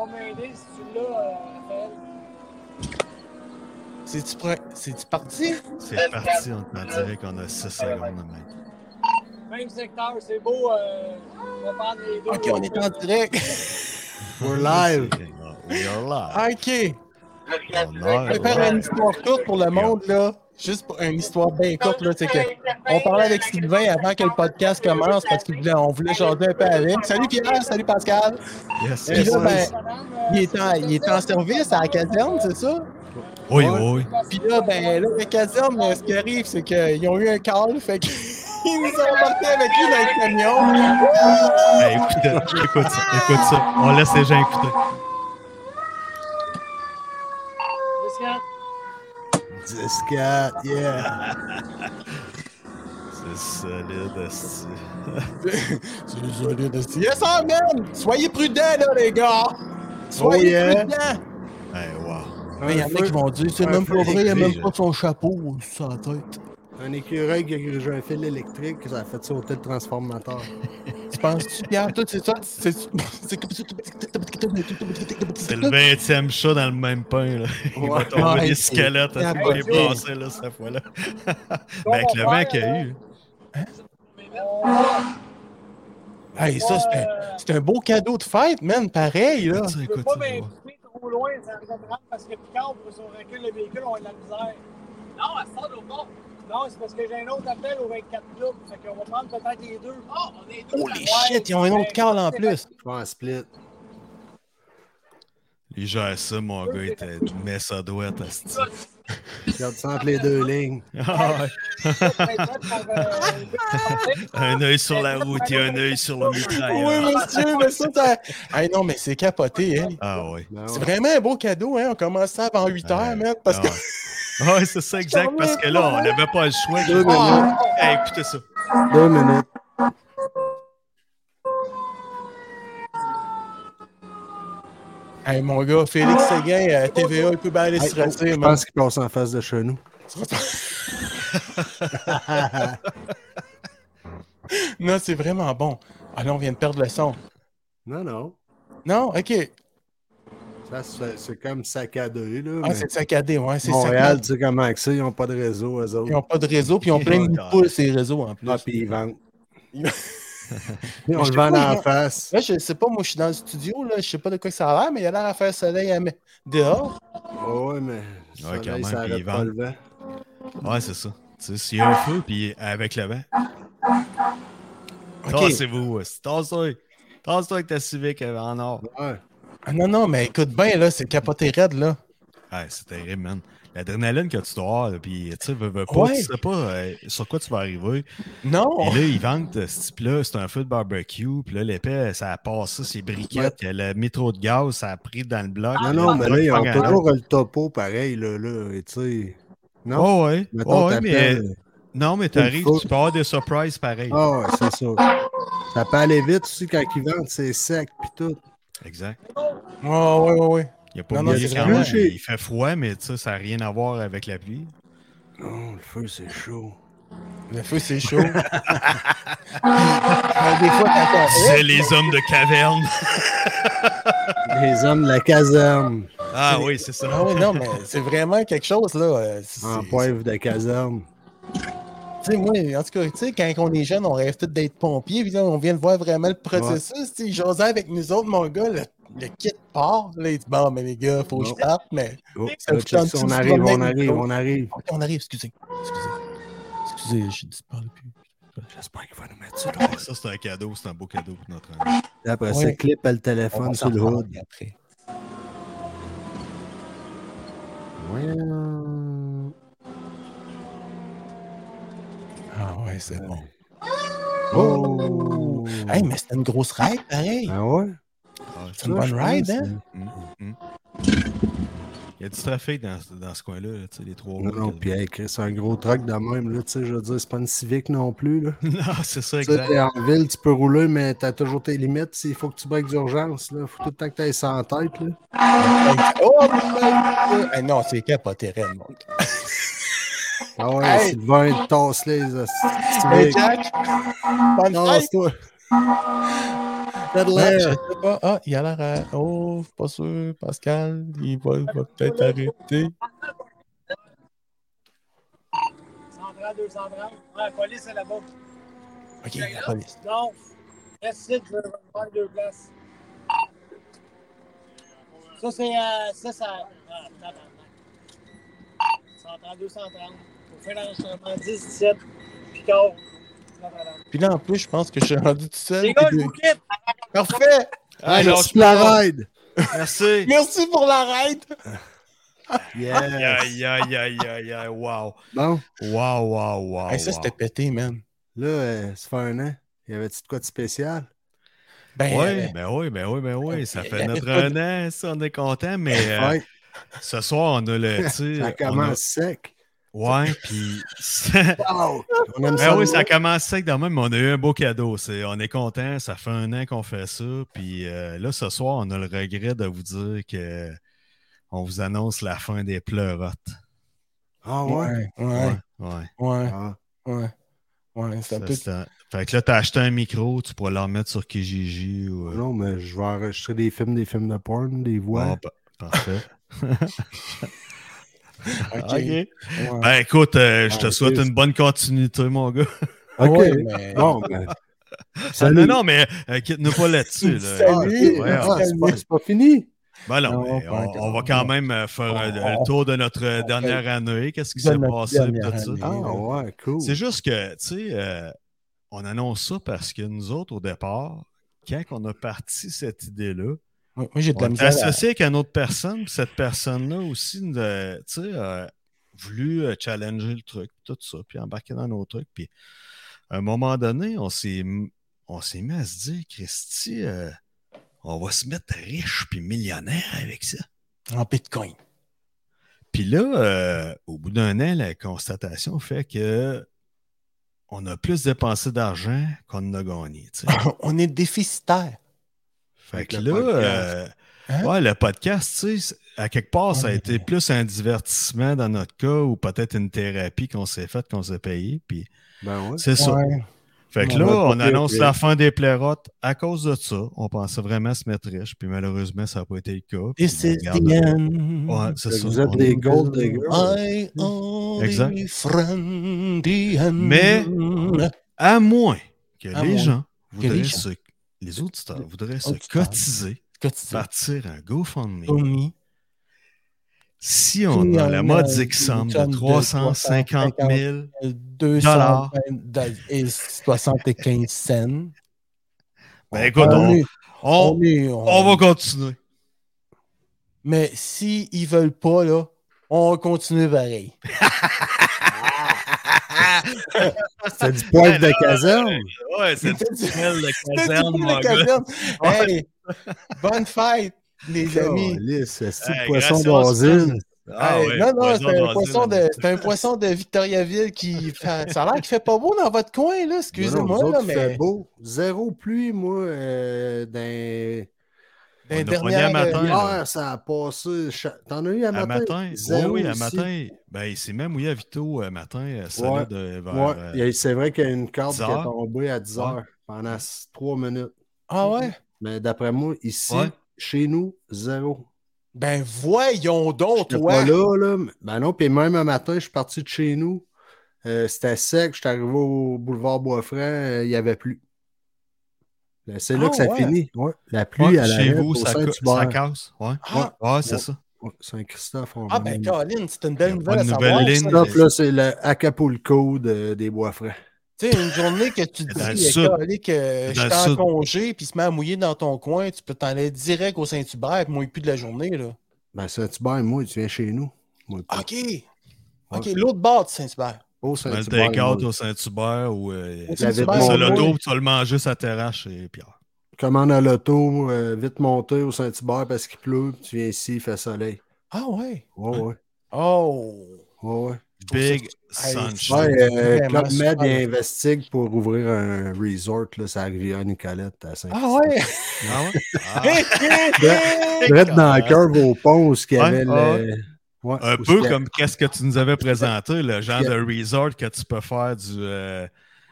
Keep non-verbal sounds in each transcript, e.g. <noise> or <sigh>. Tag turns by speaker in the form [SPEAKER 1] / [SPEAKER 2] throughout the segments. [SPEAKER 1] On m'a aidé, si tu l'as, euh, Raphaël.
[SPEAKER 2] C'est-tu prêt? C'est-tu parti?
[SPEAKER 3] C'est parti, on t'en dirait qu'on a 6 secondes, mec.
[SPEAKER 1] Même secteur, c'est beau. Euh, on va prendre les deux.
[SPEAKER 2] Ok, on est en direct. We're live.
[SPEAKER 3] We are live.
[SPEAKER 2] <laughs> Ok.
[SPEAKER 3] On a-
[SPEAKER 2] Je vais faire une
[SPEAKER 3] Ouais.
[SPEAKER 2] histoire courte pour le monde, là. Juste pour une histoire bien courte, là. C'est que on parlait avec Sylvain avant que le podcast commence parce qu'on voulait, on voulait jaser un peu avec. Salut Pierre, salut Pascal.
[SPEAKER 3] Yes,
[SPEAKER 2] Puis
[SPEAKER 3] yes,
[SPEAKER 2] là,
[SPEAKER 3] yes.
[SPEAKER 2] ben, il est en, il est en service à la caserne, c'est ça?
[SPEAKER 3] Oui, oui, oui.
[SPEAKER 2] Puis là, ben, là, la caserne, euh, ce qui arrive, c'est qu'ils ont eu un call, <laughs> fait qu'ils nous ont emportés avec lui dans le camion.
[SPEAKER 3] Hey, écoute, écoute ça, écoute ça. On laisse les gens écouter.
[SPEAKER 1] Biscuit.
[SPEAKER 2] 10 4, yeah.
[SPEAKER 3] C'est solide, esti.
[SPEAKER 2] C'est joli de style. Yes, sir, man! Soyez prudents, là, les gars! Soyez
[SPEAKER 4] Oh, yeah.
[SPEAKER 2] prudents!
[SPEAKER 3] Hey, wow.
[SPEAKER 4] Un,
[SPEAKER 2] Mais il y en a
[SPEAKER 4] feu-
[SPEAKER 2] qui vont dire, c'est
[SPEAKER 4] un
[SPEAKER 2] même
[SPEAKER 4] feu
[SPEAKER 2] pas vrai, il a même
[SPEAKER 3] électrique.
[SPEAKER 2] pas son chapeau sur la tête.
[SPEAKER 4] un écureuil qui a grugé un fil électrique, ça a fait sauter le transformateur.
[SPEAKER 2] Tu penses-tu, Pierre? Toi, c'est ça? <laughs> C'est c'est comme ça.
[SPEAKER 3] C'est le 20e chat dans le même pain, là. Il va
[SPEAKER 2] Ouais.
[SPEAKER 3] tomber
[SPEAKER 2] Ouais,
[SPEAKER 3] des
[SPEAKER 2] c'est-
[SPEAKER 3] squelettes à
[SPEAKER 2] c'est
[SPEAKER 3] ce qui est
[SPEAKER 2] abusé.
[SPEAKER 3] passé, là, cette
[SPEAKER 2] <laughs>
[SPEAKER 3] fois-là. Mais avec le
[SPEAKER 1] Mon
[SPEAKER 3] vent
[SPEAKER 1] père,
[SPEAKER 3] qu'il y a
[SPEAKER 1] là,
[SPEAKER 3] eu.
[SPEAKER 1] on-
[SPEAKER 2] Hey, ça, c'est un-
[SPEAKER 1] euh,
[SPEAKER 2] c'est un beau cadeau de fête, man, pareil, là.
[SPEAKER 3] Écoute ça,
[SPEAKER 1] Je veux
[SPEAKER 3] écoute
[SPEAKER 1] pas
[SPEAKER 3] ça. ouais.
[SPEAKER 1] m'impliquer trop loin dans le programme parce que quand on pousse, on recule le véhicule, on a de la misère. Non, elle sort au bord. Non, c'est parce que j'ai un autre appel au 24 club. Fait qu'on va prendre peut-être les deux. Ah, on est deux.
[SPEAKER 2] Oh, les shit, ils ont un autre call en plus.
[SPEAKER 4] Je fais un split.
[SPEAKER 3] Il gère ça, mon gars, il était mais ça doit être esti. <laughs>
[SPEAKER 4] Je garde ça entre
[SPEAKER 2] <laughs>
[SPEAKER 4] les deux lignes.
[SPEAKER 3] Ah ouais. Un œil sur la route et un œil sur le mitrailleur.
[SPEAKER 2] Oui, monsieur, mais ça, ça. Hey, non, mais c'est capoté, hein.
[SPEAKER 3] Ah ouais.
[SPEAKER 4] Ben
[SPEAKER 2] C'est
[SPEAKER 4] ouais.
[SPEAKER 2] vraiment un beau cadeau, hein. On commençait avant 8 heures, man, parce que.
[SPEAKER 3] Ah ouais. Ouais, c'est ça, exact, parce que là, on n'avait pas le choix.
[SPEAKER 4] Deux minutes.
[SPEAKER 2] Ah,
[SPEAKER 3] Hey, écoutez ça.
[SPEAKER 4] Deux minutes.
[SPEAKER 2] Hey, mon gars, Félix Séguin, euh, TVA, il peut bien aller
[SPEAKER 4] Hey, oh,
[SPEAKER 2] stresser,
[SPEAKER 4] je
[SPEAKER 2] man.
[SPEAKER 4] pense qu'il passe en face de chez <laughs> nous.
[SPEAKER 2] Non, c'est vraiment bon. Ah là, on vient de perdre le son.
[SPEAKER 4] non, non.
[SPEAKER 2] Non, ok.
[SPEAKER 4] Ça, c'est c'est comme saccadé, là.
[SPEAKER 2] Ah,
[SPEAKER 4] mais
[SPEAKER 2] c'est saccadé, ouais, c'est
[SPEAKER 4] Montréal,
[SPEAKER 2] saccadé.
[SPEAKER 4] tu sais comment que c'est, ils n'ont pas de réseau, eux
[SPEAKER 2] Ils
[SPEAKER 4] autres.
[SPEAKER 2] n'ont pas de réseau, puis ils ont plein de
[SPEAKER 3] Ouais.
[SPEAKER 2] poules, ces réseaux, en plus.
[SPEAKER 4] Ah, puis ils
[SPEAKER 2] <laughs>
[SPEAKER 4] vendent.
[SPEAKER 2] Ils-
[SPEAKER 4] Ils
[SPEAKER 2] Mais
[SPEAKER 4] ont
[SPEAKER 2] je
[SPEAKER 4] le
[SPEAKER 2] sais
[SPEAKER 4] vent
[SPEAKER 2] pas,
[SPEAKER 4] en
[SPEAKER 2] ils-
[SPEAKER 4] face.
[SPEAKER 2] Là, je sais pas, moi, je suis dans le studio, là, je sais pas de quoi que ça a l'air, mais il a l'air à faire soleil à... me- dehors.
[SPEAKER 4] Oh, ouais, mais le
[SPEAKER 3] Ouais, quand
[SPEAKER 4] soleil,
[SPEAKER 3] même,
[SPEAKER 4] ça
[SPEAKER 3] puis ils
[SPEAKER 4] arrête pas
[SPEAKER 3] vendent.
[SPEAKER 4] le vent.
[SPEAKER 3] Ouais, c'est ça. Tu sais, s'il y a un feu, puis avec le vent.
[SPEAKER 4] Ah,
[SPEAKER 2] Ok.
[SPEAKER 3] Tassez-vous, esti. tasse-toi. Tasse-toi avec ta civique en or.
[SPEAKER 4] Ouais.
[SPEAKER 2] Ah, non, non, mais écoute bien, là, c'est capoté raide, là.
[SPEAKER 3] Ouais, c'est terrible, man. L'adrénaline que tu dois avoir, là, puis tu sais, veux, veux pas,
[SPEAKER 2] Ouais.
[SPEAKER 3] tu sais pas euh, sur quoi tu vas arriver.
[SPEAKER 2] Non!
[SPEAKER 4] Oh.
[SPEAKER 3] Et là, ils vendent euh, ce type-là, c'est un feu de barbecue, puis là, l'épée, ça a passé ses briquettes, le métro de gaz, ça a pris dans le bloc.
[SPEAKER 4] Non,
[SPEAKER 3] puis
[SPEAKER 4] Ah non,
[SPEAKER 3] le
[SPEAKER 4] mais
[SPEAKER 3] bloc
[SPEAKER 4] là, ils ont
[SPEAKER 3] pogne en deux.
[SPEAKER 4] toujours le topo pareil, là, là, et tu sais. Non?
[SPEAKER 3] Oh, ouais,
[SPEAKER 4] Mettons,
[SPEAKER 3] ouais, mais,
[SPEAKER 4] t'appelles,
[SPEAKER 3] non, mais t'arrives,
[SPEAKER 4] faut-
[SPEAKER 3] tu peux avoir des surprises pareil.
[SPEAKER 4] Ah ouais, c'est ça. Ça peut aller vite aussi quand ils vendent, c'est sec pis tout.
[SPEAKER 3] Exact.
[SPEAKER 2] Oh, ouais, ouais, ouais.
[SPEAKER 3] Il n'y a pas
[SPEAKER 2] Non, non,
[SPEAKER 3] oublié
[SPEAKER 2] c'est
[SPEAKER 3] quand
[SPEAKER 2] vrai.
[SPEAKER 3] même,
[SPEAKER 4] J'ai-
[SPEAKER 3] il fait froid, mais tu sais, ça n'a rien à voir avec la pluie.
[SPEAKER 4] Non, le feu c'est chaud.
[SPEAKER 2] Le feu, c'est
[SPEAKER 4] <laughs>
[SPEAKER 2] chaud. Ah, des fois, t'attends.
[SPEAKER 3] C'est les hommes de caverne.
[SPEAKER 4] Les hommes de la caserne.
[SPEAKER 3] <laughs> Ah oui, c'est ça.
[SPEAKER 2] Ah oui, non, mais c'est vraiment quelque chose, là. euh, c'est-
[SPEAKER 4] En poivre de caserne.
[SPEAKER 2] Tu sais, moi, en tout cas, tu sais, quand on est jeune, on rêve tout d'être pompier. Puis là, on vient de voir vraiment le processus. Tu sais, José avec nous autres, mon gars, le, le kit part. Là, il dit, bon, mais les gars, faut que je
[SPEAKER 4] Non.
[SPEAKER 2] parte, mais
[SPEAKER 4] Oh,
[SPEAKER 2] Ça
[SPEAKER 4] là,
[SPEAKER 2] vous tente-tu
[SPEAKER 4] check ça,
[SPEAKER 2] de
[SPEAKER 4] on
[SPEAKER 2] se
[SPEAKER 4] arrive, on
[SPEAKER 2] promener avec
[SPEAKER 4] arrive,
[SPEAKER 2] nous
[SPEAKER 4] on arrive.
[SPEAKER 2] Ok, on arrive, excusez. Excusez. Excusez, je dis, parle plus.
[SPEAKER 4] J'espère qu'il va nous mettre sur le
[SPEAKER 3] Ah, Ça, c'est un cadeau, c'est un beau cadeau pour notre ami.
[SPEAKER 4] Après
[SPEAKER 2] Ouais.
[SPEAKER 4] ça, clip à le
[SPEAKER 2] On
[SPEAKER 4] téléphone
[SPEAKER 2] va
[SPEAKER 4] sur le
[SPEAKER 2] s'en
[SPEAKER 4] hood.
[SPEAKER 2] parler après. Ah ouais, c'est bon.
[SPEAKER 4] Oh!
[SPEAKER 2] Hey, mais c'était une grosse ride, pareil.
[SPEAKER 4] Ah ouais?
[SPEAKER 3] Ah,
[SPEAKER 2] C'est une
[SPEAKER 4] Ça,
[SPEAKER 2] bonne
[SPEAKER 4] je
[SPEAKER 2] ride,
[SPEAKER 4] pense,
[SPEAKER 2] hein?
[SPEAKER 3] Mm, mm. Il y a du trafic dans, dans ce coin-là, là, tu sais, les trois
[SPEAKER 4] Non,
[SPEAKER 3] routes.
[SPEAKER 4] non, pis hey, Chris, c'est un gros truck de même, là, tu sais, je veux dire, c'est pas une civique non plus, là.
[SPEAKER 3] <laughs> Non, c'est ça,
[SPEAKER 4] Tu sais,
[SPEAKER 3] exact.
[SPEAKER 4] t'es en ville, tu peux rouler, mais t'as toujours tes limites. Il faut que tu breaks d'urgence. Là. Faut tout le temps que t'ailles sans tête. Là.
[SPEAKER 2] Oh, putain! Hey, non, c'est capoté, raide, mon gars.
[SPEAKER 4] Ah ouais,
[SPEAKER 2] Hey!
[SPEAKER 4] Sylvain, tasse-les.
[SPEAKER 2] Hey,
[SPEAKER 4] hosties.
[SPEAKER 2] Jack! Bonne fête!
[SPEAKER 4] Tasse-toi.
[SPEAKER 2] Ouais, je sais pas. Ah, il a l'air à. Oh, pas sûr, Pascal. Il va, il va peut-être arrêter.
[SPEAKER 1] 130, 230. Ouais, la police est là-bas.
[SPEAKER 2] Ok, la police.
[SPEAKER 1] Donc, reste ici, je vais prendre deux places. Ça, c'est. euh, ça, ça. Ah, tabarnak. 130, 230. Pour faire l'enregistrement 10, 17. Picard.
[SPEAKER 2] Puis là, en plus, je pense que je suis rendu tout seul.
[SPEAKER 1] Les gars,
[SPEAKER 2] et
[SPEAKER 1] je
[SPEAKER 2] deux-
[SPEAKER 1] vous quitte.
[SPEAKER 2] <laughs> Parfait!
[SPEAKER 3] Ah, non,
[SPEAKER 4] Merci pour la ride.
[SPEAKER 3] <laughs> Merci.
[SPEAKER 2] <laughs> Merci pour la raid!
[SPEAKER 3] Oh,
[SPEAKER 4] Yes.
[SPEAKER 3] Aïe, aïe, aïe, aïe, aïe, wow.
[SPEAKER 4] Bon,
[SPEAKER 3] Wow, wow, wow.
[SPEAKER 2] Hey, ça,
[SPEAKER 3] wow.
[SPEAKER 2] c'était pété, man.
[SPEAKER 4] là, euh, ça fait un an. Il y avait-tu de quoi de spécial?
[SPEAKER 2] Ben,
[SPEAKER 3] Ouais, ben oui, ben oui, ben oui. Ça
[SPEAKER 2] la
[SPEAKER 3] fait notre
[SPEAKER 2] méthode-
[SPEAKER 3] un an, ça, on est content, mais euh,
[SPEAKER 4] Ouais,
[SPEAKER 3] ce soir, on
[SPEAKER 2] <laughs>
[SPEAKER 3] a le. tu sais,
[SPEAKER 4] ça
[SPEAKER 3] on a-
[SPEAKER 4] commence sec.
[SPEAKER 3] Ouais, puis. <laughs>
[SPEAKER 4] Wow! On aime
[SPEAKER 3] Ben
[SPEAKER 4] ça.
[SPEAKER 3] oui, ça commence sec quand même, mais on a eu un beau cadeau. C'est- on est content, ça fait un an qu'on fait ça. Puis euh, là, ce soir, on a le regret de vous dire que on vous annonce la fin des pleurotes.
[SPEAKER 4] Ah ouais?
[SPEAKER 2] ouais, ouais,
[SPEAKER 3] ouais.
[SPEAKER 2] ouais,
[SPEAKER 4] Ah,
[SPEAKER 2] ouais. Ouais, c'est un
[SPEAKER 3] Ça,
[SPEAKER 2] peu.
[SPEAKER 3] c'est un- Fait que là, t'as acheté un micro, tu pourras le remettre sur Kijiji ou. euh,
[SPEAKER 4] non, mais je vais enregistrer des films, des films de porn, des
[SPEAKER 3] bon,
[SPEAKER 4] voix.
[SPEAKER 3] pa- parfait.
[SPEAKER 2] <laughs> Ok.
[SPEAKER 3] Ok.
[SPEAKER 2] Ouais.
[SPEAKER 3] Ben écoute, euh, je te
[SPEAKER 4] Ouais,
[SPEAKER 3] souhaite
[SPEAKER 4] c'est-
[SPEAKER 3] une bonne continuité, mon gars.
[SPEAKER 4] ok,
[SPEAKER 2] Ah Ouais, mais-
[SPEAKER 4] bon,
[SPEAKER 3] <laughs>
[SPEAKER 4] ben,
[SPEAKER 3] Ah,
[SPEAKER 4] salut.
[SPEAKER 3] non, non, mais euh, quitte-nous pas là-dessus. là.
[SPEAKER 2] Salut.
[SPEAKER 4] Ah, ok.
[SPEAKER 3] Ouais,
[SPEAKER 4] Ah,
[SPEAKER 2] ouais.
[SPEAKER 4] c'est pas, c'est pas fini.
[SPEAKER 3] Ben non,
[SPEAKER 2] Non,
[SPEAKER 3] mais
[SPEAKER 2] pas
[SPEAKER 3] on,
[SPEAKER 2] encore.
[SPEAKER 3] on va quand même euh, faire euh,
[SPEAKER 2] On-
[SPEAKER 3] le tour de notre euh, dernière année. Qu'est-ce qui
[SPEAKER 2] de
[SPEAKER 3] s'est
[SPEAKER 2] notre
[SPEAKER 3] passé?
[SPEAKER 2] dernière
[SPEAKER 3] puis tout ça.
[SPEAKER 4] Ah
[SPEAKER 2] année.
[SPEAKER 4] ouais, cool.
[SPEAKER 3] C'est juste que, tu sais, euh, on annonce ça parce que nous autres, au départ, quand on a parti cette idée-là,
[SPEAKER 2] Moi, j'ai de la
[SPEAKER 3] on est
[SPEAKER 2] misère. à-
[SPEAKER 3] associé avec une autre personne, puis cette personne-là aussi, nous a, tu sais, a voulu euh, challenger le truc, tout ça, puis embarquer dans nos trucs. Puis à un moment donné, on s'est, on s'est mis à se dire, Christy, euh, on va se mettre riche puis millionnaire avec ça.
[SPEAKER 2] En Bitcoin. <coughs>
[SPEAKER 3] Puis là, euh, au bout d'un an, la constatation fait que on a plus dépensé d'argent qu'on en a gagné. tu sais.
[SPEAKER 2] On est déficitaire.
[SPEAKER 3] Fait
[SPEAKER 4] Ah, Avec
[SPEAKER 3] que
[SPEAKER 4] le
[SPEAKER 3] là,
[SPEAKER 4] podcast.
[SPEAKER 3] euh,
[SPEAKER 2] Hein?
[SPEAKER 3] ouais, le podcast, tu sais, à quelque part, ça a
[SPEAKER 4] Oh
[SPEAKER 2] Ouais.
[SPEAKER 3] été plus un divertissement dans notre cas ou peut-être une thérapie qu'on s'est faite, qu'on s'est payée. Puis
[SPEAKER 4] Ben ouais.
[SPEAKER 3] c'est ça.
[SPEAKER 2] Ouais.
[SPEAKER 3] Fait que
[SPEAKER 2] On
[SPEAKER 3] là,
[SPEAKER 4] va pas
[SPEAKER 3] on
[SPEAKER 4] pire,
[SPEAKER 3] annonce
[SPEAKER 4] puis-
[SPEAKER 3] la fin des plairottes à cause de ça. On pensait vraiment se mettre riche, puis malheureusement, ça n'a pas été le cas. Puis
[SPEAKER 2] This is
[SPEAKER 3] regarde-
[SPEAKER 2] the end.
[SPEAKER 3] Ouais, c'est ça.
[SPEAKER 4] Vous êtes
[SPEAKER 3] On-
[SPEAKER 4] des gold diggers.
[SPEAKER 2] I only
[SPEAKER 3] Exact.
[SPEAKER 2] friend the end.
[SPEAKER 3] Mais- À moins que
[SPEAKER 2] À
[SPEAKER 3] les
[SPEAKER 2] moins
[SPEAKER 3] gens
[SPEAKER 2] que les
[SPEAKER 3] voudraient
[SPEAKER 2] gens-
[SPEAKER 3] se- les auditeurs voudraient se
[SPEAKER 2] Auditeurs.
[SPEAKER 3] cotiser,
[SPEAKER 2] quotidien.
[SPEAKER 3] partir un GoFundMe.
[SPEAKER 2] Tony.
[SPEAKER 3] Si on a la modique somme de 350 000,
[SPEAKER 2] Euh, 200 et 75 cents.
[SPEAKER 3] Ben, écoute,
[SPEAKER 2] On
[SPEAKER 3] on-
[SPEAKER 2] est-
[SPEAKER 3] on,
[SPEAKER 2] on est-
[SPEAKER 3] on
[SPEAKER 2] on- <laughs>
[SPEAKER 3] va continuer.
[SPEAKER 2] Mais s'ils ils veulent pas, là, on continue
[SPEAKER 3] <laughs>
[SPEAKER 2] pareil.
[SPEAKER 4] C'est
[SPEAKER 3] <laughs>
[SPEAKER 4] du poivre
[SPEAKER 3] Ben,
[SPEAKER 4] de
[SPEAKER 3] là,
[SPEAKER 4] caserne.
[SPEAKER 3] Ouais,
[SPEAKER 2] <laughs>
[SPEAKER 3] c'est du miel de caserne,
[SPEAKER 2] C'est-tu
[SPEAKER 3] mon
[SPEAKER 2] la
[SPEAKER 3] gars. <laughs>
[SPEAKER 2] caserne? Hey, bonne fête, les amis.
[SPEAKER 4] Calisse, C'est
[SPEAKER 3] Hey,
[SPEAKER 4] du poisson
[SPEAKER 3] gracieuses,
[SPEAKER 4] d'asile.
[SPEAKER 3] Ah
[SPEAKER 2] Hey,
[SPEAKER 3] ouais,
[SPEAKER 2] non, non,
[SPEAKER 3] poison
[SPEAKER 2] c'est un,
[SPEAKER 3] d'asile,
[SPEAKER 2] poisson
[SPEAKER 3] mon
[SPEAKER 2] de- c'est un poisson de Victoriaville qui. fait- ça a l'air qu'il fait pas beau dans votre coin, là.
[SPEAKER 4] Non,
[SPEAKER 2] Excusez-moi,
[SPEAKER 4] nous
[SPEAKER 2] là,
[SPEAKER 4] autres, il
[SPEAKER 2] mais.
[SPEAKER 4] fait beau. Zéro pluie, moi, euh, dans...
[SPEAKER 2] dans
[SPEAKER 3] On
[SPEAKER 2] les
[SPEAKER 3] a pogné
[SPEAKER 2] dernières,
[SPEAKER 3] un matin,
[SPEAKER 2] euh,
[SPEAKER 3] là.
[SPEAKER 4] Hier, ça a passé. cha- T'en as eu à
[SPEAKER 3] À
[SPEAKER 4] matin?
[SPEAKER 3] matin, oui,
[SPEAKER 4] Zéro
[SPEAKER 3] oui, à
[SPEAKER 4] ici.
[SPEAKER 3] matin. Ben, il s'est même mouillé à Vito à matin, euh, salade euh, vers.
[SPEAKER 4] Ouais,
[SPEAKER 3] euh,
[SPEAKER 4] il y a- c'est vrai qu'il y a une corde qui
[SPEAKER 3] 10
[SPEAKER 4] est
[SPEAKER 3] heures.
[SPEAKER 4] tombée à 10
[SPEAKER 3] Ouais.
[SPEAKER 4] heures pendant 3 minutes.
[SPEAKER 2] Ah ouais?
[SPEAKER 4] Mais d'après moi, ici,
[SPEAKER 3] Ouais.
[SPEAKER 4] chez nous, zéro.
[SPEAKER 2] Ben voyons donc,
[SPEAKER 4] J'étais
[SPEAKER 2] toi.
[SPEAKER 4] pas là, là. mais- Ben non, puis même un matin, je suis parti de chez nous. Euh, C'était sec, je suis arrivé au boulevard Boisfranc, euh, il n'y avait plus. Ben, C'est là
[SPEAKER 2] Ah,
[SPEAKER 4] que ça
[SPEAKER 2] ouais.
[SPEAKER 4] finit. Ouais, La pluie,
[SPEAKER 3] ouais,
[SPEAKER 4] elle
[SPEAKER 3] chez
[SPEAKER 4] arrive
[SPEAKER 3] vous,
[SPEAKER 4] au
[SPEAKER 3] ça, ca- ça
[SPEAKER 4] Saint-Hubert.
[SPEAKER 3] casse. Ouais,
[SPEAKER 2] Ah,
[SPEAKER 3] ouais c'est
[SPEAKER 4] Ouais.
[SPEAKER 3] ça.
[SPEAKER 4] Ouais, Saint-Christophe. on
[SPEAKER 2] ah,
[SPEAKER 4] va
[SPEAKER 2] ben,
[SPEAKER 4] même-
[SPEAKER 2] Colin, c'est une
[SPEAKER 3] Il y
[SPEAKER 2] belle
[SPEAKER 3] a
[SPEAKER 2] nouvelle
[SPEAKER 3] pas
[SPEAKER 2] à
[SPEAKER 3] de
[SPEAKER 2] savoir.
[SPEAKER 3] nouvelle
[SPEAKER 2] ça.
[SPEAKER 3] ligne.
[SPEAKER 4] Christophe, là, c'est le Acapulco de- des Boisfrancs.
[SPEAKER 2] Tu sais, une journée que tu te
[SPEAKER 3] Dans le
[SPEAKER 2] dis,
[SPEAKER 3] sud.
[SPEAKER 2] Colin, que
[SPEAKER 3] Dans
[SPEAKER 2] je
[SPEAKER 3] le
[SPEAKER 2] suis en
[SPEAKER 3] sud.
[SPEAKER 2] congé, puis il se met à mouiller dans ton coin, tu peux t'en aller direct au Saint-Hubert, puis mouille plus de la journée, là.
[SPEAKER 4] Ben, Saint-Hubert, moi, tu viens chez nous. Moi, pas.
[SPEAKER 2] OK. OK, l'autre bord de Saint-Hubert.
[SPEAKER 4] Au
[SPEAKER 3] Un
[SPEAKER 4] Saint-Hubert.
[SPEAKER 3] take-out
[SPEAKER 4] moi.
[SPEAKER 3] au Saint-Hubert ou. euh,
[SPEAKER 2] Au
[SPEAKER 3] Tu
[SPEAKER 4] Saint-Hubert,
[SPEAKER 3] passes à
[SPEAKER 4] mon
[SPEAKER 3] l'auto,
[SPEAKER 2] mouille.
[SPEAKER 3] puis tu vas le manger sa terrasse chez Pierre.
[SPEAKER 4] Commande à l'auto, euh, vite monter au Saint-Hubert parce qu'il pleut. puis Tu viens ici, il fait soleil.
[SPEAKER 2] Ah ouais.
[SPEAKER 4] Ouais, ouais.
[SPEAKER 2] Oh.
[SPEAKER 4] Ouais, ouais.
[SPEAKER 3] Big
[SPEAKER 2] ça-
[SPEAKER 3] Sunshine.
[SPEAKER 2] Ouais,
[SPEAKER 4] Ouais, euh,
[SPEAKER 2] vraiment
[SPEAKER 4] Club
[SPEAKER 2] super.
[SPEAKER 4] Med et Investig pour ouvrir un resort, là, ça arrive à Nicolette à saint
[SPEAKER 2] Ah ouais.
[SPEAKER 3] Ah ouais? Ah.
[SPEAKER 4] <laughs>
[SPEAKER 2] <laughs>
[SPEAKER 4] Direct dans la curve au pont où il y
[SPEAKER 3] Ouais,
[SPEAKER 4] avait
[SPEAKER 2] Ah
[SPEAKER 3] ouais.
[SPEAKER 4] le. Ouais,
[SPEAKER 3] Ah, Un
[SPEAKER 4] où
[SPEAKER 3] peu
[SPEAKER 4] il y a-
[SPEAKER 3] comme qu'est-ce que tu nous avais présenté, le genre
[SPEAKER 4] Yeah.
[SPEAKER 3] de resort que tu peux faire du, euh,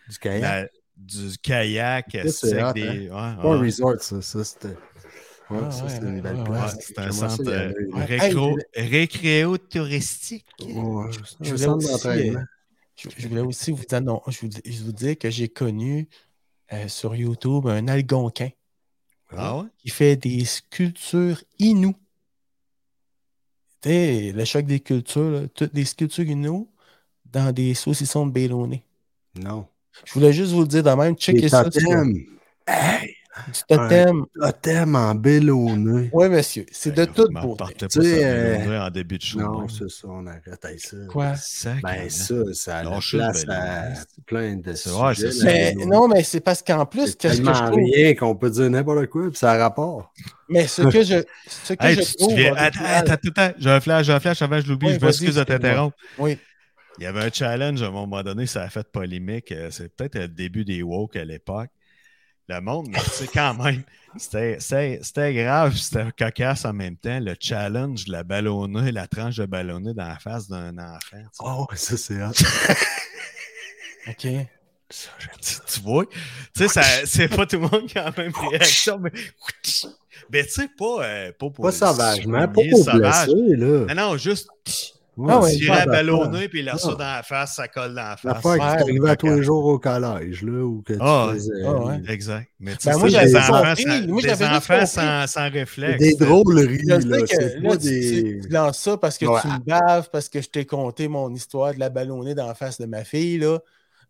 [SPEAKER 4] Du kayak.
[SPEAKER 3] la- du kayak à
[SPEAKER 4] c'est
[SPEAKER 3] sec,
[SPEAKER 4] hot,
[SPEAKER 3] des.
[SPEAKER 4] hein?
[SPEAKER 3] ouais,
[SPEAKER 4] Pas un
[SPEAKER 3] ouais.
[SPEAKER 4] resort, ça. Ça, c'était. Ouais,
[SPEAKER 2] Ah,
[SPEAKER 4] ça,
[SPEAKER 2] ouais,
[SPEAKER 4] c'était une
[SPEAKER 2] ouais,
[SPEAKER 4] belle
[SPEAKER 2] ouais,
[SPEAKER 3] Ouais,
[SPEAKER 4] place.
[SPEAKER 3] c'est un
[SPEAKER 4] J'aimerais ça
[SPEAKER 3] centre
[SPEAKER 4] y
[SPEAKER 3] euh,
[SPEAKER 4] aller.
[SPEAKER 2] ouais.
[SPEAKER 3] récro- récréo-touristique.
[SPEAKER 4] Ouais,
[SPEAKER 2] je
[SPEAKER 4] un
[SPEAKER 2] voulais
[SPEAKER 4] centre
[SPEAKER 2] aussi,
[SPEAKER 4] d'entraînement.
[SPEAKER 2] euh, Je, je voulais aussi vous dire, non, je, vous, je vous dire que j'ai connu euh, sur YouTube un Algonquin
[SPEAKER 3] Ah ouais?
[SPEAKER 2] qui fait des sculptures inoues. Tu sais, le choc des cultures, là, toutes des sculptures inoues dans des saucissons de bélonné.
[SPEAKER 4] Non.
[SPEAKER 2] Je voulais juste vous le dire de même, checker
[SPEAKER 4] Des
[SPEAKER 2] ça. sur-
[SPEAKER 4] totems.
[SPEAKER 2] Du totem.
[SPEAKER 4] Totem en bélonné.
[SPEAKER 2] Oui, monsieur, c'est de
[SPEAKER 3] Ben,
[SPEAKER 2] toute
[SPEAKER 3] m'en
[SPEAKER 2] beauté.
[SPEAKER 3] portez pas
[SPEAKER 4] Tu sais,
[SPEAKER 3] ça,
[SPEAKER 4] euh,
[SPEAKER 3] Benoît, en début de show.
[SPEAKER 4] Non, c'est ça, on arrête avec ça.
[SPEAKER 2] Quoi?
[SPEAKER 3] Sac, hein.
[SPEAKER 4] Ben ça, ça a la
[SPEAKER 3] Lâchez le
[SPEAKER 4] place
[SPEAKER 3] ballon,
[SPEAKER 4] à
[SPEAKER 3] hein.
[SPEAKER 4] plein de
[SPEAKER 3] C'est vrai,
[SPEAKER 4] sujets,
[SPEAKER 3] c'est
[SPEAKER 4] là,
[SPEAKER 3] ça.
[SPEAKER 2] Mais
[SPEAKER 4] mais
[SPEAKER 2] non, mais c'est parce qu'en plus,
[SPEAKER 4] c'est
[SPEAKER 2] qu'est-ce que je
[SPEAKER 4] tellement
[SPEAKER 2] trouve?
[SPEAKER 4] rien qu'on peut dire n'importe quoi, puis ça a rapport.
[SPEAKER 2] Mais ce que je, ce que
[SPEAKER 3] Hey,
[SPEAKER 2] je
[SPEAKER 3] tu- tu
[SPEAKER 2] trouve.
[SPEAKER 3] viens-
[SPEAKER 2] en
[SPEAKER 3] Attends,
[SPEAKER 2] général-
[SPEAKER 3] attends, attends, attends, j'ai un flash, j'ai un flash avant, je l'oublie,
[SPEAKER 2] Oui,
[SPEAKER 3] je m'excuse de
[SPEAKER 2] vas-y,
[SPEAKER 3] t'interrompre.
[SPEAKER 2] Oui,
[SPEAKER 3] Il y avait un challenge à un moment donné, ça a fait polémique. euh, C'est peut-être le début des woke à l'époque. Le monde, mais tu sais,
[SPEAKER 4] <laughs>
[SPEAKER 3] quand même, c'était- c'était c'était grave, c'était cocasse en même temps. Le challenge de la ballonnée, la tranche de ballonnée dans la face d'un enfant. tu sais.
[SPEAKER 2] Ah
[SPEAKER 4] Oh, ça c'est hot.
[SPEAKER 2] OK.
[SPEAKER 4] Ça, j'aime
[SPEAKER 3] Tu, tu vois, tu sais, ça- c'est pas tout le monde qui a la même réaction, mais, mais tu sais, pas, euh, pas pour
[SPEAKER 4] Pas
[SPEAKER 3] le
[SPEAKER 4] sauvagement, pas
[SPEAKER 3] souligner,
[SPEAKER 4] pour
[SPEAKER 3] sauvage.
[SPEAKER 4] blesser,
[SPEAKER 3] Non,
[SPEAKER 4] là.
[SPEAKER 3] non, juste
[SPEAKER 4] Ouais,
[SPEAKER 2] Ah ouais,
[SPEAKER 4] c'est
[SPEAKER 3] tirer
[SPEAKER 4] pas
[SPEAKER 3] la
[SPEAKER 4] d'affaire.
[SPEAKER 3] ballonnée, puis il lance ça
[SPEAKER 4] Ah.
[SPEAKER 3] dans la face, ça colle dans la face.
[SPEAKER 4] L'affaire qui
[SPEAKER 2] Ouais,
[SPEAKER 4] t'arrivait à tous
[SPEAKER 3] cocasse.
[SPEAKER 4] les jours au collège, là, ou que tu
[SPEAKER 3] Ah,
[SPEAKER 4] faisais
[SPEAKER 2] ah ouais.
[SPEAKER 3] Exact. Mais tu
[SPEAKER 2] Ben, moi,
[SPEAKER 3] sais, c'est des
[SPEAKER 4] j'avais
[SPEAKER 3] enfants,
[SPEAKER 2] compris.
[SPEAKER 3] sans,
[SPEAKER 2] Moi,
[SPEAKER 3] des
[SPEAKER 2] j'avais juste
[SPEAKER 3] enfants
[SPEAKER 2] compris.
[SPEAKER 3] sans, sans réflexe.
[SPEAKER 4] des drôleries,
[SPEAKER 2] Je sais
[SPEAKER 4] là.
[SPEAKER 2] que
[SPEAKER 4] C'est
[SPEAKER 2] là,
[SPEAKER 4] pas
[SPEAKER 2] tu- tu,
[SPEAKER 4] des.
[SPEAKER 2] tu lances ça parce que
[SPEAKER 4] Ouais.
[SPEAKER 2] tu me baves, parce que je t'ai conté mon histoire de la ballonnée dans la face de ma fille. Là.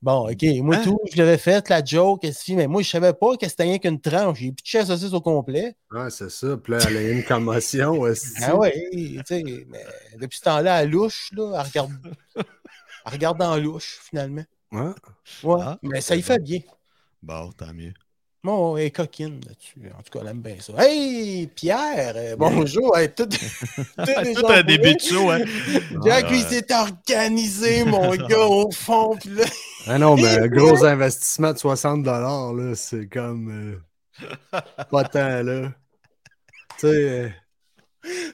[SPEAKER 2] Bon, OK. Moi,
[SPEAKER 3] Hein?
[SPEAKER 2] tout, je l'avais fait, la joke, qu'est-ce qu'il- mais moi, je savais pas que c'était rien qu'une tranche. J'ai pitché la saucisse au complet.
[SPEAKER 4] Ah, c'est ça. Puis là, elle a eu
[SPEAKER 2] <laughs>
[SPEAKER 4] une commotion. aussi.
[SPEAKER 2] Ah ouais, tu sais, mais depuis ce temps-là, à louche, là, à regarder. À regarder en louche, finalement.
[SPEAKER 4] Ouais.
[SPEAKER 2] Ouais,
[SPEAKER 3] Ah,
[SPEAKER 2] mais ça y
[SPEAKER 3] c'est
[SPEAKER 2] fait bien.
[SPEAKER 3] Bon, tant mieux.
[SPEAKER 2] Bon, elle est coquine là-dessus. En tout cas, elle aime bien ça. Hey, Pierre, euh, <laughs> bonjour. Hey, tout, tout,
[SPEAKER 3] <laughs>
[SPEAKER 2] est
[SPEAKER 3] Tout un début
[SPEAKER 2] genré.
[SPEAKER 3] de show, hein.
[SPEAKER 2] Jack,
[SPEAKER 3] Ouais,
[SPEAKER 2] lui,
[SPEAKER 3] ouais.
[SPEAKER 2] il s'est
[SPEAKER 4] <laughs>
[SPEAKER 2] organisé, mon gars, au fond. Puis là,
[SPEAKER 4] Ah non, mais un gros investissement de 60 là, c'est comme. euh, pas tant, là. Tu sais, euh,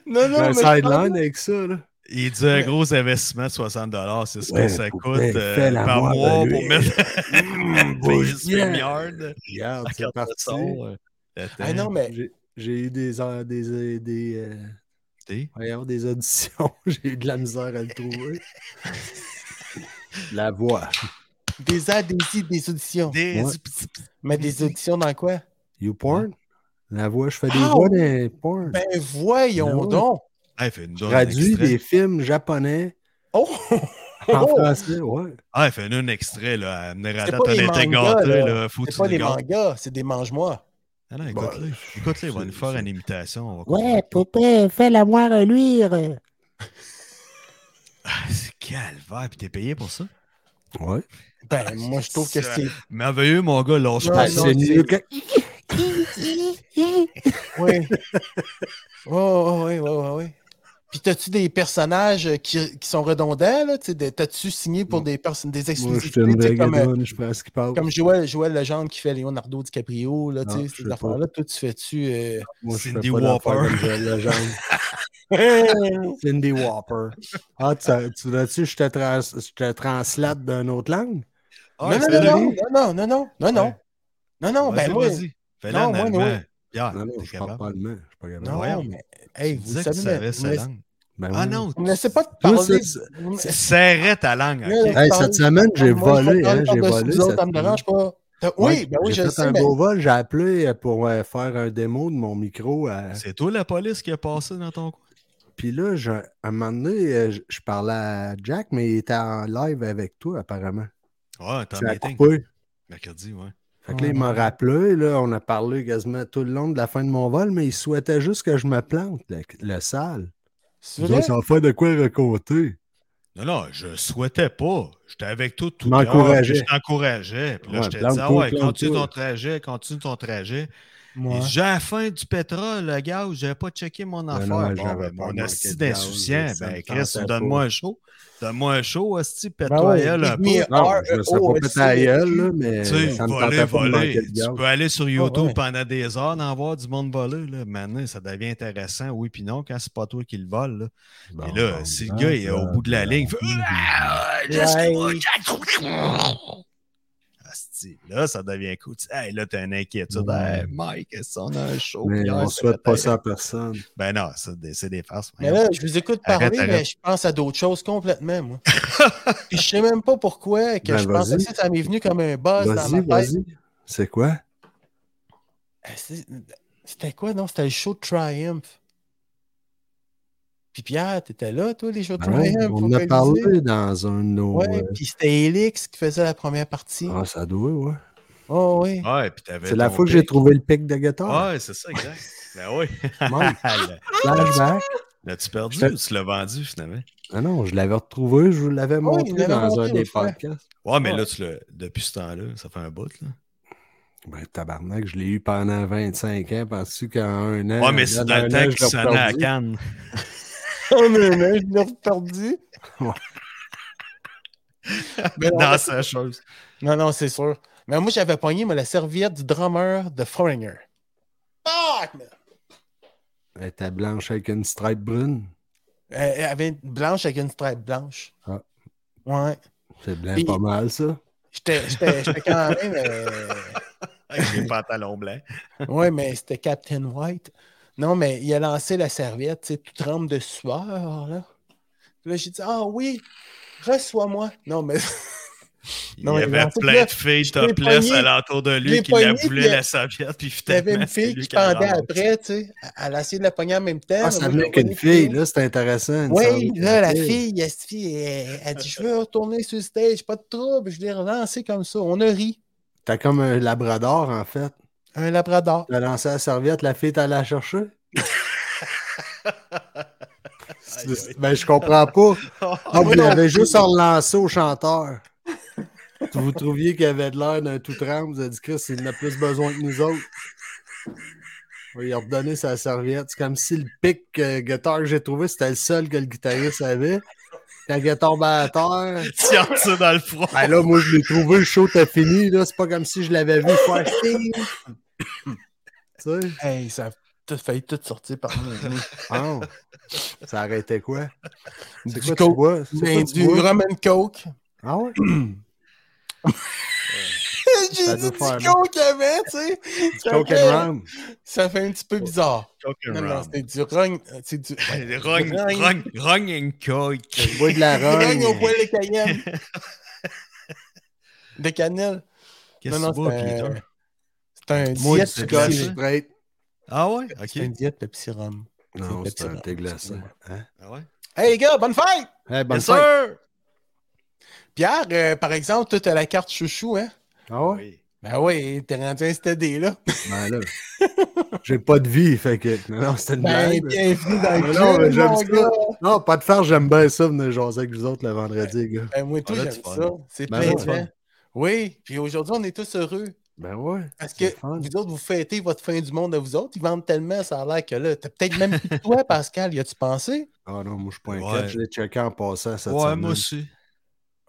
[SPEAKER 2] non, non,
[SPEAKER 4] j'ai un
[SPEAKER 2] mais je pense-
[SPEAKER 4] sideline avec ça, là.
[SPEAKER 3] Il dit un gros investissement de 60$, c'est ce que
[SPEAKER 4] Ouais,
[SPEAKER 3] ça
[SPEAKER 4] pour-
[SPEAKER 3] coûte
[SPEAKER 4] ben,
[SPEAKER 3] euh,
[SPEAKER 4] fais-la
[SPEAKER 3] par
[SPEAKER 4] moi,
[SPEAKER 3] mois
[SPEAKER 4] ben,
[SPEAKER 3] pour
[SPEAKER 4] lui.
[SPEAKER 3] mettre
[SPEAKER 2] <laughs>
[SPEAKER 3] <laughs>
[SPEAKER 4] Mmh,
[SPEAKER 3] payer
[SPEAKER 4] bouge bien.
[SPEAKER 3] StreamYard.
[SPEAKER 4] Regarde, c'est
[SPEAKER 3] Regarde le
[SPEAKER 4] parti.
[SPEAKER 3] son, euh, le
[SPEAKER 2] Ah non,
[SPEAKER 3] thème.
[SPEAKER 2] mais
[SPEAKER 4] J'ai- J'ai eu des. euh, des, euh, des euh,
[SPEAKER 3] T'es-
[SPEAKER 4] voyons, des auditions. <laughs> J'ai eu de la misère à le trouver. la voix.
[SPEAKER 2] des adhésions, des auditions.
[SPEAKER 3] Des-
[SPEAKER 4] Ouais.
[SPEAKER 2] Mais des auditions dans quoi?
[SPEAKER 4] YouPorn? La voix, je fais des
[SPEAKER 2] Ah
[SPEAKER 4] voix
[SPEAKER 2] oui.
[SPEAKER 4] dans porn.
[SPEAKER 2] Ben voyons
[SPEAKER 4] Ben oui.
[SPEAKER 2] donc.
[SPEAKER 3] Ah, il fait une
[SPEAKER 4] Je
[SPEAKER 3] donne
[SPEAKER 4] traduis
[SPEAKER 3] extrait.
[SPEAKER 4] des films japonais
[SPEAKER 2] Oh!
[SPEAKER 4] en
[SPEAKER 2] Oh!
[SPEAKER 4] français, ouais.
[SPEAKER 3] Ah, il fait une, une extrait, là. Amener à
[SPEAKER 2] C'est
[SPEAKER 3] date,
[SPEAKER 2] pas
[SPEAKER 3] on
[SPEAKER 2] des
[SPEAKER 3] était
[SPEAKER 2] mangas,
[SPEAKER 3] gâtés,
[SPEAKER 2] là.
[SPEAKER 3] là. Faut que
[SPEAKER 2] C'est
[SPEAKER 3] tu
[SPEAKER 2] pas
[SPEAKER 3] nous
[SPEAKER 2] des
[SPEAKER 3] gâtes.
[SPEAKER 2] mangas, c'est des mange-moi.
[SPEAKER 3] Ah non,
[SPEAKER 4] Bah,
[SPEAKER 3] écoute-les. Écoute-les, on va
[SPEAKER 4] c'est-
[SPEAKER 3] nous faire
[SPEAKER 4] c'est-
[SPEAKER 3] une imitation. on va
[SPEAKER 1] Ouais,
[SPEAKER 3] comprendre.
[SPEAKER 1] poupée, fais-la moi reluire.
[SPEAKER 3] Ah, c'est calvaire, puis t'es payé pour ça.
[SPEAKER 4] Ouais.
[SPEAKER 2] Ben, moi, je trouve que
[SPEAKER 3] Ça-
[SPEAKER 2] c'est.
[SPEAKER 3] Merveilleux, mon gars, lâche
[SPEAKER 2] Ouais,
[SPEAKER 3] pas
[SPEAKER 4] Ah,
[SPEAKER 3] ça.
[SPEAKER 2] non,
[SPEAKER 4] c'est
[SPEAKER 2] c'est-
[SPEAKER 4] mieux que. <laughs>
[SPEAKER 2] Oui. Oh, oui, oui, oui, oui. Puis, t'as-tu des personnages qui, qui sont redondants, là? Tu sais, des- T'as-tu signé pour des, personnes des
[SPEAKER 4] Mm. Moi, je
[SPEAKER 2] exclusivités?
[SPEAKER 4] suis une
[SPEAKER 2] tu sais, comme, euh,
[SPEAKER 4] reggaeton, je pense qu'il parle.
[SPEAKER 2] comme Joël, Joël Legendre qui fait Leonardo DiCaprio, là,
[SPEAKER 4] Non,
[SPEAKER 2] tu
[SPEAKER 4] Ah, je
[SPEAKER 2] sais,
[SPEAKER 4] sais
[SPEAKER 2] ces
[SPEAKER 4] pas.
[SPEAKER 2] affaires-là. Toi, tu fais-tu.
[SPEAKER 4] <laughs>
[SPEAKER 2] euh,
[SPEAKER 4] Moi, je
[SPEAKER 3] Cindy
[SPEAKER 4] fais pas d'affaires
[SPEAKER 3] Whopper.
[SPEAKER 4] comme Joël Legendre.
[SPEAKER 2] Ben,
[SPEAKER 4] Cindy Whopper. Ah, tu, tu veux-tu que je te, trans- je te translate d'une autre langue?
[SPEAKER 3] Ah,
[SPEAKER 2] non,
[SPEAKER 3] c'est
[SPEAKER 2] non,
[SPEAKER 3] lui.
[SPEAKER 2] non, non, non, non, non, non, non.
[SPEAKER 3] Ouais.
[SPEAKER 2] Non, non, ben,
[SPEAKER 3] Vas-y,
[SPEAKER 2] moi.
[SPEAKER 3] vas-y. Fais-le
[SPEAKER 2] Non,
[SPEAKER 3] en
[SPEAKER 2] moi,
[SPEAKER 3] allemand.
[SPEAKER 2] ouais.
[SPEAKER 3] Pierre,
[SPEAKER 4] non, non,
[SPEAKER 3] t'es
[SPEAKER 4] je parle
[SPEAKER 3] capable.
[SPEAKER 4] pas allemand. Je suis pas capable.
[SPEAKER 2] Ah, Non,
[SPEAKER 3] Voyons.
[SPEAKER 2] mais. Hey,
[SPEAKER 3] Tu
[SPEAKER 2] vous
[SPEAKER 3] disais que tu savais
[SPEAKER 2] savez, vous
[SPEAKER 3] sa
[SPEAKER 2] me-
[SPEAKER 3] langue.
[SPEAKER 4] Ben
[SPEAKER 3] Ah
[SPEAKER 4] oui.
[SPEAKER 3] non, tu
[SPEAKER 2] vous me laissez pas te
[SPEAKER 4] Toi,
[SPEAKER 2] parler.
[SPEAKER 4] c'est-
[SPEAKER 2] vous me-
[SPEAKER 3] tu serrais ta langue.
[SPEAKER 2] Là,
[SPEAKER 3] ok?
[SPEAKER 4] Hey,
[SPEAKER 2] parle-
[SPEAKER 4] cette semaine, j'ai
[SPEAKER 2] Moi, je vais
[SPEAKER 4] volé,
[SPEAKER 2] parler
[SPEAKER 4] hein, j'ai
[SPEAKER 2] par-dessus
[SPEAKER 4] volé
[SPEAKER 2] vous autres,
[SPEAKER 4] cette
[SPEAKER 2] Ça me dérange pas. T'as- Oui,
[SPEAKER 4] Ouais,
[SPEAKER 2] ben oui,
[SPEAKER 4] j'ai
[SPEAKER 2] je le
[SPEAKER 4] fait
[SPEAKER 2] sais,
[SPEAKER 4] un
[SPEAKER 2] mais.
[SPEAKER 4] beau vol. J'ai appelé euh, pour euh, faire un démo de mon micro. à-
[SPEAKER 3] C'est toi la police qui a passé dans ton coin.
[SPEAKER 4] Puis là, je- à un moment donné, euh, je, je parlais à Jack, mais il était en live avec toi, apparemment.
[SPEAKER 3] Ouais, t'as
[SPEAKER 4] Ça a
[SPEAKER 3] un meeting.
[SPEAKER 4] coupé.
[SPEAKER 3] Mercredi, ouais.
[SPEAKER 4] Fait que
[SPEAKER 2] Ah.
[SPEAKER 4] là, il m'a rappelé. Là, on a parlé quasiment tout le long de la fin de mon vol, mais il souhaitait juste que je me plante, le, le sale.
[SPEAKER 2] C'est
[SPEAKER 4] Nous
[SPEAKER 2] vrai?
[SPEAKER 4] autres, Ça va faire de quoi raconter.
[SPEAKER 3] Non, non, je souhaitais pas. J'étais avec toi tout
[SPEAKER 4] Tu
[SPEAKER 3] le temps.
[SPEAKER 4] m'encourageais.
[SPEAKER 3] puis Je t'encourageais. Puis là,
[SPEAKER 4] Ouais,
[SPEAKER 3] je te disais, ah
[SPEAKER 4] plante-toi,
[SPEAKER 3] ouais, continue ton
[SPEAKER 4] plante-toi.
[SPEAKER 3] trajet, continue ton trajet.
[SPEAKER 2] Moi.
[SPEAKER 3] Et J'ai la faim du pétrole, le gars, j'avais pas checké mon affaire.
[SPEAKER 4] non,
[SPEAKER 3] Bon,
[SPEAKER 4] j'avais
[SPEAKER 3] ben,
[SPEAKER 4] pas
[SPEAKER 3] mon
[SPEAKER 4] manqué
[SPEAKER 3] asti
[SPEAKER 4] de gaz,
[SPEAKER 3] d'insouciant,
[SPEAKER 4] ça me
[SPEAKER 3] ben Chris,
[SPEAKER 4] tentait
[SPEAKER 3] donne-moi un chaud. Donne-moi un chaud, asti,
[SPEAKER 2] Ben ouais,
[SPEAKER 3] pétrole un
[SPEAKER 2] give me
[SPEAKER 3] peu.
[SPEAKER 2] a
[SPEAKER 4] Non, je me serais
[SPEAKER 2] oh, euh,
[SPEAKER 4] pas pété à la gueule, là, mais
[SPEAKER 3] Tu sais,
[SPEAKER 4] euh, ça me
[SPEAKER 3] voler,
[SPEAKER 4] tentait pas de
[SPEAKER 3] voler.
[SPEAKER 4] manquer
[SPEAKER 3] Tu
[SPEAKER 4] de gaz. Ah
[SPEAKER 3] peux aller sur YouTube
[SPEAKER 2] ouais.
[SPEAKER 3] pendant des heures, en voir du monde voler. Là. Maintenant, ça devient intéressant, oui, puis non, quand c'est pas toi qui le vole. Là.
[SPEAKER 4] Bon,
[SPEAKER 3] Et là,
[SPEAKER 4] bon, hein,
[SPEAKER 3] si
[SPEAKER 4] bon,
[SPEAKER 3] le gars est
[SPEAKER 4] bon,
[SPEAKER 3] au bout de la
[SPEAKER 4] bon.
[SPEAKER 3] ligne, il fait, Ah,
[SPEAKER 2] Ouais.
[SPEAKER 3] jusqu'au- asti. Là, ça devient cool. Tu dis, Hey, là, t'as une inquiétude. Hey, Mike, est-ce qu'on a un show?
[SPEAKER 4] Mais
[SPEAKER 3] hier,
[SPEAKER 4] on
[SPEAKER 3] c'est
[SPEAKER 4] souhaite pas
[SPEAKER 3] peut-être-
[SPEAKER 4] ça à personne.
[SPEAKER 3] Ben non, c'est des, c'est des farces.
[SPEAKER 2] Mais là, je vous écoute parler,
[SPEAKER 3] Arrête,
[SPEAKER 2] mais
[SPEAKER 3] arrête.
[SPEAKER 2] je pense à d'autres choses complètement,
[SPEAKER 4] <laughs>
[SPEAKER 2] moi. Puis je sais même pas pourquoi que
[SPEAKER 4] Ben,
[SPEAKER 2] je pense à
[SPEAKER 4] vas-y.
[SPEAKER 2] ça, Ah, ça m'est venu comme un buzz dans
[SPEAKER 4] Vas-y,
[SPEAKER 2] ma tête.
[SPEAKER 4] vas-y. C'est quoi?
[SPEAKER 2] Ah, c'est- C'était quoi, non? C'était le show de Triumph. Puis Pierre, t'étais là, toi, les shows de
[SPEAKER 4] Ah ouais,
[SPEAKER 2] Triumph.
[SPEAKER 4] on
[SPEAKER 2] faut
[SPEAKER 4] en
[SPEAKER 2] pas
[SPEAKER 4] a
[SPEAKER 2] le
[SPEAKER 4] parlé
[SPEAKER 2] dire.
[SPEAKER 4] dans un de nos.
[SPEAKER 2] Ouais,
[SPEAKER 4] euh,
[SPEAKER 2] puis c'était Elix qui faisait la première partie.
[SPEAKER 4] Ah, ça doit, ouais.
[SPEAKER 2] Oh, oui.
[SPEAKER 3] Ouais, puis t'avais
[SPEAKER 4] C'est la
[SPEAKER 3] ton
[SPEAKER 4] fois que j'ai
[SPEAKER 3] pic.
[SPEAKER 4] trouvé le pic de guitare.
[SPEAKER 3] Ouais, c'est ça, exact. ben
[SPEAKER 4] <laughs>
[SPEAKER 3] oui.
[SPEAKER 4] Ouais. Flashback.
[SPEAKER 3] L'as-tu perdu
[SPEAKER 4] J'étais-
[SPEAKER 3] ou tu l'as vendu finalement?
[SPEAKER 4] Ah non, je l'avais retrouvé, je vous l'avais
[SPEAKER 2] il
[SPEAKER 4] montré
[SPEAKER 2] l'avait
[SPEAKER 4] dans
[SPEAKER 2] montré
[SPEAKER 4] un des
[SPEAKER 2] l'autre fois.
[SPEAKER 4] podcasts.
[SPEAKER 3] Ouais, mais
[SPEAKER 2] Ouais.
[SPEAKER 3] là, tu l'as- depuis ce temps-là, ça fait un bout. Là.
[SPEAKER 4] Ben, tabarnak, je l'ai eu pendant 25 ans. Penses-tu qu'en un an.
[SPEAKER 3] Ouais, mais c'est dans le temps qu'il sonnait à Cannes.
[SPEAKER 2] Oh, mais là, je l'ai <laughs> reperdu. Mais non,
[SPEAKER 3] <laughs> dans
[SPEAKER 2] mais-
[SPEAKER 3] sa chose.
[SPEAKER 2] Non, non, c'est sûr. Mais moi, j'avais pogné moi, la serviette du drummer de Foreigner. Fuck! man!
[SPEAKER 4] Elle était blanche avec une stripe brune.
[SPEAKER 2] Euh, Elle avait une blanche avec une stripe blanche.
[SPEAKER 4] Ah.
[SPEAKER 2] Ouais.
[SPEAKER 4] C'est bien
[SPEAKER 2] Puis-
[SPEAKER 4] pas mal, ça.
[SPEAKER 2] J'étais j'étais- j'étais quand même. euh,
[SPEAKER 3] Avec
[SPEAKER 2] <laughs>
[SPEAKER 3] des pantalons blancs.
[SPEAKER 2] Ouais, mais c'était Captain White. Non, mais il a lancé la serviette, tu sais, toute trempe de sueur, là. Puis Là, j'ai dit, ah oui, reçois-moi. Non, mais
[SPEAKER 3] Il
[SPEAKER 2] Non,
[SPEAKER 3] y
[SPEAKER 2] mais
[SPEAKER 3] avait
[SPEAKER 2] en fait,
[SPEAKER 3] plein
[SPEAKER 2] là,
[SPEAKER 3] de filles
[SPEAKER 2] l'ai
[SPEAKER 3] topless
[SPEAKER 2] pogné-
[SPEAKER 3] alentour de
[SPEAKER 2] je
[SPEAKER 3] lui
[SPEAKER 2] l'ai
[SPEAKER 3] qui la
[SPEAKER 2] pogné, puis euh,
[SPEAKER 3] voulaient la serviette, puis
[SPEAKER 2] t'avais
[SPEAKER 3] finalement,
[SPEAKER 2] une
[SPEAKER 3] c'est
[SPEAKER 2] fille
[SPEAKER 3] lui
[SPEAKER 2] qui
[SPEAKER 3] qui la
[SPEAKER 2] pendait
[SPEAKER 3] ramasse. <laughs>
[SPEAKER 2] après, tu sais. Elle a essayé de la pogner en même temps.
[SPEAKER 4] Ah, ça venait qu'une fille, là, c'était intéressant. il me
[SPEAKER 2] Oui,
[SPEAKER 4] semble.
[SPEAKER 2] là, la
[SPEAKER 4] Ok.
[SPEAKER 2] fille, elle, se fit, elle- elle dit, je veux retourner sur le stage, pas de trouble, je l'ai relancé comme ça. On a ri.
[SPEAKER 4] T'as comme un labrador, en fait.
[SPEAKER 2] Un labrador.
[SPEAKER 4] T'as lancé la serviette, la fille, t'as
[SPEAKER 2] <laughs>
[SPEAKER 4] la chercher. C'est- ben, je comprends
[SPEAKER 2] <laughs>
[SPEAKER 4] pas. Ah, vous
[SPEAKER 2] oui, non.
[SPEAKER 4] l'avez juste relancé au chanteur. Vous trouviez qu'il avait de l'air d'un tout tremble. Vous avez dit, Chris, il en a plus besoin que nous autres. On va lui redonner sa serviette. C'est comme si le pic euh, guitare que j'ai trouvé, c'était le seul que le guitariste avait. Quand il est tombé à terre,
[SPEAKER 3] Tire ça dans le front.
[SPEAKER 4] ben là, moi, je l'ai trouvé, le show t'as fini. Là. C'est pas comme si je l'avais vu faire signe. tu sais?
[SPEAKER 2] Hey, ça a tout- failli tout sortir par <laughs> nous.
[SPEAKER 4] Ah. Ça arrêtait quoi? C'est
[SPEAKER 2] Du
[SPEAKER 4] quoi tu
[SPEAKER 2] coke.
[SPEAKER 4] bois? C'est quoi
[SPEAKER 2] Mais
[SPEAKER 4] tu
[SPEAKER 2] Ben, du
[SPEAKER 4] bois?
[SPEAKER 2] rum and
[SPEAKER 4] <laughs>
[SPEAKER 2] coke.
[SPEAKER 4] Ah ouais?
[SPEAKER 2] J'ai
[SPEAKER 4] Ça
[SPEAKER 2] dit
[SPEAKER 4] doit
[SPEAKER 2] du
[SPEAKER 4] faire mal.
[SPEAKER 2] coke avait, tu sais.
[SPEAKER 4] Du
[SPEAKER 2] Ça
[SPEAKER 4] coke
[SPEAKER 2] fait-
[SPEAKER 4] and rum.
[SPEAKER 2] Ça fait un petit peu bizarre.
[SPEAKER 3] Coke and
[SPEAKER 2] Non, non,
[SPEAKER 3] rum.
[SPEAKER 2] c'était Oh, du rung. C'est <laughs> du.
[SPEAKER 3] Rung- Rung rung and coke.
[SPEAKER 4] Tu bois de la euh,
[SPEAKER 2] Rung au
[SPEAKER 4] rogne.
[SPEAKER 2] poil de cayenne. <laughs> de cannelle.
[SPEAKER 3] Qu'est-ce
[SPEAKER 2] Non,
[SPEAKER 3] que tu
[SPEAKER 2] non,
[SPEAKER 3] bois,
[SPEAKER 2] c'est un-
[SPEAKER 3] Peter?
[SPEAKER 2] C'est un
[SPEAKER 4] Moi, du
[SPEAKER 2] diète
[SPEAKER 3] c'est
[SPEAKER 4] scotch
[SPEAKER 2] Pepsi.
[SPEAKER 3] glacé.
[SPEAKER 4] Sprite.
[SPEAKER 3] Ah ouais?
[SPEAKER 2] C'est un
[SPEAKER 3] Ok.
[SPEAKER 2] diète Pepsi Rhum.
[SPEAKER 4] Non,
[SPEAKER 2] C'est
[SPEAKER 4] c'est un
[SPEAKER 2] Pepsi
[SPEAKER 4] thé
[SPEAKER 2] Rhum.
[SPEAKER 4] glacé. Hein?
[SPEAKER 3] Ah ouais?
[SPEAKER 2] Hey les gars, bonne fête!
[SPEAKER 4] Eh, bonne
[SPEAKER 3] Yes,
[SPEAKER 4] fête.
[SPEAKER 3] sir!
[SPEAKER 2] Pierre, euh, par exemple, toi, t'as la carte chouchou, hein?
[SPEAKER 4] Ah ouais?
[SPEAKER 3] Oui.
[SPEAKER 2] Ben oui, t'es rendu un stédé, là.
[SPEAKER 4] Ben là, j'ai pas de vie, fait que... Non, non, c'était une
[SPEAKER 2] Ben,
[SPEAKER 4] blague.
[SPEAKER 2] bienvenue dans le
[SPEAKER 4] Mais non, mais
[SPEAKER 2] club,
[SPEAKER 4] j'aime
[SPEAKER 2] mon
[SPEAKER 4] ça.
[SPEAKER 2] gars!
[SPEAKER 4] Non, pas de farce, j'aime bien ça, venir jaser avec vous autres le vendredi, les gars.
[SPEAKER 2] Ben, moi, tout,
[SPEAKER 3] On a
[SPEAKER 2] j'aime
[SPEAKER 3] du fun.
[SPEAKER 2] ça. C'est
[SPEAKER 4] Ben,
[SPEAKER 2] plein
[SPEAKER 4] on
[SPEAKER 2] de
[SPEAKER 4] a du fun.
[SPEAKER 2] fun. Oui, puis aujourd'hui, on est tous heureux.
[SPEAKER 4] Ben ouais.
[SPEAKER 2] Parce que
[SPEAKER 4] c'est fun.
[SPEAKER 2] vous autres, vous fêtez votre fin du monde à vous autres. Ils vendent tellement, ça a l'air que là, t'as peut-être même plus de toi, Pascal, y a-tu pensé?
[SPEAKER 4] Ah non, moi, je suis pas
[SPEAKER 3] Ouais.
[SPEAKER 4] inquiète, je l'ai checké en passant cette
[SPEAKER 3] Ouais,
[SPEAKER 4] semaine.
[SPEAKER 3] moi aussi.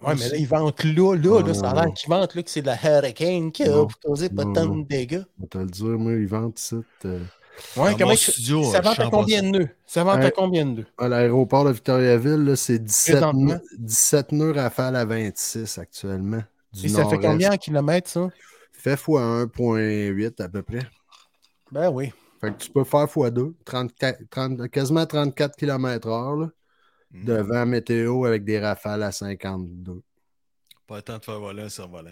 [SPEAKER 2] Ouais, mais là, ils vendent là, là, là,
[SPEAKER 4] Ah,
[SPEAKER 2] ça a
[SPEAKER 4] non,
[SPEAKER 2] l'air
[SPEAKER 4] non.
[SPEAKER 2] qu'ils vendent là que c'est de la hurricane qui a
[SPEAKER 4] Non,
[SPEAKER 2] causé pas
[SPEAKER 4] non,
[SPEAKER 2] tant
[SPEAKER 4] non.
[SPEAKER 2] de dégâts.
[SPEAKER 4] On va te le dire, moi, ils vendent ici. euh,
[SPEAKER 2] Ouais,
[SPEAKER 3] Dans
[SPEAKER 2] comment
[SPEAKER 3] mon
[SPEAKER 2] que-
[SPEAKER 3] studio, euh,
[SPEAKER 2] ça
[SPEAKER 3] je
[SPEAKER 2] vend
[SPEAKER 3] suis en
[SPEAKER 2] à combien
[SPEAKER 3] bas-
[SPEAKER 2] de nœuds? Ça vend à
[SPEAKER 4] Ouais.
[SPEAKER 2] combien de nœuds?
[SPEAKER 4] À l'aéroport de Victoriaville, là, c'est 17,
[SPEAKER 2] Présentement.
[SPEAKER 4] nœuds- 17 nœuds rafale à 26 actuellement. Du
[SPEAKER 2] Et ça fait
[SPEAKER 4] nord-est.
[SPEAKER 2] combien en kilomètres, ça?
[SPEAKER 4] Fait fois 1,8 à peu près.
[SPEAKER 2] Ben oui.
[SPEAKER 4] Fait que tu peux faire fois 2, 34, 30 quasiment 34 km/h là,
[SPEAKER 3] Mm.
[SPEAKER 4] de vent météo avec des rafales à 52.
[SPEAKER 3] Pas le temps de faire voler un survolant.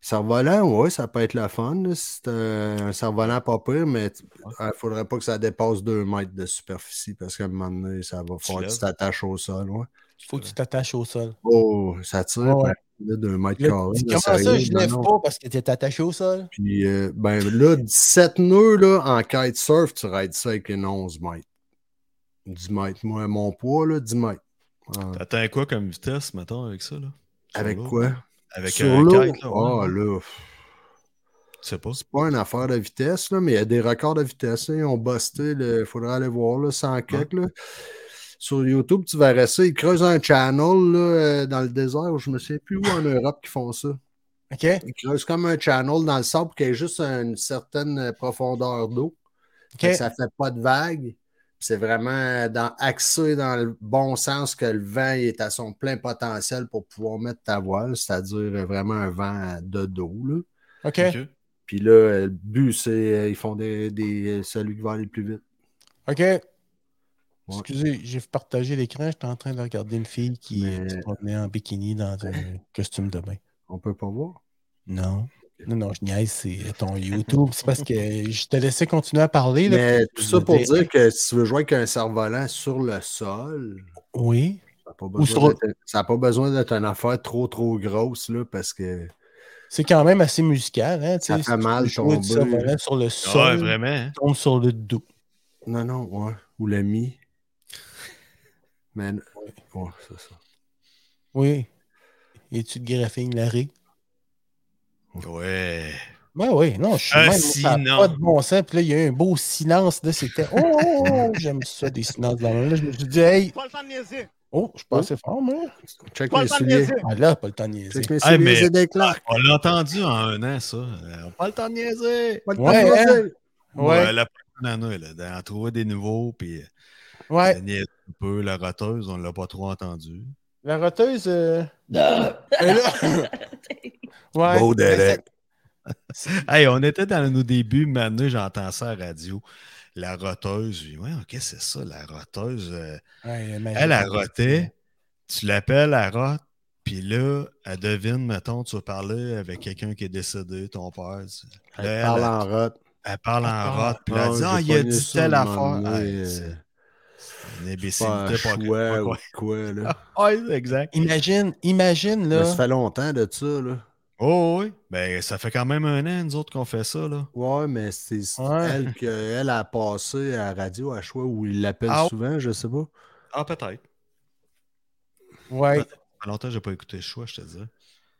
[SPEAKER 4] Cerf-volant, oui, ça peut être le fun. là, si C'est un, un cerf-volant pas pire, mais tu- il ne faudrait pas que ça dépasse 2 mètres de superficie parce qu'à un moment donné, ça va falloir que
[SPEAKER 3] lèves.
[SPEAKER 4] tu t'attaches au sol. Ouais.
[SPEAKER 2] Faut que tu t'attaches au sol.
[SPEAKER 4] Oh, ça tire,
[SPEAKER 2] Ouais.
[SPEAKER 4] ben, là, 2 mètres
[SPEAKER 2] Là,
[SPEAKER 4] carrés.
[SPEAKER 2] tu dis,
[SPEAKER 4] là,
[SPEAKER 2] comment ça,
[SPEAKER 4] arrive,
[SPEAKER 2] je
[SPEAKER 4] non,
[SPEAKER 2] lève
[SPEAKER 4] non.
[SPEAKER 2] pas parce que t'es attaché au sol?
[SPEAKER 4] Puis, euh, ben là, 17 nœuds là, en kitesurf, tu rides ça avec une 11 mètres. 10 mètres. Moi, mon poids, là, 10 mètres. Ah,
[SPEAKER 2] Mm.
[SPEAKER 3] T'attends quoi comme vitesse, mettons, avec ça, là? Sur
[SPEAKER 4] avec
[SPEAKER 3] l'eau?
[SPEAKER 4] quoi?
[SPEAKER 3] Avec
[SPEAKER 4] Sur
[SPEAKER 3] un
[SPEAKER 4] l'eau?
[SPEAKER 3] kite, là.
[SPEAKER 4] Ah,
[SPEAKER 3] ouais.
[SPEAKER 4] là, pff,
[SPEAKER 3] Je sais pas.
[SPEAKER 4] c'est pas une affaire de vitesse, là, mais il y a des records de vitesse. hein. Ils ont busté, il faudra aller voir, là, sans quelques, là. Sur YouTube, tu verrais ça. Ils creusent un channel là, euh, dans le désert, où je me sais plus où en Europe qui font ça.
[SPEAKER 2] OK?
[SPEAKER 4] Ils creusent comme un channel dans le sable pour qu'il y ait juste une certaine euh, profondeur d'eau.
[SPEAKER 2] OK?
[SPEAKER 4] Fait que Ça fait pas de vague. C'est vraiment dans, axé dans le bon sens que le vent il est à son plein potentiel pour pouvoir mettre ta voile, c'est-à-dire euh, vraiment un vent de dos. là.
[SPEAKER 2] OK.
[SPEAKER 3] Ok. Ah
[SPEAKER 4] Puis là, euh, le but, c'est euh, ils font des, des- celui qui va aller le plus vite.
[SPEAKER 2] OK. Excusez, j'ai partagé l'écran. J'étais en train de regarder une fille qui
[SPEAKER 4] Mais-
[SPEAKER 2] se promenait en bikini dans
[SPEAKER 4] <laughs>
[SPEAKER 2] un costume de bain.
[SPEAKER 4] On peut pas voir.
[SPEAKER 2] Non. Non, non, je niaise, c'est ton YouTube. C'est parce que je te laissais continuer à parler. là,
[SPEAKER 4] Mais
[SPEAKER 2] puis
[SPEAKER 4] tout
[SPEAKER 2] je
[SPEAKER 4] ça
[SPEAKER 2] me
[SPEAKER 4] pour
[SPEAKER 2] dis-
[SPEAKER 4] dire que si tu veux jouer avec un cerf-volant sur le sol,
[SPEAKER 2] Oui.
[SPEAKER 4] ça n'a pas besoin
[SPEAKER 2] sur-
[SPEAKER 4] d'être- ça n'a pas besoin d'être une affaire trop, trop grosse, là, parce que
[SPEAKER 2] C'est quand même assez musical. Hein, tu
[SPEAKER 4] Ça
[SPEAKER 2] sais,
[SPEAKER 4] fait
[SPEAKER 2] si tu
[SPEAKER 4] mal
[SPEAKER 2] joues du
[SPEAKER 4] tomber.
[SPEAKER 2] cerf-volant sur le
[SPEAKER 3] Ouais,
[SPEAKER 2] sol,
[SPEAKER 3] vraiment. hein.
[SPEAKER 2] tu tombes sur le dos.
[SPEAKER 4] Non, non, ouais. Ou le mi. Mais n- ouais, c'est ça.
[SPEAKER 2] Oui. Et tu te graffines l'arrêt.
[SPEAKER 3] Ouais.
[SPEAKER 2] Ben oui, non, je suis
[SPEAKER 3] Un
[SPEAKER 2] même, ça n'a
[SPEAKER 3] silence.
[SPEAKER 2] pas de bon sens. Puis là, il y a eu un beau silence. Là, c'était « Oh, oh, oh, j'aime ça, des silences dans la Là, je me suis dit « Hey,
[SPEAKER 1] Pas le temps de niaiser.
[SPEAKER 2] oh, je suis pas assez fort, moi.
[SPEAKER 4] Check
[SPEAKER 1] Pas
[SPEAKER 4] mes
[SPEAKER 1] le temps de
[SPEAKER 4] souliers.
[SPEAKER 1] niaiser.
[SPEAKER 2] Ah, là, pas le temps de niaiser.
[SPEAKER 4] Check mes
[SPEAKER 3] Ah,
[SPEAKER 4] souliers,
[SPEAKER 3] mais-
[SPEAKER 4] c'est des claques.
[SPEAKER 3] On l'a entendu en un an, ça. Euh, pas le temps de niaiser.
[SPEAKER 4] Pas le
[SPEAKER 2] Ouais,
[SPEAKER 4] temps de niaiser.
[SPEAKER 2] Ouais,
[SPEAKER 3] la prochaine année, là, d'en trouver des nouveaux, puis euh,
[SPEAKER 2] ouais.
[SPEAKER 3] ça niaise un peu. La roteuse, on l'a pas trop entendu.
[SPEAKER 2] La roteuse... euh, elle a- ouais. Ben,
[SPEAKER 4] Beau Derek.
[SPEAKER 3] Hey, on était dans nos débuts, maintenant j'entends ça à la radio. La roteuse, oui, ouais, ok, c'est ça, la roteuse. euh,
[SPEAKER 2] Ouais, mais-
[SPEAKER 3] elle, elle rotait, tu l'appelles, elle rote, puis là, elle devine, mettons, tu vas parler avec quelqu'un qui est décédé, ton père. tu- Là,
[SPEAKER 4] Elle
[SPEAKER 3] elle,
[SPEAKER 4] parle en rote.
[SPEAKER 3] elle parle en rote, puis là,
[SPEAKER 4] Ah,
[SPEAKER 3] elle dit
[SPEAKER 4] j'ai
[SPEAKER 3] Ah, il a
[SPEAKER 4] pogné
[SPEAKER 3] dit
[SPEAKER 4] ça
[SPEAKER 3] telle
[SPEAKER 4] un moment
[SPEAKER 3] affaire.
[SPEAKER 4] donné,
[SPEAKER 3] Hey, c'est-
[SPEAKER 4] euh,
[SPEAKER 3] c'est une
[SPEAKER 4] Pas
[SPEAKER 3] imbécilité,
[SPEAKER 4] un
[SPEAKER 3] pas
[SPEAKER 4] choix
[SPEAKER 3] pas-
[SPEAKER 4] ou quoi, là.
[SPEAKER 3] Ouais, exact.
[SPEAKER 2] Imagine, imagine,
[SPEAKER 4] Là,
[SPEAKER 2] là.
[SPEAKER 4] Ah, Ça fait longtemps de ça, là.
[SPEAKER 3] Oh, oui. Ben, ça fait quand même un an, nous autres, qu'on fait ça, là.
[SPEAKER 4] Ouais, mais c'est c'est
[SPEAKER 2] Ouais.
[SPEAKER 4] elle qu'elle a passé à la radio à choix où il l'appelle
[SPEAKER 3] Ah ouais.
[SPEAKER 4] souvent, je sais pas.
[SPEAKER 3] Ah, peut-être.
[SPEAKER 2] Ouais.
[SPEAKER 3] Ça fait longtemps que j'ai pas écouté le choix, je te dis. Ben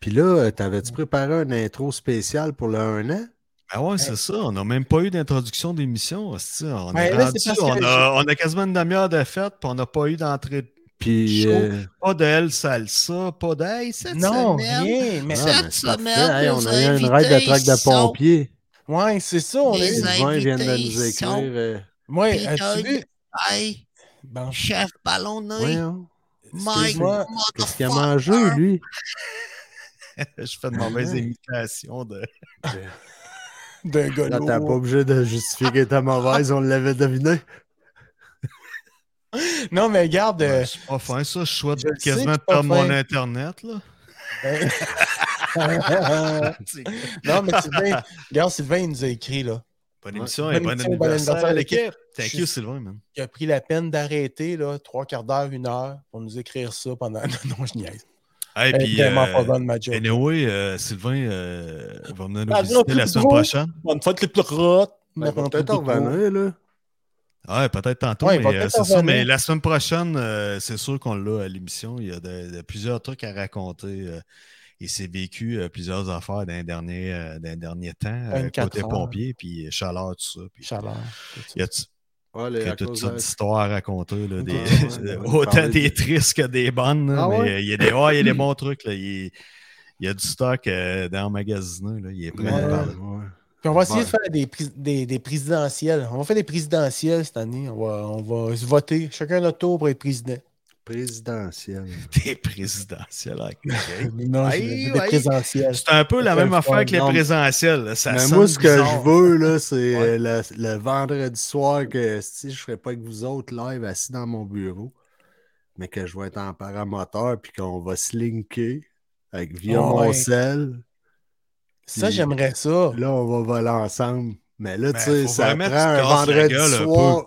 [SPEAKER 4] Puis là, t'avais-tu préparé une intro spéciale pour le 1 an?
[SPEAKER 3] Ben ouais, c'est ça. On n'a même pas eu d'introduction d'émission. hostie. On,
[SPEAKER 2] Ouais,
[SPEAKER 3] est
[SPEAKER 2] là,
[SPEAKER 3] rendu-
[SPEAKER 2] c'est parce que
[SPEAKER 3] on, a, on a quasiment une demi-heure de fête, puis on n'a pas eu d'entrée. de-
[SPEAKER 4] Puis.
[SPEAKER 3] Chaud.
[SPEAKER 4] euh,
[SPEAKER 3] Pas de elle salsa, pas d'ail. cette
[SPEAKER 2] Non,
[SPEAKER 3] semaine. <laughs>
[SPEAKER 2] rien. Mais...
[SPEAKER 4] Ah,
[SPEAKER 5] Cette
[SPEAKER 4] mais c'est parfait.
[SPEAKER 5] semaine,
[SPEAKER 4] Hey,
[SPEAKER 5] nos
[SPEAKER 4] on a eu une
[SPEAKER 5] invités,
[SPEAKER 4] raid de track
[SPEAKER 5] ils
[SPEAKER 4] de
[SPEAKER 5] sont-
[SPEAKER 4] pompiers.
[SPEAKER 2] Ouais, c'est ça. On est...
[SPEAKER 5] Les
[SPEAKER 4] Les gens viennent de
[SPEAKER 5] invités,
[SPEAKER 4] nous
[SPEAKER 5] ils
[SPEAKER 4] écrire.
[SPEAKER 5] sont-
[SPEAKER 4] euh,
[SPEAKER 2] Ouais,
[SPEAKER 5] Puis
[SPEAKER 2] as-tu
[SPEAKER 5] Doug.
[SPEAKER 2] vu?
[SPEAKER 5] Hey,
[SPEAKER 2] Bon,
[SPEAKER 5] chef ballonné,
[SPEAKER 4] voyons,
[SPEAKER 5] Mike,
[SPEAKER 2] excuse-moi,
[SPEAKER 4] Qu'est-ce qu'il a mangé,
[SPEAKER 5] Ah!
[SPEAKER 4] lui?
[SPEAKER 3] Je fais de mauvaises
[SPEAKER 4] Ouais.
[SPEAKER 3] imitations. De...
[SPEAKER 2] d'un gars
[SPEAKER 4] Là, t'es Ben, pas
[SPEAKER 2] lourd.
[SPEAKER 4] obligé de justifier qu'elle était mauvaise, on l'avait deviné.
[SPEAKER 2] Non, mais regarde.
[SPEAKER 3] Ouais,
[SPEAKER 2] euh,
[SPEAKER 3] je suis pas fin, ça. Je souhaite
[SPEAKER 2] Je le sais,
[SPEAKER 3] quasiment
[SPEAKER 2] je
[SPEAKER 3] de
[SPEAKER 2] suis pas
[SPEAKER 3] perdre mon
[SPEAKER 2] fin.
[SPEAKER 3] Internet, là. <laughs>
[SPEAKER 2] ben- <laughs> non, mais Sylvain, regarde, Sylvain, il nous a écrit, là.
[SPEAKER 3] Bonne émission
[SPEAKER 2] Bonne
[SPEAKER 3] et bon
[SPEAKER 2] émission, bon
[SPEAKER 3] anniversaire
[SPEAKER 2] anniversaire à
[SPEAKER 3] à l'équipe. Thank
[SPEAKER 2] Je-
[SPEAKER 3] you, Sylvain, man.
[SPEAKER 2] Il a pris la peine d'arrêter, là, trois quarts d'heure, une heure, pour nous écrire ça pendant. <laughs> Non, non, je niaise.
[SPEAKER 3] Hey,
[SPEAKER 2] Elle est
[SPEAKER 3] puis,
[SPEAKER 2] Eh, vraiment
[SPEAKER 3] euh,
[SPEAKER 2] pas bonne, ma joke.
[SPEAKER 3] Anyway, euh, Sylvain euh, va venir nous
[SPEAKER 2] Ah, non,
[SPEAKER 3] visiter la
[SPEAKER 2] plus
[SPEAKER 3] semaine
[SPEAKER 2] gros.
[SPEAKER 3] prochaine.
[SPEAKER 2] Bonne fête, les pleurotes.
[SPEAKER 4] Ben, faut Peut-être en revenir, là.
[SPEAKER 3] Ouais, peut-être tantôt,
[SPEAKER 2] Ouais, il
[SPEAKER 3] mais
[SPEAKER 2] va
[SPEAKER 3] euh,
[SPEAKER 2] peut-être
[SPEAKER 3] c'est ça.
[SPEAKER 2] revenir.
[SPEAKER 3] Mais la semaine prochaine, euh, c'est sûr qu'on l'a à l'émission. Il y a de, de- plusieurs trucs à raconter. euh, il s'est vécu euh, plusieurs affaires dans les derniers, euh, dans les derniers temps, euh,
[SPEAKER 2] 24
[SPEAKER 3] côté
[SPEAKER 2] heures.
[SPEAKER 3] pompier, puis chaleur, tout ça. Puis,
[SPEAKER 2] Chaleur.
[SPEAKER 3] il y a, t-
[SPEAKER 4] Ouais,
[SPEAKER 3] il
[SPEAKER 4] les-
[SPEAKER 3] y a
[SPEAKER 4] à
[SPEAKER 3] toutes
[SPEAKER 4] cause
[SPEAKER 3] sortes
[SPEAKER 4] de-
[SPEAKER 3] d'histoires à raconter. là, des-
[SPEAKER 4] Ouais,
[SPEAKER 3] <laughs>
[SPEAKER 4] ouais,
[SPEAKER 3] autant
[SPEAKER 4] parler
[SPEAKER 3] des
[SPEAKER 4] de-
[SPEAKER 3] tristes que des bonnes. là,
[SPEAKER 4] Ah
[SPEAKER 3] mais
[SPEAKER 4] ouais?
[SPEAKER 3] euh, il y a des, ouais, il y
[SPEAKER 2] <clears throat>
[SPEAKER 3] a des bons trucs. là, il, il y a du stock euh, dans le magasin. Là, il est prêt à
[SPEAKER 4] Ouais,
[SPEAKER 3] parler.
[SPEAKER 4] ouais.
[SPEAKER 2] Puis on va essayer
[SPEAKER 4] Ouais.
[SPEAKER 2] de faire des, prés- des, des présidentielles. On va faire des présidentielles cette année. On va, on va se voter. Chacun notre tour pour être président.
[SPEAKER 4] Présidentiel.
[SPEAKER 3] Des présidentielles. avec Mickey.
[SPEAKER 2] Non, je
[SPEAKER 3] Aïe,
[SPEAKER 2] veux dire
[SPEAKER 3] aïe.
[SPEAKER 2] des présidentielles.
[SPEAKER 3] C'est un peu la
[SPEAKER 2] C'est
[SPEAKER 3] même
[SPEAKER 2] le
[SPEAKER 3] affaire
[SPEAKER 2] fun,
[SPEAKER 3] que les
[SPEAKER 4] non, mais-
[SPEAKER 3] présentiels. là. Ça
[SPEAKER 4] Mais
[SPEAKER 3] sonne
[SPEAKER 4] moi, ce que
[SPEAKER 3] bizarre.
[SPEAKER 4] je veux, là, c'est
[SPEAKER 3] Ouais.
[SPEAKER 4] euh, la- le vendredi soir que si je serais pas avec vous autres live assis dans mon bureau, mais que je vais être en paramoteur puis qu'on va se linker avec via
[SPEAKER 2] Ouais.
[SPEAKER 4] mon sel.
[SPEAKER 2] Ça, j'aimerais ça.
[SPEAKER 4] Là, on va voler ensemble. Mais là,
[SPEAKER 3] Ben,
[SPEAKER 4] tu sais,
[SPEAKER 3] faut
[SPEAKER 4] ça prend
[SPEAKER 3] vraiment que tu casses
[SPEAKER 4] un
[SPEAKER 3] la
[SPEAKER 4] vendredi
[SPEAKER 3] gueule un
[SPEAKER 4] soir.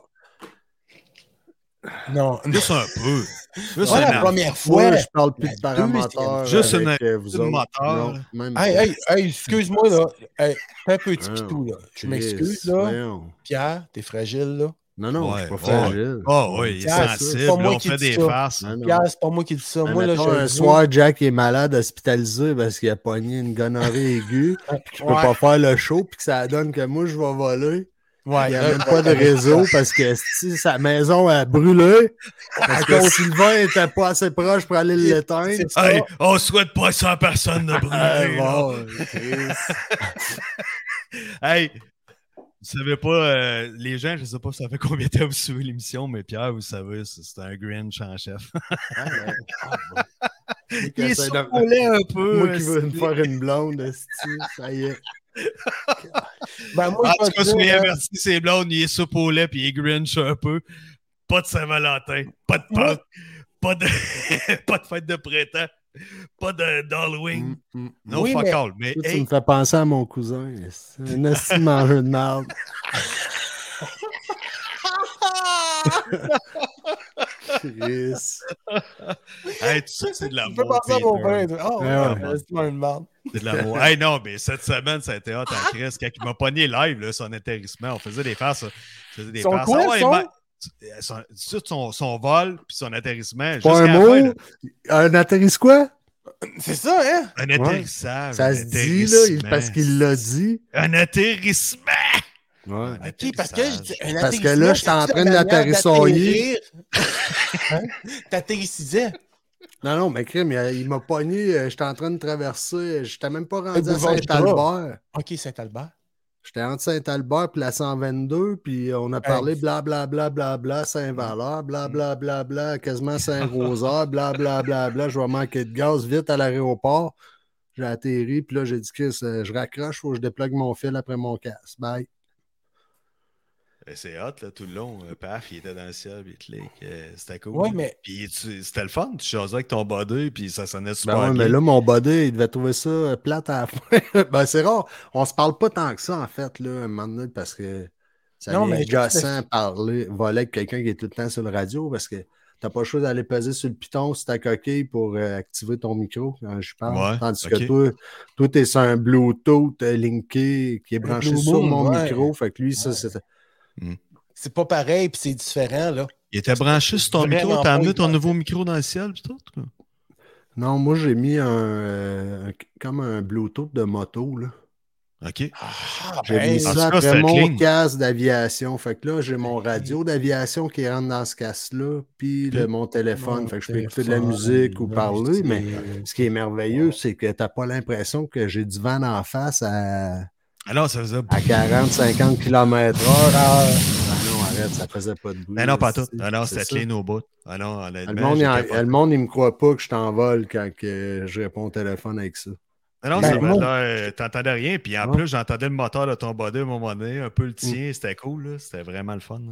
[SPEAKER 2] Non.
[SPEAKER 3] Juste un
[SPEAKER 4] <laughs>
[SPEAKER 3] peu. Juste
[SPEAKER 2] Voilà la
[SPEAKER 3] un peu.
[SPEAKER 2] première
[SPEAKER 4] Moi,
[SPEAKER 2] fois.
[SPEAKER 4] je parle plus
[SPEAKER 2] La
[SPEAKER 4] de paramoteur.
[SPEAKER 3] deuxième. Juste
[SPEAKER 4] avec,
[SPEAKER 3] une-
[SPEAKER 4] euh, vous
[SPEAKER 3] une
[SPEAKER 4] autres.
[SPEAKER 3] moteur,
[SPEAKER 4] Non,
[SPEAKER 3] là.
[SPEAKER 4] même
[SPEAKER 2] Hey,
[SPEAKER 4] pas.
[SPEAKER 2] hey, hey, excuse-moi, là. Hey, fais un petit pitou, là. Je
[SPEAKER 4] Chris,
[SPEAKER 2] m'excuse, là.
[SPEAKER 4] voyons.
[SPEAKER 2] Pierre, t'es fragile, là.
[SPEAKER 4] Non, non,
[SPEAKER 3] Ouais,
[SPEAKER 4] je suis pas
[SPEAKER 3] ouais.
[SPEAKER 4] fragile.
[SPEAKER 3] Ah oui, il est
[SPEAKER 2] Ah,
[SPEAKER 3] sensible.
[SPEAKER 2] c'est pas
[SPEAKER 3] là,
[SPEAKER 2] moi
[SPEAKER 3] on
[SPEAKER 2] qui
[SPEAKER 3] fait
[SPEAKER 2] dis
[SPEAKER 3] des
[SPEAKER 2] ça.
[SPEAKER 3] faces.
[SPEAKER 4] Non, non.
[SPEAKER 2] Pierre, c'est pas moi qui dis ça.
[SPEAKER 4] Mais
[SPEAKER 2] Moi, là, je.
[SPEAKER 4] mettons, un soir, Jack est malade, hospitalisé parce qu'il a pogné une gonorrhée aiguë, puis
[SPEAKER 2] <laughs>
[SPEAKER 4] qu'il
[SPEAKER 2] Ouais.
[SPEAKER 4] peut pas faire le show, puis que ça donne que moi, je vais voler.
[SPEAKER 2] Ouais,
[SPEAKER 4] Il n'y a
[SPEAKER 2] là,
[SPEAKER 4] même
[SPEAKER 2] <laughs>
[SPEAKER 4] pas de réseau parce que si, sa maison a brûlé, parce que Sylvain était pas assez proche pour aller l'éteindre.
[SPEAKER 2] c'est ça.
[SPEAKER 3] Hey, on souhaite pas ça à
[SPEAKER 4] <laughs>
[SPEAKER 3] Ah,
[SPEAKER 4] euh,
[SPEAKER 3] personne de brûler.
[SPEAKER 4] Ah,
[SPEAKER 3] là.
[SPEAKER 4] bon, Chris.
[SPEAKER 3] Hey, savez pas, euh, les gens, je sais pas, ça fait combien de temps vous suivez l'émission, mais Pierre, vous savez, c'est c'est un Grinch en chef.
[SPEAKER 4] Ah, ouais. Ah, bon. Moi qui
[SPEAKER 3] Il est
[SPEAKER 4] essaie de-
[SPEAKER 3] survolé un peu.
[SPEAKER 4] Moi qui
[SPEAKER 3] euh,
[SPEAKER 4] veux me
[SPEAKER 3] c'est-
[SPEAKER 4] faire une blonde, esti, ça y est.
[SPEAKER 2] Ben, moi, je
[SPEAKER 3] En tout cas,
[SPEAKER 2] vais te
[SPEAKER 3] soyez
[SPEAKER 2] dire, euh,
[SPEAKER 3] avertis, c'est blonde, il est soupe au lait, puis il est Grinch un peu. Pas de Saint-Valentin, pas de Pâques, pas de... <laughs> pas de fête de printemps, pas de d'Halloween.
[SPEAKER 4] Mm, mm.
[SPEAKER 3] Non,
[SPEAKER 2] Oui,
[SPEAKER 3] fuck
[SPEAKER 2] mais-
[SPEAKER 3] all. Mais
[SPEAKER 4] Toi, Tu
[SPEAKER 3] hey,
[SPEAKER 4] me fais penser à mon cousin. esti. Un esti de mangeur de merde. Chris.
[SPEAKER 3] hey, tu sais que c'est de
[SPEAKER 2] Je peux
[SPEAKER 3] l'amour.
[SPEAKER 2] penser à mon
[SPEAKER 3] Peter.
[SPEAKER 2] père. Ah
[SPEAKER 4] Ouais,
[SPEAKER 2] ouais,
[SPEAKER 3] ouais.
[SPEAKER 2] ouais, c'est une merde.
[SPEAKER 3] C'est de l'amour. hey, non, mais cette semaine, ça a été hot
[SPEAKER 2] Ah!
[SPEAKER 3] en crise. Quand il m'a pogné live, là, son atterrissement, on faisait des farces. On faisait des
[SPEAKER 2] Son
[SPEAKER 3] farces.
[SPEAKER 2] quoi,
[SPEAKER 3] Ah ouais,
[SPEAKER 2] son?
[SPEAKER 3] ma- euh, son... tout son, son vol, puis son atterrissement.
[SPEAKER 4] Pas
[SPEAKER 3] jusqu'à
[SPEAKER 4] un
[SPEAKER 3] la fin, là.
[SPEAKER 4] mot. Un atterrisse quoi?
[SPEAKER 2] C'est ça, hein?
[SPEAKER 3] Un atterrissage.
[SPEAKER 4] Ça
[SPEAKER 3] un
[SPEAKER 4] se dit, là, il- parce
[SPEAKER 3] atterrissement.
[SPEAKER 4] qu'il l'a dit.
[SPEAKER 3] Un atterrissement! Ah,
[SPEAKER 4] Ouais.
[SPEAKER 2] Ok, parce que je dis- un
[SPEAKER 4] Parce que là, je suis en train de l'atterrissoyer.
[SPEAKER 2] Hein? T'atterrissais.
[SPEAKER 4] Non, non, mais crime, il, il m'a pogné. euh, J'étais en train de traverser. J'étais même pas rendu à
[SPEAKER 2] boulevard du
[SPEAKER 4] Saint-Albert.
[SPEAKER 2] Ok, Saint-Albert.
[SPEAKER 4] J'étais entre Saint-Albert et la 122, puis on a parlé blablabla, bla, bla, bla, Saint-Valeur, blablabla, bla, bla, quasiment Saint-Rosaire, blablabla, bla, bla, je vais manquer de gaz vite à l'aéroport. J'ai atterri, puis là, j'ai dit que je raccroche, faut que je déplogue mon fil après mon casque. Bye.
[SPEAKER 3] Ben, C'est hot, là, tout le long. euh, paf, il était dans le ciel, puis clic, euh, c'était cool.
[SPEAKER 2] Ouais, mais
[SPEAKER 3] Puis tu- c'était le fun, tu jasais avec ton body, puis ça sonnait super
[SPEAKER 4] Ben ouais,
[SPEAKER 3] bien.
[SPEAKER 4] mais là, mon body, il devait trouver ça euh, plate à la fin. <laughs> ben, c'est rare. On se parle pas tant que ça, en fait, là, un moment donné, parce que ça
[SPEAKER 2] Non,
[SPEAKER 4] devient
[SPEAKER 2] mais je trouve que
[SPEAKER 4] gossant parler, voler avec quelqu'un qui est tout le temps sur le radio, parce que t'as pas le choix d'aller peser sur le piton sur ta coquille pour euh, activer ton micro quand je parle.
[SPEAKER 3] Ouais,
[SPEAKER 4] Tandis
[SPEAKER 3] ok.
[SPEAKER 4] que toi, toi, t'es sur un Bluetooth euh, linké qui est branché
[SPEAKER 2] Blue
[SPEAKER 4] sur
[SPEAKER 2] Moon,
[SPEAKER 4] mon
[SPEAKER 2] ouais.
[SPEAKER 4] micro. Fait que lui, ça, c'est.
[SPEAKER 2] c'est pas pareil, puis c'est différent, là.
[SPEAKER 3] Il était branché sur ton
[SPEAKER 2] Vraiment
[SPEAKER 3] micro, t'as amené
[SPEAKER 2] pas
[SPEAKER 3] ton
[SPEAKER 2] une
[SPEAKER 3] nouveau micro dans le ciel, puis tout. quoi.
[SPEAKER 4] Non, moi, j'ai mis un, euh, un- comme un Bluetooth de moto, là.
[SPEAKER 3] OK.
[SPEAKER 2] Ah,
[SPEAKER 4] J'ai mis
[SPEAKER 2] ça.
[SPEAKER 3] en tout cas,
[SPEAKER 4] ça après
[SPEAKER 3] c'était
[SPEAKER 4] mon
[SPEAKER 3] clean.
[SPEAKER 4] casque d'aviation. Fait que là, j'ai mon radio d'aviation qui rentre dans ce casque-là, puis le- mon téléphone. fait que je peux écouter de la musique ou parler, mais
[SPEAKER 2] euh,
[SPEAKER 4] ce qui est merveilleux, c'est que t'as pas l'impression que j'ai du vent en face à,
[SPEAKER 3] Alors, Ah ça faisait.
[SPEAKER 4] à 40, 50 km h Ah non, arrête, ça faisait pas de bruit.
[SPEAKER 3] Mais non, pas
[SPEAKER 4] c'est-
[SPEAKER 3] tout. Ah non,
[SPEAKER 4] c'est
[SPEAKER 3] c'était
[SPEAKER 4] ça.
[SPEAKER 3] clean au bout. Ah non, honnêtement.
[SPEAKER 4] Le monde, il,
[SPEAKER 3] j'ai
[SPEAKER 4] en-
[SPEAKER 3] capoté.
[SPEAKER 4] le monde, il me croit pas que je t'envole quand que je réponds au téléphone avec ça.
[SPEAKER 3] Ah non,
[SPEAKER 2] Ben,
[SPEAKER 3] c'est vrai,
[SPEAKER 2] moi-
[SPEAKER 3] là, euh, t'entendais rien. Puis en
[SPEAKER 4] Non. Mm.
[SPEAKER 3] plus, j'entendais le moteur de ton body à un moment donné, un peu le tien. C'était cool, là. C'était vraiment le fun. là.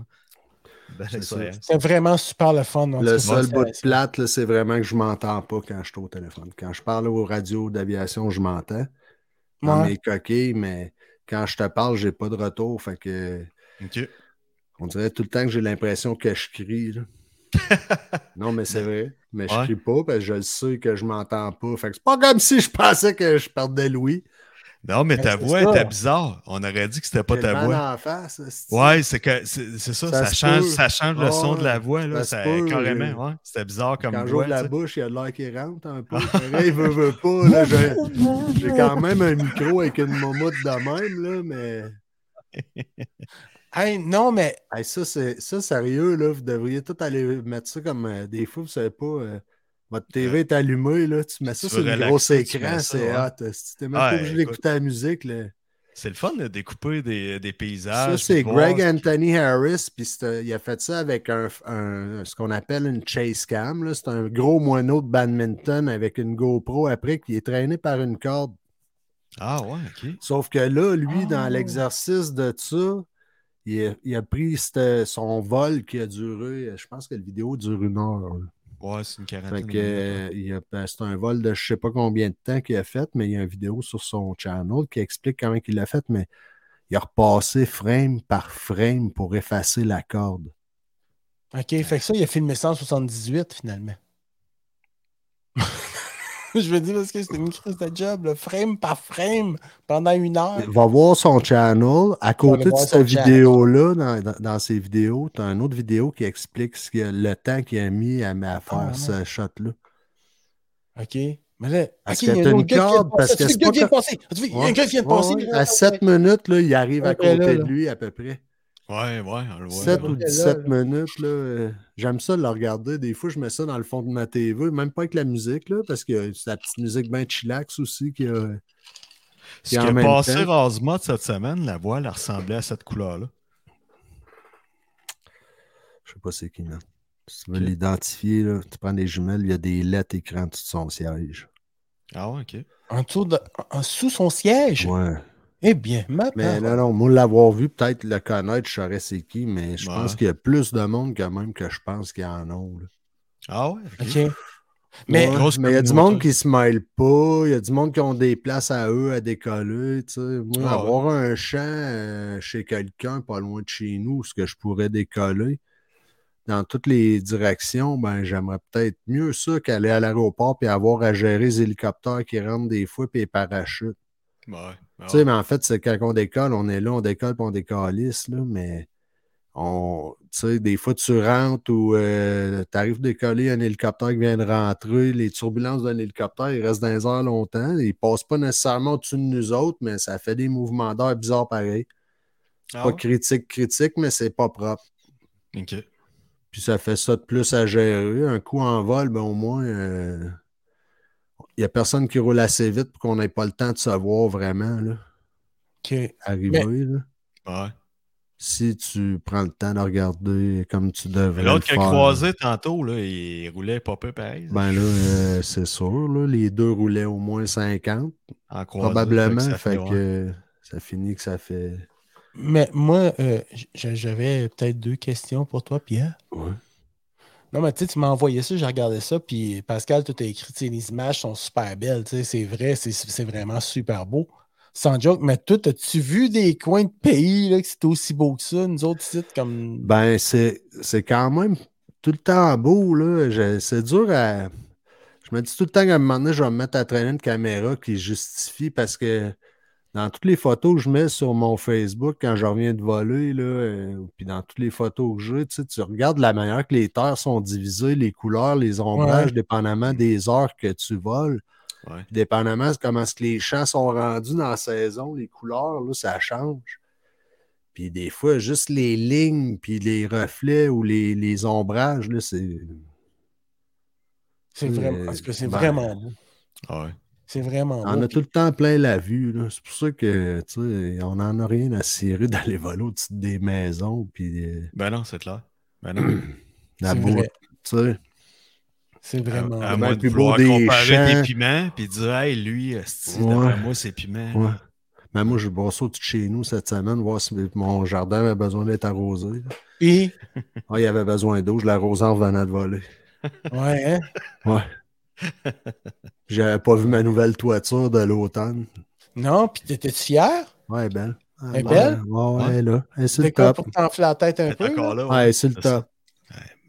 [SPEAKER 3] Belle
[SPEAKER 4] C'est ça.
[SPEAKER 3] expérience.
[SPEAKER 2] C'est vraiment super le fun. en tout
[SPEAKER 4] Le
[SPEAKER 2] cas.
[SPEAKER 4] seul
[SPEAKER 2] Ça-
[SPEAKER 4] bout de plate, là, c'est vraiment que je m'entends pas quand je suis au téléphone. Quand je parle aux radios d'aviation, je m'entends. Dans
[SPEAKER 2] Ouais.
[SPEAKER 4] mes coquilles, mais quand je te parle, j'ai pas de retour. Fait que
[SPEAKER 3] OK.
[SPEAKER 4] on dirait tout le temps que j'ai l'impression que je crie.
[SPEAKER 2] <laughs>
[SPEAKER 4] là. non, mais c'est vrai. Mais je
[SPEAKER 3] Ouais.
[SPEAKER 4] crie pas parce que je le sais que je m'entends pas. Fait que c'est pas comme si je pensais que je perdais Louis.
[SPEAKER 3] Non, mais
[SPEAKER 2] Ben,
[SPEAKER 3] ta
[SPEAKER 2] c'est
[SPEAKER 3] voix
[SPEAKER 2] ça.
[SPEAKER 3] était bizarre. On aurait dit que c'était pas
[SPEAKER 4] J'ai
[SPEAKER 3] ta
[SPEAKER 4] le mal
[SPEAKER 3] voix.
[SPEAKER 4] en face. esti.
[SPEAKER 3] Ouais, c'est que c'est c'est ça, ça,
[SPEAKER 4] Ça se
[SPEAKER 3] change,
[SPEAKER 4] peut.
[SPEAKER 3] ça change le
[SPEAKER 4] Ah
[SPEAKER 3] son de la
[SPEAKER 4] ouais,
[SPEAKER 3] voix, là,
[SPEAKER 4] ça se
[SPEAKER 3] ça,
[SPEAKER 4] peut, j'ai-
[SPEAKER 3] carrément, ouais. C'était bizarre comme
[SPEAKER 4] Quand
[SPEAKER 3] voix.
[SPEAKER 4] j'ouvre la
[SPEAKER 3] tu sais.
[SPEAKER 4] bouche, il y a de l'air qui rentre
[SPEAKER 3] <laughs>
[SPEAKER 4] un peu. Pareil, veut, veut pas. là, j'ai- J'ai quand même un micro avec une momoute de même, là, mais.
[SPEAKER 2] Hey, non, mais
[SPEAKER 4] Hey, ça, c'est ça, sérieux, là, vous devriez tout aller mettre ça comme euh, des fous, vous savez pas. euh, votre TV est allumée, là, tu mets ça
[SPEAKER 3] Tu
[SPEAKER 4] sur
[SPEAKER 3] veux
[SPEAKER 4] le
[SPEAKER 3] relaxer,
[SPEAKER 4] gros
[SPEAKER 3] tu mets
[SPEAKER 4] écran,
[SPEAKER 3] ça,
[SPEAKER 4] c'est
[SPEAKER 3] ouais.
[SPEAKER 4] hot. Si t'es même
[SPEAKER 3] Ah,
[SPEAKER 4] pas obligé
[SPEAKER 3] écoute.
[SPEAKER 4] d'écouter la musique, là.
[SPEAKER 3] C'est le fun de découper des, des
[SPEAKER 4] Ça,
[SPEAKER 3] paysages.
[SPEAKER 4] c'est
[SPEAKER 3] puis de voir
[SPEAKER 4] Greg
[SPEAKER 3] ce-
[SPEAKER 4] Anthony Harris, puis c'est, euh, il a fait ça avec un, un- ce qu'on appelle une chase cam. là. C'est un gros moineau de badminton avec une GoPro après qui est traîné par une corde.
[SPEAKER 3] Ah ouais, ok.
[SPEAKER 4] Sauf que là, lui,
[SPEAKER 6] Ah.
[SPEAKER 4] dans l'exercice de ça, il a, il a pris cette- son vol qui a duré, je pense que la vidéo dure une heure. là.
[SPEAKER 3] Ouais, c'est une quarantaine.
[SPEAKER 4] Fait
[SPEAKER 3] de
[SPEAKER 4] que,
[SPEAKER 3] minutes,
[SPEAKER 4] euh, il a- ben, c'est un vol de je sais pas combien de temps qu'il a fait, mais il y a une vidéo sur son channel qui explique comment il l'a fait, mais il a repassé frame par frame pour effacer la corde.
[SPEAKER 2] OK, fait que ça, il a filmé 178 finalement. <laughs> Je veux dire, parce que c'était une crise de job, le frame par frame, pendant une heure.
[SPEAKER 4] Va voir son channel. À côté de
[SPEAKER 2] voir
[SPEAKER 4] cette
[SPEAKER 2] son channel.
[SPEAKER 4] vidéo-là, dans, dans, dans ses vidéos, tu as une autre vidéo qui explique ce qu'il a- le temps qu'il a mis à, à faire
[SPEAKER 2] Ah, ouais.
[SPEAKER 4] ce shot-là.
[SPEAKER 2] OK. Mais là,
[SPEAKER 4] Parce
[SPEAKER 2] OK,
[SPEAKER 4] que
[SPEAKER 2] il y a
[SPEAKER 4] t'as
[SPEAKER 2] un
[SPEAKER 4] une
[SPEAKER 2] autre gars qui vient
[SPEAKER 4] corde,
[SPEAKER 2] de
[SPEAKER 4] parce
[SPEAKER 2] passer.
[SPEAKER 4] que
[SPEAKER 2] Tu sais, le
[SPEAKER 4] c'est
[SPEAKER 2] gars
[SPEAKER 4] pas
[SPEAKER 2] vient de
[SPEAKER 4] comme-
[SPEAKER 2] passer. Tu sais, Il y a un
[SPEAKER 4] Ouais.
[SPEAKER 2] gars qui vient de
[SPEAKER 4] Ouais,
[SPEAKER 2] passer.
[SPEAKER 4] ouais.
[SPEAKER 2] il vient de
[SPEAKER 4] À
[SPEAKER 2] passer.
[SPEAKER 4] 7 minutes, là, il arrive à
[SPEAKER 2] Ouais, ben
[SPEAKER 4] côté
[SPEAKER 2] là,
[SPEAKER 4] de
[SPEAKER 2] là.
[SPEAKER 4] lui à peu près.
[SPEAKER 3] Ouais, ouais, on le voit.
[SPEAKER 4] 7
[SPEAKER 3] ouais.
[SPEAKER 4] euh, ou
[SPEAKER 2] Ouais, là,
[SPEAKER 4] 17
[SPEAKER 2] là.
[SPEAKER 4] minutes, là. euh, J'aime ça le regarder. Des fois, je mets ça dans le fond de ma TV, même pas avec la musique, là, parce que c'est la petite musique bien chillax aussi qui a.
[SPEAKER 3] Ce qui
[SPEAKER 4] Puis en
[SPEAKER 3] a
[SPEAKER 4] même
[SPEAKER 3] passé
[SPEAKER 4] temps-
[SPEAKER 3] rasement cette semaine, la voile elle ressemblait à cette couleur-là.
[SPEAKER 4] Je sais pas c'est qui, là. Si tu veux l'identifier, là, tu prends des jumelles, il y a des lettres écrites en dessous de son siège.
[SPEAKER 3] Ah ouais, ok.
[SPEAKER 2] En dessous de- en- sous son siège.
[SPEAKER 4] Ouais.
[SPEAKER 2] Eh bien, ma
[SPEAKER 4] Mais
[SPEAKER 2] part.
[SPEAKER 4] non, non, moi, l'avoir vu, peut-être le connaître, je saurais c'est qui, mais je
[SPEAKER 3] Ouais.
[SPEAKER 4] pense qu'il y a plus de monde quand même que je pense qu'il y en a. là.
[SPEAKER 3] Ah ouais, ok.
[SPEAKER 2] OK. Mais
[SPEAKER 4] Ouais,
[SPEAKER 3] grosse
[SPEAKER 4] mais il y a du
[SPEAKER 3] communauté.
[SPEAKER 4] monde qui se mêle pas, il y a du monde qui ont des places à eux à décoller. tu sais. Moi,
[SPEAKER 3] Ah
[SPEAKER 4] avoir un champ euh, chez quelqu'un pas loin de chez nous, où ce que je pourrais décoller dans toutes les directions, ben j'aimerais peut-être mieux ça qu'aller à l'aéroport et avoir à gérer les hélicoptères qui rentrent des fois et les parachutes.
[SPEAKER 3] Ouais, ouais, Ah, ouais.
[SPEAKER 4] Tu sais, mais en fait, c'est quand on décolle, on est là, on décolle, puis on décalisse, là, mais on, tu sais, des fois, tu rentres ou tu arrives décoller un hélicoptère qui vient de rentrer, les turbulences d'un hélicoptère, ils restent dans les airs longtemps, ils passent pas nécessairement au-dessus de nous autres, mais ça fait des mouvements d'air bizarres pareil.
[SPEAKER 3] Ah
[SPEAKER 4] Pas
[SPEAKER 3] ouais?
[SPEAKER 4] critique, critique, mais c'est pas propre.
[SPEAKER 3] Ok.
[SPEAKER 4] Puis ça fait ça de plus à gérer. Un coup en vol, ben au moins, euh, il n'y a personne qui roule assez vite pour qu'on n'ait pas le temps de se voir vraiment, là,
[SPEAKER 2] OK.
[SPEAKER 4] arriver, là.
[SPEAKER 3] Ouais.
[SPEAKER 4] si tu prends le temps de regarder comme tu devrais.
[SPEAKER 3] Mais L'autre qui
[SPEAKER 4] le
[SPEAKER 3] a
[SPEAKER 4] faire.
[SPEAKER 3] croisé tantôt, là, il roulait pas peu pareil.
[SPEAKER 4] Ben là, euh, c'est sûr, là, les deux roulaient au moins 50,
[SPEAKER 3] en croisé,
[SPEAKER 4] probablement.
[SPEAKER 3] ça
[SPEAKER 4] fait
[SPEAKER 3] ouais.
[SPEAKER 4] que ça finit que ça fait.
[SPEAKER 2] Mais moi, euh, j- j'avais peut-être deux questions pour toi, Pierre.
[SPEAKER 4] Ouais.
[SPEAKER 2] Non, mais tu sais, tu m'as envoyé ça, j'ai regardé ça, puis Pascal, tout est écrit, tu sais, les images sont super belles, tu sais, c'est vrai, c'est- c'est vraiment super beau. Sans joke, mais toi, as-tu vu des coins de pays là, que c'était aussi beau que ça, nous autres sites comme.
[SPEAKER 4] Ben, c'est c'est quand même tout le temps beau, là. Je- C'est dur à. Je me dis tout le temps qu'à un moment donné, je vais me mettre à traîner une caméra qui justifie parce que dans toutes les photos que je mets sur mon Facebook quand je reviens de voler, là, euh, puis dans toutes les photos que j'ai, tu sais, tu regardes la manière que les terres sont divisées, les couleurs, les ombrages, dépendamment des heures que tu voles.
[SPEAKER 3] Ouais.
[SPEAKER 4] Puis Dépendamment de comment est-ce que les champs sont rendus dans la saison, les couleurs, là, ça change. Puis des fois, juste les lignes, puis les reflets ou les, les ombrages, là, c'est.
[SPEAKER 2] C'est
[SPEAKER 4] euh,
[SPEAKER 2] vraiment. Parce que c'est
[SPEAKER 4] ben,
[SPEAKER 2] vraiment beau.
[SPEAKER 3] Ah, Ouais.
[SPEAKER 2] C'est vraiment beau.
[SPEAKER 4] On a tout le temps plein la vue. là. C'est pour ça que, tu sais, on n'en a rien à cirer d'aller voler au-dessus des maisons, puis euh,
[SPEAKER 3] Ben non, c'est clair. Ben non.
[SPEAKER 4] la
[SPEAKER 2] C'est
[SPEAKER 4] boue,
[SPEAKER 2] vrai.
[SPEAKER 4] tu sais.
[SPEAKER 2] C'est
[SPEAKER 3] À,
[SPEAKER 2] vraiment
[SPEAKER 3] à
[SPEAKER 4] le
[SPEAKER 2] beau.
[SPEAKER 3] moins de
[SPEAKER 4] plus beau
[SPEAKER 3] vouloir
[SPEAKER 4] des
[SPEAKER 3] comparer
[SPEAKER 4] champs.
[SPEAKER 3] des piments puis dire Hey, lui, esti,
[SPEAKER 4] Ouais.
[SPEAKER 3] d'après moi, c'est piment.
[SPEAKER 4] Ouais. Mais moi, je vais bosser au-dessus de chez nous cette semaine, voir si mon jardin avait besoin d'être arrosé. là.
[SPEAKER 2] Et.
[SPEAKER 4] Ah, il avait besoin d'eau, je l'arrosais en revenant de voler.
[SPEAKER 2] Ouais, hein?
[SPEAKER 4] J'avais pas vu ma nouvelle toiture de l'automne.
[SPEAKER 2] Non, puis t'étais-tu fier?
[SPEAKER 4] Ouais, belle. Ah,
[SPEAKER 2] Elle est belle?
[SPEAKER 4] Ouais, ouais, là. Elle est sur le
[SPEAKER 2] T'es comme
[SPEAKER 4] top.
[SPEAKER 2] pour t'enfler la tête
[SPEAKER 3] Elle
[SPEAKER 2] un
[SPEAKER 3] est
[SPEAKER 2] peu.
[SPEAKER 3] encore
[SPEAKER 2] là?
[SPEAKER 3] là. ouais.
[SPEAKER 4] Ouais, elle est sur le
[SPEAKER 3] C'est ça.
[SPEAKER 4] top.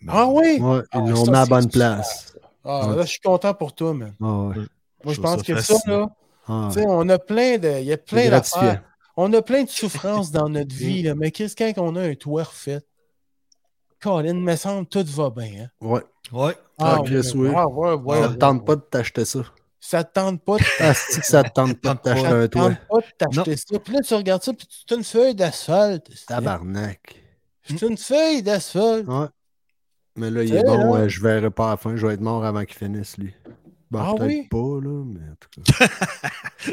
[SPEAKER 2] Ah oui!
[SPEAKER 4] Ouais,
[SPEAKER 2] Ah,
[SPEAKER 4] ils l'ont
[SPEAKER 2] ça,
[SPEAKER 4] mis à la
[SPEAKER 2] c'est
[SPEAKER 4] bonne
[SPEAKER 2] super.
[SPEAKER 4] place.
[SPEAKER 2] Ah,
[SPEAKER 4] Ouais.
[SPEAKER 2] là, je suis content pour toi, man.
[SPEAKER 4] Ah,
[SPEAKER 2] Moi,
[SPEAKER 4] ouais.
[SPEAKER 3] Je
[SPEAKER 2] je
[SPEAKER 3] trouve
[SPEAKER 2] pense
[SPEAKER 3] ça
[SPEAKER 2] que ça,
[SPEAKER 3] fascinant.
[SPEAKER 2] là,
[SPEAKER 4] Ah,
[SPEAKER 2] tu sais, on a plein de. Il y a plein
[SPEAKER 4] c'est
[SPEAKER 2] d'affaires.
[SPEAKER 4] gratifiant.
[SPEAKER 2] On a plein de souffrances dans
[SPEAKER 4] <laughs>
[SPEAKER 2] notre vie, là, mais qu'est-ce quand on a un toit refait? Colin, me semble tout va bien. Hein?
[SPEAKER 4] Ouais.
[SPEAKER 3] Ouais.
[SPEAKER 4] Ah, Chris, oui.
[SPEAKER 2] ouais, ouais, ouais,
[SPEAKER 4] ça
[SPEAKER 2] ouais.
[SPEAKER 4] te tente pas de t'acheter ça.
[SPEAKER 2] Ça te tente pas de
[SPEAKER 4] Asti Ah, que ça te tente pas de t'acheter
[SPEAKER 2] ça
[SPEAKER 4] un
[SPEAKER 2] te
[SPEAKER 4] toit.
[SPEAKER 2] tente pas de t'acheter ça. Puis là, tu regardes ça, puis tu as une feuille d'asphalte.
[SPEAKER 4] Tabarnak. Ah.
[SPEAKER 2] C'est une feuille d'asphalte.
[SPEAKER 4] Ouais. Mais là, il
[SPEAKER 2] Tu
[SPEAKER 4] est
[SPEAKER 2] sais,
[SPEAKER 4] bon,
[SPEAKER 2] là.
[SPEAKER 4] euh, je verrai pas à la fin, je vais être mort avant qu'il finisse, lui. Ben,
[SPEAKER 2] Ah
[SPEAKER 4] peut-être
[SPEAKER 2] oui?
[SPEAKER 4] pas, là, mais en tout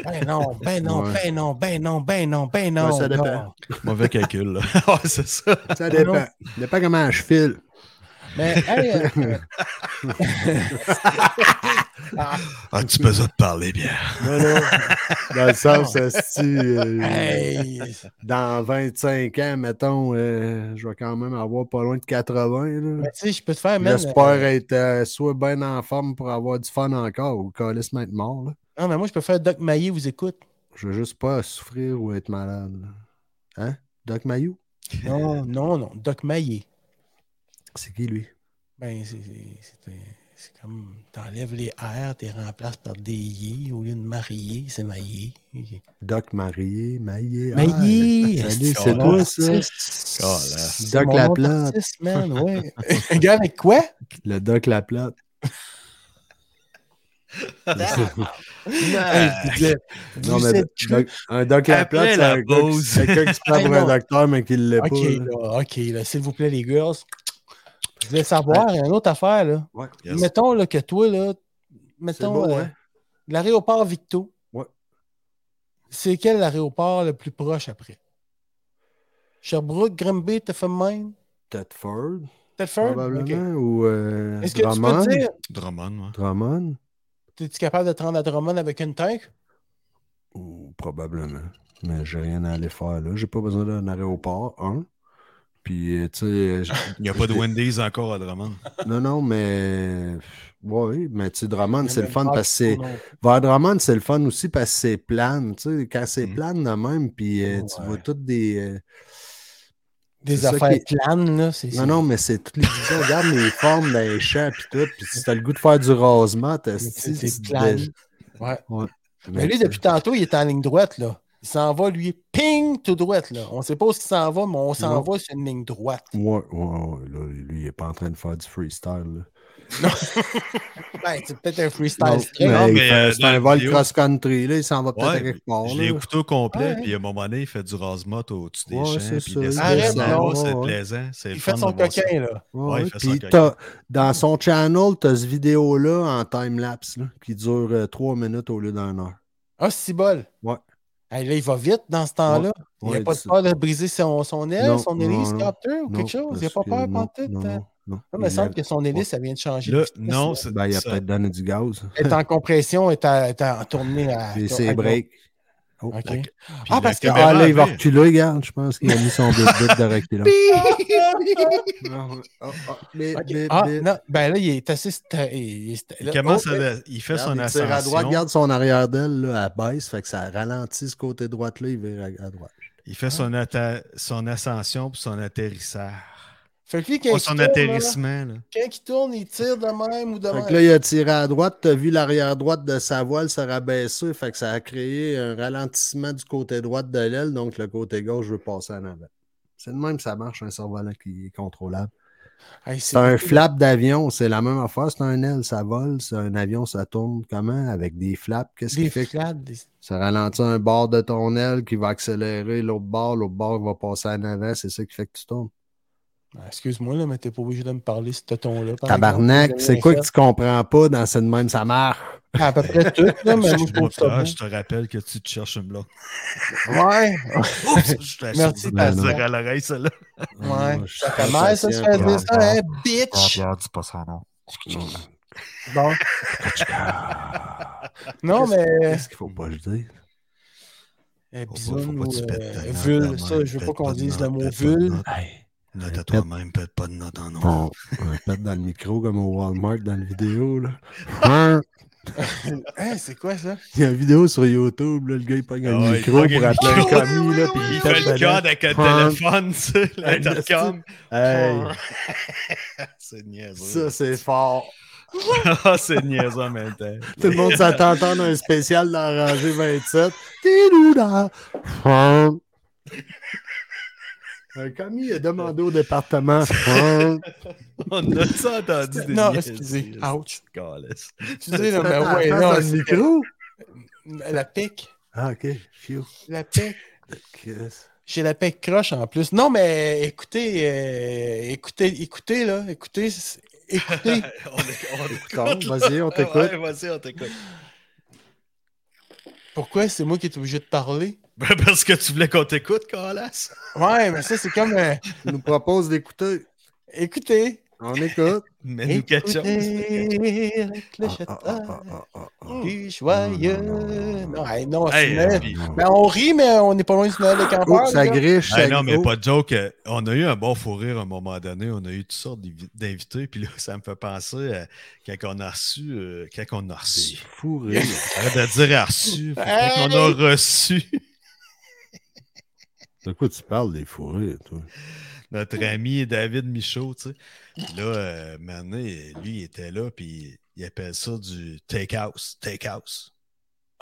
[SPEAKER 2] <laughs>
[SPEAKER 4] cas.
[SPEAKER 2] Ben non, ben non,
[SPEAKER 4] Ouais.
[SPEAKER 2] ben non, ben non, ben non, ben non.
[SPEAKER 4] Ouais, ça dépend.
[SPEAKER 2] non.
[SPEAKER 3] Mauvais calcul, là. ouais, c'est ça.
[SPEAKER 4] Ça
[SPEAKER 2] dépend.
[SPEAKER 4] dépend. dépend comment je file.
[SPEAKER 2] Mais hey,
[SPEAKER 4] <laughs>
[SPEAKER 2] euh,
[SPEAKER 3] Ah, tu peux ça te parler bien.
[SPEAKER 4] Non, non. Dans le sens, asti, euh,
[SPEAKER 2] hey,
[SPEAKER 4] dans 25 ans, mettons, euh, je vais quand même avoir pas loin de 80. là.
[SPEAKER 2] mais tu sais, je peux te faire même.
[SPEAKER 4] J'espère être euh, soit bien en forme pour avoir du fun encore ou coller se mettre mort. là.
[SPEAKER 2] Non, mais moi, je peux faire Doc Maillé vous écoute.
[SPEAKER 4] Je veux juste pas souffrir ou être malade. là. Hein? Doc Mayou?
[SPEAKER 2] Non, non, non. Doc Maillé.
[SPEAKER 4] C'est qui lui?
[SPEAKER 2] Ben, c'est- c'est- c'est un- c'est comme. T'enlèves les R, t'es remplaces par des yé. Au lieu de marié, c'est maillé.
[SPEAKER 4] Doc marié, maillé.
[SPEAKER 2] Maillé!
[SPEAKER 4] Ah,
[SPEAKER 2] Esti,
[SPEAKER 4] salut, c'est
[SPEAKER 2] mon
[SPEAKER 4] toi ça?
[SPEAKER 2] artiste.
[SPEAKER 3] Oh,
[SPEAKER 2] C'est
[SPEAKER 4] Doc
[SPEAKER 2] mon
[SPEAKER 4] la
[SPEAKER 2] nom
[SPEAKER 4] plante.
[SPEAKER 2] d'artiste, man, ouais. <laughs> Regarde avec quoi?
[SPEAKER 4] Le Doc la plate.
[SPEAKER 2] Hey, je disais,
[SPEAKER 4] <laughs> Non, mais
[SPEAKER 2] Lucette Cru.
[SPEAKER 4] Doc- un Doc la plate,
[SPEAKER 3] Appelez
[SPEAKER 4] c'est un
[SPEAKER 3] la
[SPEAKER 4] gars qui-
[SPEAKER 3] Bose.
[SPEAKER 4] c'est quelqu'un qui se prend pour un
[SPEAKER 2] non.
[SPEAKER 4] docteur mais qui l'est
[SPEAKER 2] Ok,
[SPEAKER 4] pas. là.
[SPEAKER 2] là, ok, là, s'il vous plaît, les girls. Je voulais savoir une autre affaire, là.
[SPEAKER 4] Ouais.
[SPEAKER 3] Yes.
[SPEAKER 2] Mettons là, que toi, là,
[SPEAKER 4] Ben, C'est hein?
[SPEAKER 2] mettons
[SPEAKER 4] beau,
[SPEAKER 2] euh,
[SPEAKER 4] hein?
[SPEAKER 2] l'aéroport Victo.
[SPEAKER 4] Ouais.
[SPEAKER 2] c'est quel l'aéroport le plus proche après? Sherbrooke, Grimby, Teffermine,
[SPEAKER 4] Thetford,
[SPEAKER 2] Thetford? Ok.
[SPEAKER 4] probablement, ou euh,
[SPEAKER 2] Est-ce que
[SPEAKER 4] Drummond.
[SPEAKER 2] tu peux dire,
[SPEAKER 3] Drummond, ouais.
[SPEAKER 4] Drummond?
[SPEAKER 2] es-tu capable de te rendre à Drummond avec une tank?
[SPEAKER 4] Ou probablement. Mais j'ai rien à aller faire là. J'ai pas besoin d'un aéroport, un. Puis, euh, tu sais, euh,
[SPEAKER 2] <laughs>
[SPEAKER 4] j-
[SPEAKER 3] Il n'y a pas de Wendy's encore à Drummond.
[SPEAKER 4] non, non, mais. Oui, mais tu sais, Drummond, c'est le fun
[SPEAKER 2] Ah,
[SPEAKER 4] parce que c'est.
[SPEAKER 2] non, non.
[SPEAKER 4] Vers Drummond, c'est le fun aussi parce que c'est plane. Tu sais, quand c'est
[SPEAKER 2] Hmm.
[SPEAKER 3] Mhm.
[SPEAKER 4] plane de même, puis euh, tu vois toutes des. euh,
[SPEAKER 2] Des
[SPEAKER 4] c'est ça
[SPEAKER 2] affaires
[SPEAKER 4] qui-
[SPEAKER 2] planes, là. c'est-
[SPEAKER 4] Non, non, mais c'est toutes les divisions. Regarde les formes des champs, puis tout. Puis si t'as le goût de faire du rasement, t'as
[SPEAKER 2] c'est-
[SPEAKER 4] si,
[SPEAKER 2] c'est
[SPEAKER 4] tu te
[SPEAKER 2] plane.
[SPEAKER 4] dé-
[SPEAKER 2] Ouais.
[SPEAKER 4] Mais
[SPEAKER 2] Mais lui,
[SPEAKER 4] tu-
[SPEAKER 2] depuis tantôt, il est en ligne droite, là. Il s'en va, lui, ping, tout droite, là. On sait pas où il s'en va, mais on s'en
[SPEAKER 4] Non.
[SPEAKER 2] va sur une ligne droite.
[SPEAKER 4] Ouais, ouais, ouais, là, lui, il est pas en train de faire du freestyle. là.
[SPEAKER 2] Ben, c'est peut-être un
[SPEAKER 4] Non,
[SPEAKER 2] freestyle straight.
[SPEAKER 4] mais
[SPEAKER 3] Non,
[SPEAKER 4] il
[SPEAKER 3] mais,
[SPEAKER 4] fait-
[SPEAKER 3] euh,
[SPEAKER 4] c'est
[SPEAKER 3] dans la
[SPEAKER 4] un vol
[SPEAKER 3] vidéo-
[SPEAKER 4] cross-country, là, il s'en va peut-être
[SPEAKER 3] Ouais,
[SPEAKER 4] à quelque part.
[SPEAKER 3] Je
[SPEAKER 4] là.
[SPEAKER 3] l'ai écouté au complet,
[SPEAKER 2] Ouais.
[SPEAKER 3] puis à un moment donné, il fait du rasmat au-dessus des
[SPEAKER 4] Ouais,
[SPEAKER 3] champs,
[SPEAKER 4] c'est
[SPEAKER 3] puis il
[SPEAKER 4] ça,
[SPEAKER 3] descend.
[SPEAKER 2] il
[SPEAKER 3] Arrête,
[SPEAKER 2] descend,
[SPEAKER 3] non,
[SPEAKER 4] ouais,
[SPEAKER 3] c'est
[SPEAKER 4] ouais.
[SPEAKER 3] plaisant. C'est le
[SPEAKER 2] Il
[SPEAKER 3] fun
[SPEAKER 2] fait
[SPEAKER 3] de
[SPEAKER 2] son
[SPEAKER 3] voir ça.
[SPEAKER 2] coquin, là.
[SPEAKER 4] Ouais,
[SPEAKER 3] Ouais, il
[SPEAKER 4] ouais,
[SPEAKER 3] fait ça
[SPEAKER 4] Puis
[SPEAKER 3] quand
[SPEAKER 4] t'as- dans son channel, tu as cette vidéo-là en time-lapse là, qui dure 3 minutes au lieu d'un heure.
[SPEAKER 2] Ah, c'est bol.
[SPEAKER 4] Ouais.
[SPEAKER 2] Hey, là, il va vite dans ce temps-là. Il n'y a
[SPEAKER 4] Ouais,
[SPEAKER 2] pas de
[SPEAKER 4] tu-
[SPEAKER 2] peur de briser son, son aile,
[SPEAKER 4] Non,
[SPEAKER 2] son
[SPEAKER 4] non,
[SPEAKER 2] hélice
[SPEAKER 4] non,
[SPEAKER 2] capteur ou
[SPEAKER 4] non,
[SPEAKER 2] quelque chose. Il n'y a
[SPEAKER 4] parce
[SPEAKER 2] pas
[SPEAKER 4] que
[SPEAKER 2] peur,
[SPEAKER 4] non,
[SPEAKER 2] pantoute.
[SPEAKER 4] non,
[SPEAKER 2] hein.
[SPEAKER 4] non, non.
[SPEAKER 2] Ah, mais il me semble
[SPEAKER 4] a-
[SPEAKER 2] que son hélice, ça vient de changer. de
[SPEAKER 3] Là,
[SPEAKER 2] vitesse,
[SPEAKER 3] non,
[SPEAKER 2] là.
[SPEAKER 3] c'est-
[SPEAKER 4] ben, il a
[SPEAKER 3] ça-
[SPEAKER 4] peut-être donné du gaz.
[SPEAKER 2] Elle est en compression, elle est, à- elle est en tournée à.
[SPEAKER 4] Et
[SPEAKER 2] à-
[SPEAKER 4] ses
[SPEAKER 2] à-
[SPEAKER 4] breaks. Oh,
[SPEAKER 2] OK.
[SPEAKER 4] la-
[SPEAKER 3] puis
[SPEAKER 2] Ah,
[SPEAKER 3] la
[SPEAKER 2] parce que-
[SPEAKER 3] caméra
[SPEAKER 4] Ah, là, il va
[SPEAKER 3] avait-
[SPEAKER 4] reculer, regarde. Je pense qu'il a mis son bip bip de
[SPEAKER 2] <laughs>
[SPEAKER 4] reculant. Ah, ouais. Ah, ah, bip,
[SPEAKER 2] OK.
[SPEAKER 4] bip,
[SPEAKER 2] Ah,
[SPEAKER 4] bip.
[SPEAKER 2] non, ben là, il est assez. sta- Il, il sta-
[SPEAKER 3] Il
[SPEAKER 2] là,
[SPEAKER 3] commence
[SPEAKER 2] oh,
[SPEAKER 3] à la- il fait son
[SPEAKER 4] Regarde, il
[SPEAKER 3] ascension.
[SPEAKER 4] tire à droite, regarde son arrière d'aile, là, elle baisse, fait que ça ralentit ce côté droite-là, il vire à, à droite.
[SPEAKER 3] Il fait son, atta- son ascension puis son atterrissage.
[SPEAKER 2] Fait que lui, quand, il
[SPEAKER 3] Pas oh, son
[SPEAKER 2] tourne, là,
[SPEAKER 3] atterrissement. Là.
[SPEAKER 2] quand il tourne, il tire de même ou de
[SPEAKER 4] Fait
[SPEAKER 2] même.
[SPEAKER 4] que là, il a tiré à droite, t'as vu l'arrière droite de sa voile se rabaisser, fait que ça a créé un ralentissement du côté droite de l'aile, donc le côté gauche veut passer en avant. C'est de même que ça marche, un cerf-volant qui est contrôlable.
[SPEAKER 2] Hey,
[SPEAKER 4] C'est un flap d'avion, c'est la même affaire, c'est un aile, ça vole, c'est un avion, ça tourne comment? Avec des flaps, qu'est-ce
[SPEAKER 2] Des
[SPEAKER 4] qui fait que
[SPEAKER 2] flades. des-
[SPEAKER 4] Ça ralentit un bord de ton aile qui va accélérer l'autre bord, l'autre bord va passer en avant, c'est ça qui fait que tu tournes.
[SPEAKER 2] Ah, Excuse-moi, là, mais t'es pas obligé de me parler ce ton-là. par
[SPEAKER 4] Tabarnak,
[SPEAKER 2] exemple.
[SPEAKER 4] c'est quoi que tu comprends pas dans cette même ça marche?
[SPEAKER 2] À peu près tout, là, mais moi, je trouve
[SPEAKER 3] Excuse-moi,
[SPEAKER 2] ça
[SPEAKER 3] Pierre,
[SPEAKER 2] beau.
[SPEAKER 3] je te rappelle que tu te cherches une blague.
[SPEAKER 2] Ouais.
[SPEAKER 3] <laughs> Oups, je t'ai
[SPEAKER 2] Merci,
[SPEAKER 3] sorti de
[SPEAKER 2] Pascal.
[SPEAKER 3] dire à l'oreille, celle-là.
[SPEAKER 2] Ouais.
[SPEAKER 4] Non, Ah, je suis pas
[SPEAKER 2] Comment ça se
[SPEAKER 4] patient,
[SPEAKER 2] fait
[SPEAKER 4] Pierre.
[SPEAKER 2] dire ça, hein, bitch?
[SPEAKER 3] Ah, dis pas ça, non.
[SPEAKER 2] Bon. Non, mais.
[SPEAKER 4] Qu'est-ce qu'il faut pas que je dise?
[SPEAKER 2] Eh,
[SPEAKER 3] Faut pas-
[SPEAKER 2] Bisoun
[SPEAKER 3] faut pas que tu
[SPEAKER 2] ou,
[SPEAKER 3] pètes
[SPEAKER 2] euh,
[SPEAKER 3] ta note,
[SPEAKER 2] vul,
[SPEAKER 3] ta
[SPEAKER 2] ça,
[SPEAKER 3] main,
[SPEAKER 2] je veux pas
[SPEAKER 3] pète
[SPEAKER 2] qu'on
[SPEAKER 3] de
[SPEAKER 2] dise le
[SPEAKER 3] note,
[SPEAKER 2] mot
[SPEAKER 3] pète pas de
[SPEAKER 2] vul.
[SPEAKER 3] note. Note à
[SPEAKER 4] Pète-
[SPEAKER 3] toi-même, pète pas de note en nom.
[SPEAKER 4] On répète dans le micro comme au Walmart dans la vidéo. Là. Hein?
[SPEAKER 2] Hein, c'est quoi ça?
[SPEAKER 4] Il y a une vidéo sur YouTube, là, le gars il pogne
[SPEAKER 3] Ah
[SPEAKER 4] le
[SPEAKER 3] ouais, il
[SPEAKER 4] micro
[SPEAKER 3] pogne
[SPEAKER 4] pour
[SPEAKER 3] le
[SPEAKER 4] appeler un commis. Là, puis
[SPEAKER 3] Il fait
[SPEAKER 4] pète
[SPEAKER 3] le
[SPEAKER 4] dedans.
[SPEAKER 3] code avec un
[SPEAKER 4] Hein?
[SPEAKER 3] téléphone, tu sais, l'intercom.
[SPEAKER 4] Hey,
[SPEAKER 3] Ah. <laughs> C'est niaiseux.
[SPEAKER 4] ça c'est fort.
[SPEAKER 3] <laughs> Ah, c'est niaiseux en même <laughs> temps.
[SPEAKER 4] Tout le monde s'attend à entendre un spécial dans la rangée 27. Tidouda. Hein? Un commis a demandé au département. Hein?
[SPEAKER 3] On a ça entendu des
[SPEAKER 2] Non,
[SPEAKER 3] niaiseries,
[SPEAKER 2] excusez.
[SPEAKER 3] c'est
[SPEAKER 2] Ouch.
[SPEAKER 3] calice.
[SPEAKER 2] Excusez, non, mais
[SPEAKER 4] Attends,
[SPEAKER 2] ouais,
[SPEAKER 4] attends,
[SPEAKER 2] non,
[SPEAKER 4] dans le micro.
[SPEAKER 2] La pique.
[SPEAKER 4] Ah, ok. Phew.
[SPEAKER 2] La pique.
[SPEAKER 4] Qu'est-ce-
[SPEAKER 2] J'ai la pique croche en plus. Non, mais écoutez, euh, écoutez, écoutez, là. Écoutez, c-
[SPEAKER 3] on
[SPEAKER 2] écoutez.
[SPEAKER 3] est-
[SPEAKER 4] <laughs>
[SPEAKER 3] on est-
[SPEAKER 4] Con, Vas-y, on t'écoute.
[SPEAKER 3] Ouais, vas-y, on t'écoute.
[SPEAKER 2] Pourquoi c'est moi qui est obligé de parler?
[SPEAKER 3] Ben, parce que tu voulais qu'on t'écoute, Calas.
[SPEAKER 2] Ouais, mais ça, c'est comme. euh,
[SPEAKER 4] Il nous propose d'écouter.
[SPEAKER 2] écoutez.
[SPEAKER 4] On <laughs> écoute. Ah,
[SPEAKER 3] Mais nous quelque chose.
[SPEAKER 2] Écoutez la clochette du joyeux. Non, hey, non, c'est
[SPEAKER 3] Hey, euh,
[SPEAKER 2] Noël.
[SPEAKER 3] puis-
[SPEAKER 2] Ben, on rit, mais on n'est pas loin du Noël des campeurs.
[SPEAKER 4] Oh, ça
[SPEAKER 2] là.
[SPEAKER 4] griche.
[SPEAKER 3] Hey,
[SPEAKER 4] ça
[SPEAKER 3] non, mais
[SPEAKER 4] griche.
[SPEAKER 3] pas de joke. euh, On a eu un bon fou rire à un moment donné. On a eu toutes sortes d'invi- d'invités. Puis là, ça me fait penser à quand on a reçu. euh, Quand on a
[SPEAKER 4] C'est
[SPEAKER 3] reçu.
[SPEAKER 4] fou, rire.
[SPEAKER 3] <laughs> Arrête de dire a reçu. Quand on a reçu <laughs>
[SPEAKER 4] De quoi tu parles des fourrés, toi?
[SPEAKER 3] notre ami David Michaud, tu sais. Puis là, euh, Mané, lui, il était là. Puis il appelle ça du take-house. Take-house.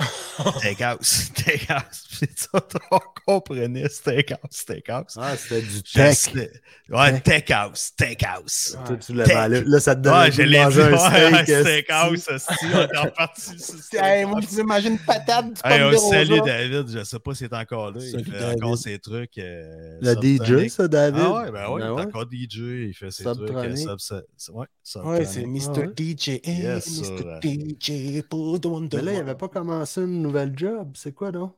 [SPEAKER 3] <laughs> Steakhouse, steakhouse. Puis ça, on comprenait steakhouse, steakhouse.
[SPEAKER 4] Ah, c'était du
[SPEAKER 3] Je
[SPEAKER 4] tech.
[SPEAKER 3] sais- Ouais, steakhouse, steakhouse.
[SPEAKER 4] Toi, tu l'avais à l'œil. Là, ça te donne
[SPEAKER 3] Ouais,
[SPEAKER 4] le goût
[SPEAKER 3] je
[SPEAKER 4] de
[SPEAKER 3] l'ai dit,
[SPEAKER 4] manger
[SPEAKER 3] ouais,
[SPEAKER 4] un steak. esti.
[SPEAKER 3] steakhouse, esti, on est reparti sur
[SPEAKER 4] <laughs>
[SPEAKER 2] C'est- hey, moi, je vous imagine une patate du pomme
[SPEAKER 3] Hey, on
[SPEAKER 2] de
[SPEAKER 3] le salue
[SPEAKER 2] rosette.
[SPEAKER 3] David, je sais pas s'il est encore là,
[SPEAKER 2] Salut,
[SPEAKER 3] il fait
[SPEAKER 2] David.
[SPEAKER 3] encore ses trucs. euh,
[SPEAKER 4] Le DJ,
[SPEAKER 3] Subtronic.
[SPEAKER 4] ça, David?
[SPEAKER 3] Ah ouais, ben ouais,
[SPEAKER 4] Ben
[SPEAKER 3] il est
[SPEAKER 4] ouais.
[SPEAKER 3] encore DJ, il fait ses trucs.
[SPEAKER 4] Subtronic.
[SPEAKER 3] euh, sub- sub- sub- ouais,
[SPEAKER 2] Ouais,
[SPEAKER 3] Subtronic.
[SPEAKER 2] c'est Mr.
[SPEAKER 4] Ah ouais.
[SPEAKER 2] DJ. hey,
[SPEAKER 3] Yes,
[SPEAKER 2] Mr.
[SPEAKER 3] sir.
[SPEAKER 2] DJ pour Don
[SPEAKER 4] Mais là, il n'avait pas commencé une nouvelle job. C'est quoi, non?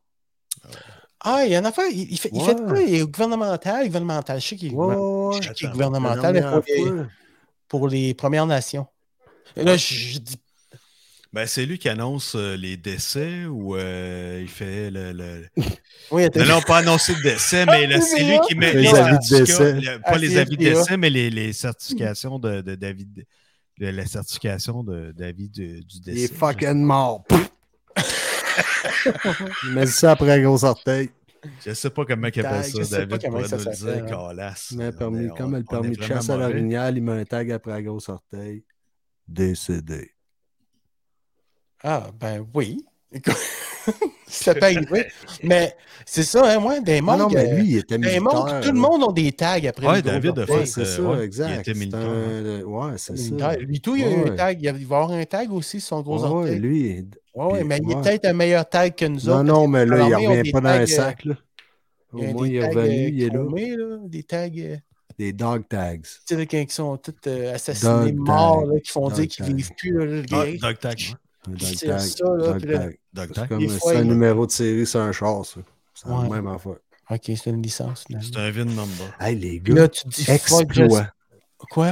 [SPEAKER 2] Ah, il y en a fait. Il, il fait, il fait de
[SPEAKER 4] Ouais.
[SPEAKER 2] quoi? Il est gouvernemental, gouvernemental. Je sais qu'il est
[SPEAKER 4] Ouais,
[SPEAKER 2] gouvernemental, je
[SPEAKER 4] ouais,
[SPEAKER 2] sais qu'il est
[SPEAKER 3] Attends,
[SPEAKER 2] gouvernemental,
[SPEAKER 4] la
[SPEAKER 2] mais
[SPEAKER 4] dernière
[SPEAKER 2] pour les,
[SPEAKER 4] fois.
[SPEAKER 2] pour les Premières Nations. Et là, je, je dis.
[SPEAKER 3] Ben, c'est lui qui annonce euh, les décès ou euh, il fait le.
[SPEAKER 4] <laughs>
[SPEAKER 3] le-
[SPEAKER 2] Oui, attends.
[SPEAKER 3] Non, non, pas annoncer le décès, mais là, c'est lui qui met
[SPEAKER 4] Les avis de
[SPEAKER 3] certificats,
[SPEAKER 4] décès.
[SPEAKER 3] le- pas
[SPEAKER 2] Ah,
[SPEAKER 3] les
[SPEAKER 2] c'est
[SPEAKER 3] avis de
[SPEAKER 2] FDA.
[SPEAKER 3] décès, mais les, les certifications de, de David. de- la certification de- d'avis de- du
[SPEAKER 4] Il
[SPEAKER 3] décès.
[SPEAKER 4] est fucking <laughs> mort. Il m'a dit ça après un gros orteil.
[SPEAKER 3] Je sais pas comment il appelle
[SPEAKER 2] Je
[SPEAKER 3] ça,
[SPEAKER 2] sais
[SPEAKER 3] David.
[SPEAKER 2] pas comment
[SPEAKER 3] pourrait
[SPEAKER 2] ça
[SPEAKER 3] nous le dire,
[SPEAKER 2] s'appelle, hein.
[SPEAKER 3] calasse.
[SPEAKER 4] Il m'a
[SPEAKER 3] On
[SPEAKER 4] permis,
[SPEAKER 3] est-
[SPEAKER 4] comme
[SPEAKER 3] on-
[SPEAKER 4] le
[SPEAKER 3] on est
[SPEAKER 4] permis de
[SPEAKER 3] vraiment
[SPEAKER 4] chasse à
[SPEAKER 3] mauvais.
[SPEAKER 4] l'orignal, il m'a un tag après un gros orteil. Décédé.
[SPEAKER 2] Ah, ben oui. <laughs> Écoute, ça peut arriver. Mais c'est ça, hein, moi, des
[SPEAKER 4] Ah
[SPEAKER 2] mondes.
[SPEAKER 4] non, mais
[SPEAKER 2] euh,
[SPEAKER 4] lui, il était
[SPEAKER 2] des mondes,
[SPEAKER 4] militaire.
[SPEAKER 2] tout le
[SPEAKER 4] là.
[SPEAKER 2] monde euh, a des tags après.
[SPEAKER 3] Ouais,
[SPEAKER 2] le gros
[SPEAKER 3] David a
[SPEAKER 2] orteil.
[SPEAKER 3] fait
[SPEAKER 4] Ouais, c'est ça,
[SPEAKER 3] ouais, il
[SPEAKER 4] exact.
[SPEAKER 3] était
[SPEAKER 4] C'est
[SPEAKER 3] militaire,
[SPEAKER 4] un- euh, Ouais, c'est
[SPEAKER 2] hein.
[SPEAKER 4] ça.
[SPEAKER 2] Militaire. Lui, tout, il a eu
[SPEAKER 4] Ouais.
[SPEAKER 2] un tag. Il va y avoir un tag aussi, son gros
[SPEAKER 4] Ouais,
[SPEAKER 2] orteil.
[SPEAKER 4] lui.
[SPEAKER 2] Ouais, ouais,
[SPEAKER 4] puis-
[SPEAKER 2] mais il est
[SPEAKER 4] ouais.
[SPEAKER 2] peut-être un meilleur tag que nous
[SPEAKER 4] Non,
[SPEAKER 2] autres.
[SPEAKER 4] non, mais là, il
[SPEAKER 2] l'armée, on
[SPEAKER 4] revient
[SPEAKER 2] des
[SPEAKER 4] pas dans
[SPEAKER 2] tags, euh,
[SPEAKER 4] un sac, là. Au
[SPEAKER 2] Il y a
[SPEAKER 4] moins,
[SPEAKER 2] des
[SPEAKER 4] il est
[SPEAKER 2] tags, euh,
[SPEAKER 4] revenu, il est là.
[SPEAKER 2] chromés, là, Des tags, euh,
[SPEAKER 4] Des dog tags.
[SPEAKER 2] tu sais, quand ils sont tous euh, assassinés,
[SPEAKER 4] Dog
[SPEAKER 2] morts,
[SPEAKER 4] tag,
[SPEAKER 2] là, qui font
[SPEAKER 4] dog
[SPEAKER 2] dire qu'ils
[SPEAKER 4] tag.
[SPEAKER 2] vivent plus. là, le gars.
[SPEAKER 3] Ah, Doc Tac.
[SPEAKER 4] Un
[SPEAKER 2] Puis
[SPEAKER 4] dog
[SPEAKER 2] c'est
[SPEAKER 4] tag.
[SPEAKER 2] ça, là,
[SPEAKER 4] dog
[SPEAKER 2] puis là-
[SPEAKER 4] tag.
[SPEAKER 3] Doc
[SPEAKER 4] C'est
[SPEAKER 3] Tac.
[SPEAKER 4] comme
[SPEAKER 2] Des fois,
[SPEAKER 4] c'est un
[SPEAKER 2] il-
[SPEAKER 4] numéro de série sur un char, ça. C'est la
[SPEAKER 2] Ouais.
[SPEAKER 4] même affaire.
[SPEAKER 2] Ok, c'est une licence. finalement.
[SPEAKER 3] C'est un VIN number.
[SPEAKER 4] Hey, les
[SPEAKER 2] Puis
[SPEAKER 4] gars,
[SPEAKER 2] Là, tu te dis fuck, je-
[SPEAKER 4] exploit.
[SPEAKER 2] Quoi?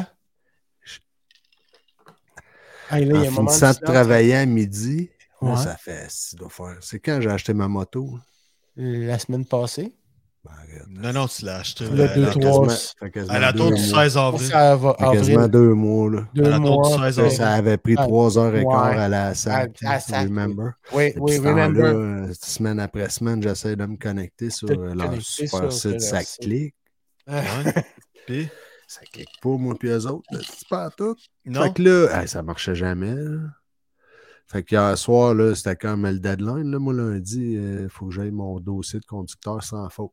[SPEAKER 2] Hey, là, il y
[SPEAKER 4] En
[SPEAKER 2] a un moment de
[SPEAKER 4] finissant de
[SPEAKER 2] silence.
[SPEAKER 4] travailler à midi, là,
[SPEAKER 2] Ouais.
[SPEAKER 4] ça fait six d'affaires. C'est quand j'ai acheté ma moto? hein?
[SPEAKER 2] La semaine passée.
[SPEAKER 4] Ben, arrête.
[SPEAKER 3] Non, non, tu l'as acheté.
[SPEAKER 2] Le
[SPEAKER 3] euh, à la
[SPEAKER 2] deux,
[SPEAKER 3] tour-
[SPEAKER 2] trois.
[SPEAKER 4] Quasiment-
[SPEAKER 2] s-
[SPEAKER 4] fait quasiment
[SPEAKER 3] À la tour
[SPEAKER 4] deux
[SPEAKER 3] du
[SPEAKER 4] mois.
[SPEAKER 3] 16
[SPEAKER 2] C'est
[SPEAKER 3] avril.
[SPEAKER 2] à av-
[SPEAKER 4] Fait
[SPEAKER 2] avril,
[SPEAKER 4] quasiment deux mois, là.
[SPEAKER 2] deux
[SPEAKER 3] à la tour
[SPEAKER 2] mois.
[SPEAKER 3] du 16
[SPEAKER 4] Ça,
[SPEAKER 2] après.
[SPEAKER 3] avril.
[SPEAKER 4] ça avait pris
[SPEAKER 2] Ah.
[SPEAKER 4] trois heures et
[SPEAKER 2] Ouais.
[SPEAKER 4] quart à la sac.
[SPEAKER 2] À- à la sac, oui.
[SPEAKER 4] remember.
[SPEAKER 2] Oui,
[SPEAKER 4] Depuis
[SPEAKER 2] oui,
[SPEAKER 4] ce temps-là,
[SPEAKER 2] remember.
[SPEAKER 4] euh, semaine après semaine, j'essaie de me connecter sur
[SPEAKER 2] Te
[SPEAKER 4] euh, leur
[SPEAKER 2] connecter
[SPEAKER 4] super
[SPEAKER 2] sur
[SPEAKER 4] site.
[SPEAKER 2] leur
[SPEAKER 4] Ça
[SPEAKER 2] site.
[SPEAKER 4] clique.
[SPEAKER 2] Euh,
[SPEAKER 4] <laughs>
[SPEAKER 3] Ouais. Puis,
[SPEAKER 4] Ça clique pas, moi puis eux autres. là, C'est pas à tout. Fait
[SPEAKER 3] non.
[SPEAKER 4] que là, hey, ça marchait jamais. là. Fait qu'hier soir, là, c'était comme le deadline. Là, moi, lundi, il faut que j'aille mon dossier de conducteur sans faute.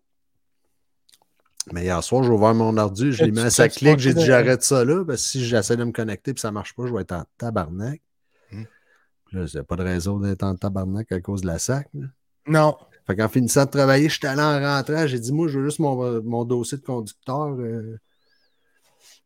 [SPEAKER 4] Mais hier soir, j'ai ouvert mon ordi, je
[SPEAKER 2] Là,
[SPEAKER 4] l'ai
[SPEAKER 2] tu
[SPEAKER 4] mis à
[SPEAKER 2] t'es
[SPEAKER 4] sa clique, j'ai dit
[SPEAKER 2] exporté de-
[SPEAKER 4] j'arrête ça là, parce que si j'essaie de me connecter et ça marche pas, je vais être en tabarnak.
[SPEAKER 3] Hmm.
[SPEAKER 4] Là, j'ai pas de raison d'être en tabarnak à cause de la sac. là.
[SPEAKER 2] Non.
[SPEAKER 4] Fait qu'en finissant de travailler, je suis allé en rentrant, j'ai dit, moi, je veux juste mon, mon dossier de conducteur. euh.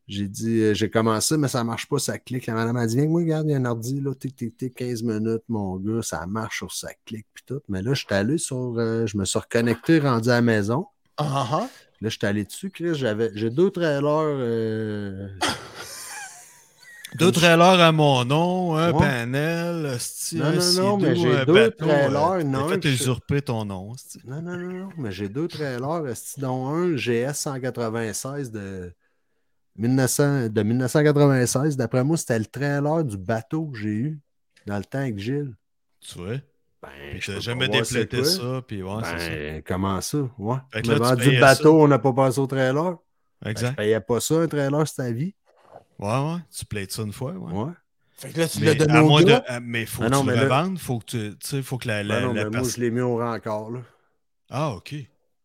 [SPEAKER 4] j'ai dit, euh, j'ai commencé, mais ça marche pas, ça clique. La madame a dit, viens, moi, regarde, il y a un ordi, là, tic, tic, tic, 15 minutes, mon gars, ça marche sur ça clique, puis tout. Mais là, je suis allé sur, euh, je me suis reconnecté, rendu à la maison.
[SPEAKER 2] Ah, ah.
[SPEAKER 4] Là, je suis allé dessus, Chris, j'avais, j'ai deux trailers. euh,
[SPEAKER 3] Deux trailers à mon nom, un
[SPEAKER 4] Ouais.
[SPEAKER 3] panel, hostie,
[SPEAKER 4] Non,
[SPEAKER 3] un
[SPEAKER 4] non, non, mais
[SPEAKER 3] Sea-Doo,
[SPEAKER 4] j'ai
[SPEAKER 3] un
[SPEAKER 4] deux
[SPEAKER 3] bateau,
[SPEAKER 4] trailers,
[SPEAKER 3] euh,
[SPEAKER 4] non,
[SPEAKER 3] T'as fait
[SPEAKER 4] je-
[SPEAKER 3] usurper ton nom, hostie.
[SPEAKER 4] Non, non, non, non, mais j'ai deux trailers, esti, dont un GS 196 de, 1900 de 1996. D'après moi, c'était le trailer du bateau que j'ai eu dans le temps avec Gilles.
[SPEAKER 3] Tu vois?
[SPEAKER 4] Ben,
[SPEAKER 3] Puis t'as jamais déplété ça, puis ouais, c'est
[SPEAKER 4] comment ça? Ouais.
[SPEAKER 3] Fait que
[SPEAKER 4] on a
[SPEAKER 3] là, tu
[SPEAKER 4] vendu
[SPEAKER 3] payais
[SPEAKER 4] le bateau, on n'a pas passé au trailer.
[SPEAKER 3] ça.
[SPEAKER 4] Ben, je
[SPEAKER 3] Exact.
[SPEAKER 4] payais pas ça, un trailer, c'est ta vie.
[SPEAKER 3] Ouais, ouais. Tu plaites ça une fois, ouais.
[SPEAKER 4] Ouais.
[SPEAKER 2] Fait que là, tu l'as
[SPEAKER 3] Mais,
[SPEAKER 2] donné
[SPEAKER 3] à
[SPEAKER 2] au
[SPEAKER 3] moins de,
[SPEAKER 2] gars.
[SPEAKER 3] à- mais faut
[SPEAKER 4] Ah
[SPEAKER 3] que
[SPEAKER 4] non,
[SPEAKER 3] tu le
[SPEAKER 4] mais là-
[SPEAKER 3] revendes, faut que tu, tu sais, faut que la, la,
[SPEAKER 4] Ben non,
[SPEAKER 3] la
[SPEAKER 4] mais moi,
[SPEAKER 3] personne-
[SPEAKER 4] je l'ai mis au rencard, là.
[SPEAKER 3] Ah, ok.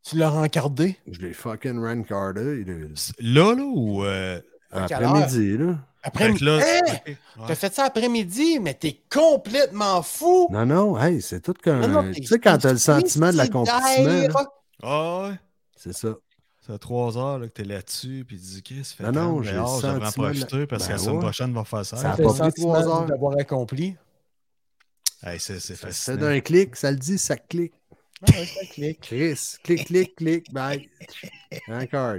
[SPEAKER 2] Tu l'as rencardé.
[SPEAKER 4] Je l'ai fucking rencardé. là.
[SPEAKER 3] C'est- Là, là, ou. euh,
[SPEAKER 2] À quelle
[SPEAKER 4] Après-midi, là.
[SPEAKER 2] Après,
[SPEAKER 3] fait que là.
[SPEAKER 2] Hein?
[SPEAKER 3] ok, ouais.
[SPEAKER 2] t'as fait ça après-midi, mais t'es complètement fou.
[SPEAKER 4] Non, non, hey, c'est tout
[SPEAKER 2] Non, non,
[SPEAKER 4] comme.
[SPEAKER 2] t'es-
[SPEAKER 4] Tu sais, quand t'as le
[SPEAKER 2] t'es
[SPEAKER 4] sentiment de
[SPEAKER 2] suicidaire.
[SPEAKER 4] l'accomplissement, là,
[SPEAKER 3] Ah, ouais.
[SPEAKER 4] c'est ça.
[SPEAKER 3] Ça fait trois heures là, que t'es là-dessus, puis tu dis, qu'est-ce que
[SPEAKER 4] Non,
[SPEAKER 3] fait
[SPEAKER 4] non,
[SPEAKER 3] calme,
[SPEAKER 4] j'ai
[SPEAKER 3] dehors,
[SPEAKER 4] le
[SPEAKER 3] j'aimerais en
[SPEAKER 4] sentiment de la-
[SPEAKER 3] profiter parce que
[SPEAKER 4] Ben
[SPEAKER 3] la semaine
[SPEAKER 4] ouais.
[SPEAKER 3] prochaine va faire ça.
[SPEAKER 4] Ça
[SPEAKER 2] T'as
[SPEAKER 4] a pas
[SPEAKER 2] le
[SPEAKER 4] pris trois
[SPEAKER 2] sentiment
[SPEAKER 4] heures.
[SPEAKER 2] d'avoir accompli.
[SPEAKER 3] Hey, c'est c'est
[SPEAKER 4] Ça
[SPEAKER 3] fascinant.
[SPEAKER 4] C'est d'un clic, ça le dit, ça clique.
[SPEAKER 2] Ah, ouais, ça
[SPEAKER 4] <laughs>
[SPEAKER 2] clique.
[SPEAKER 4] Chris, clic, clic, clic, <laughs> bye. Hein, Encore.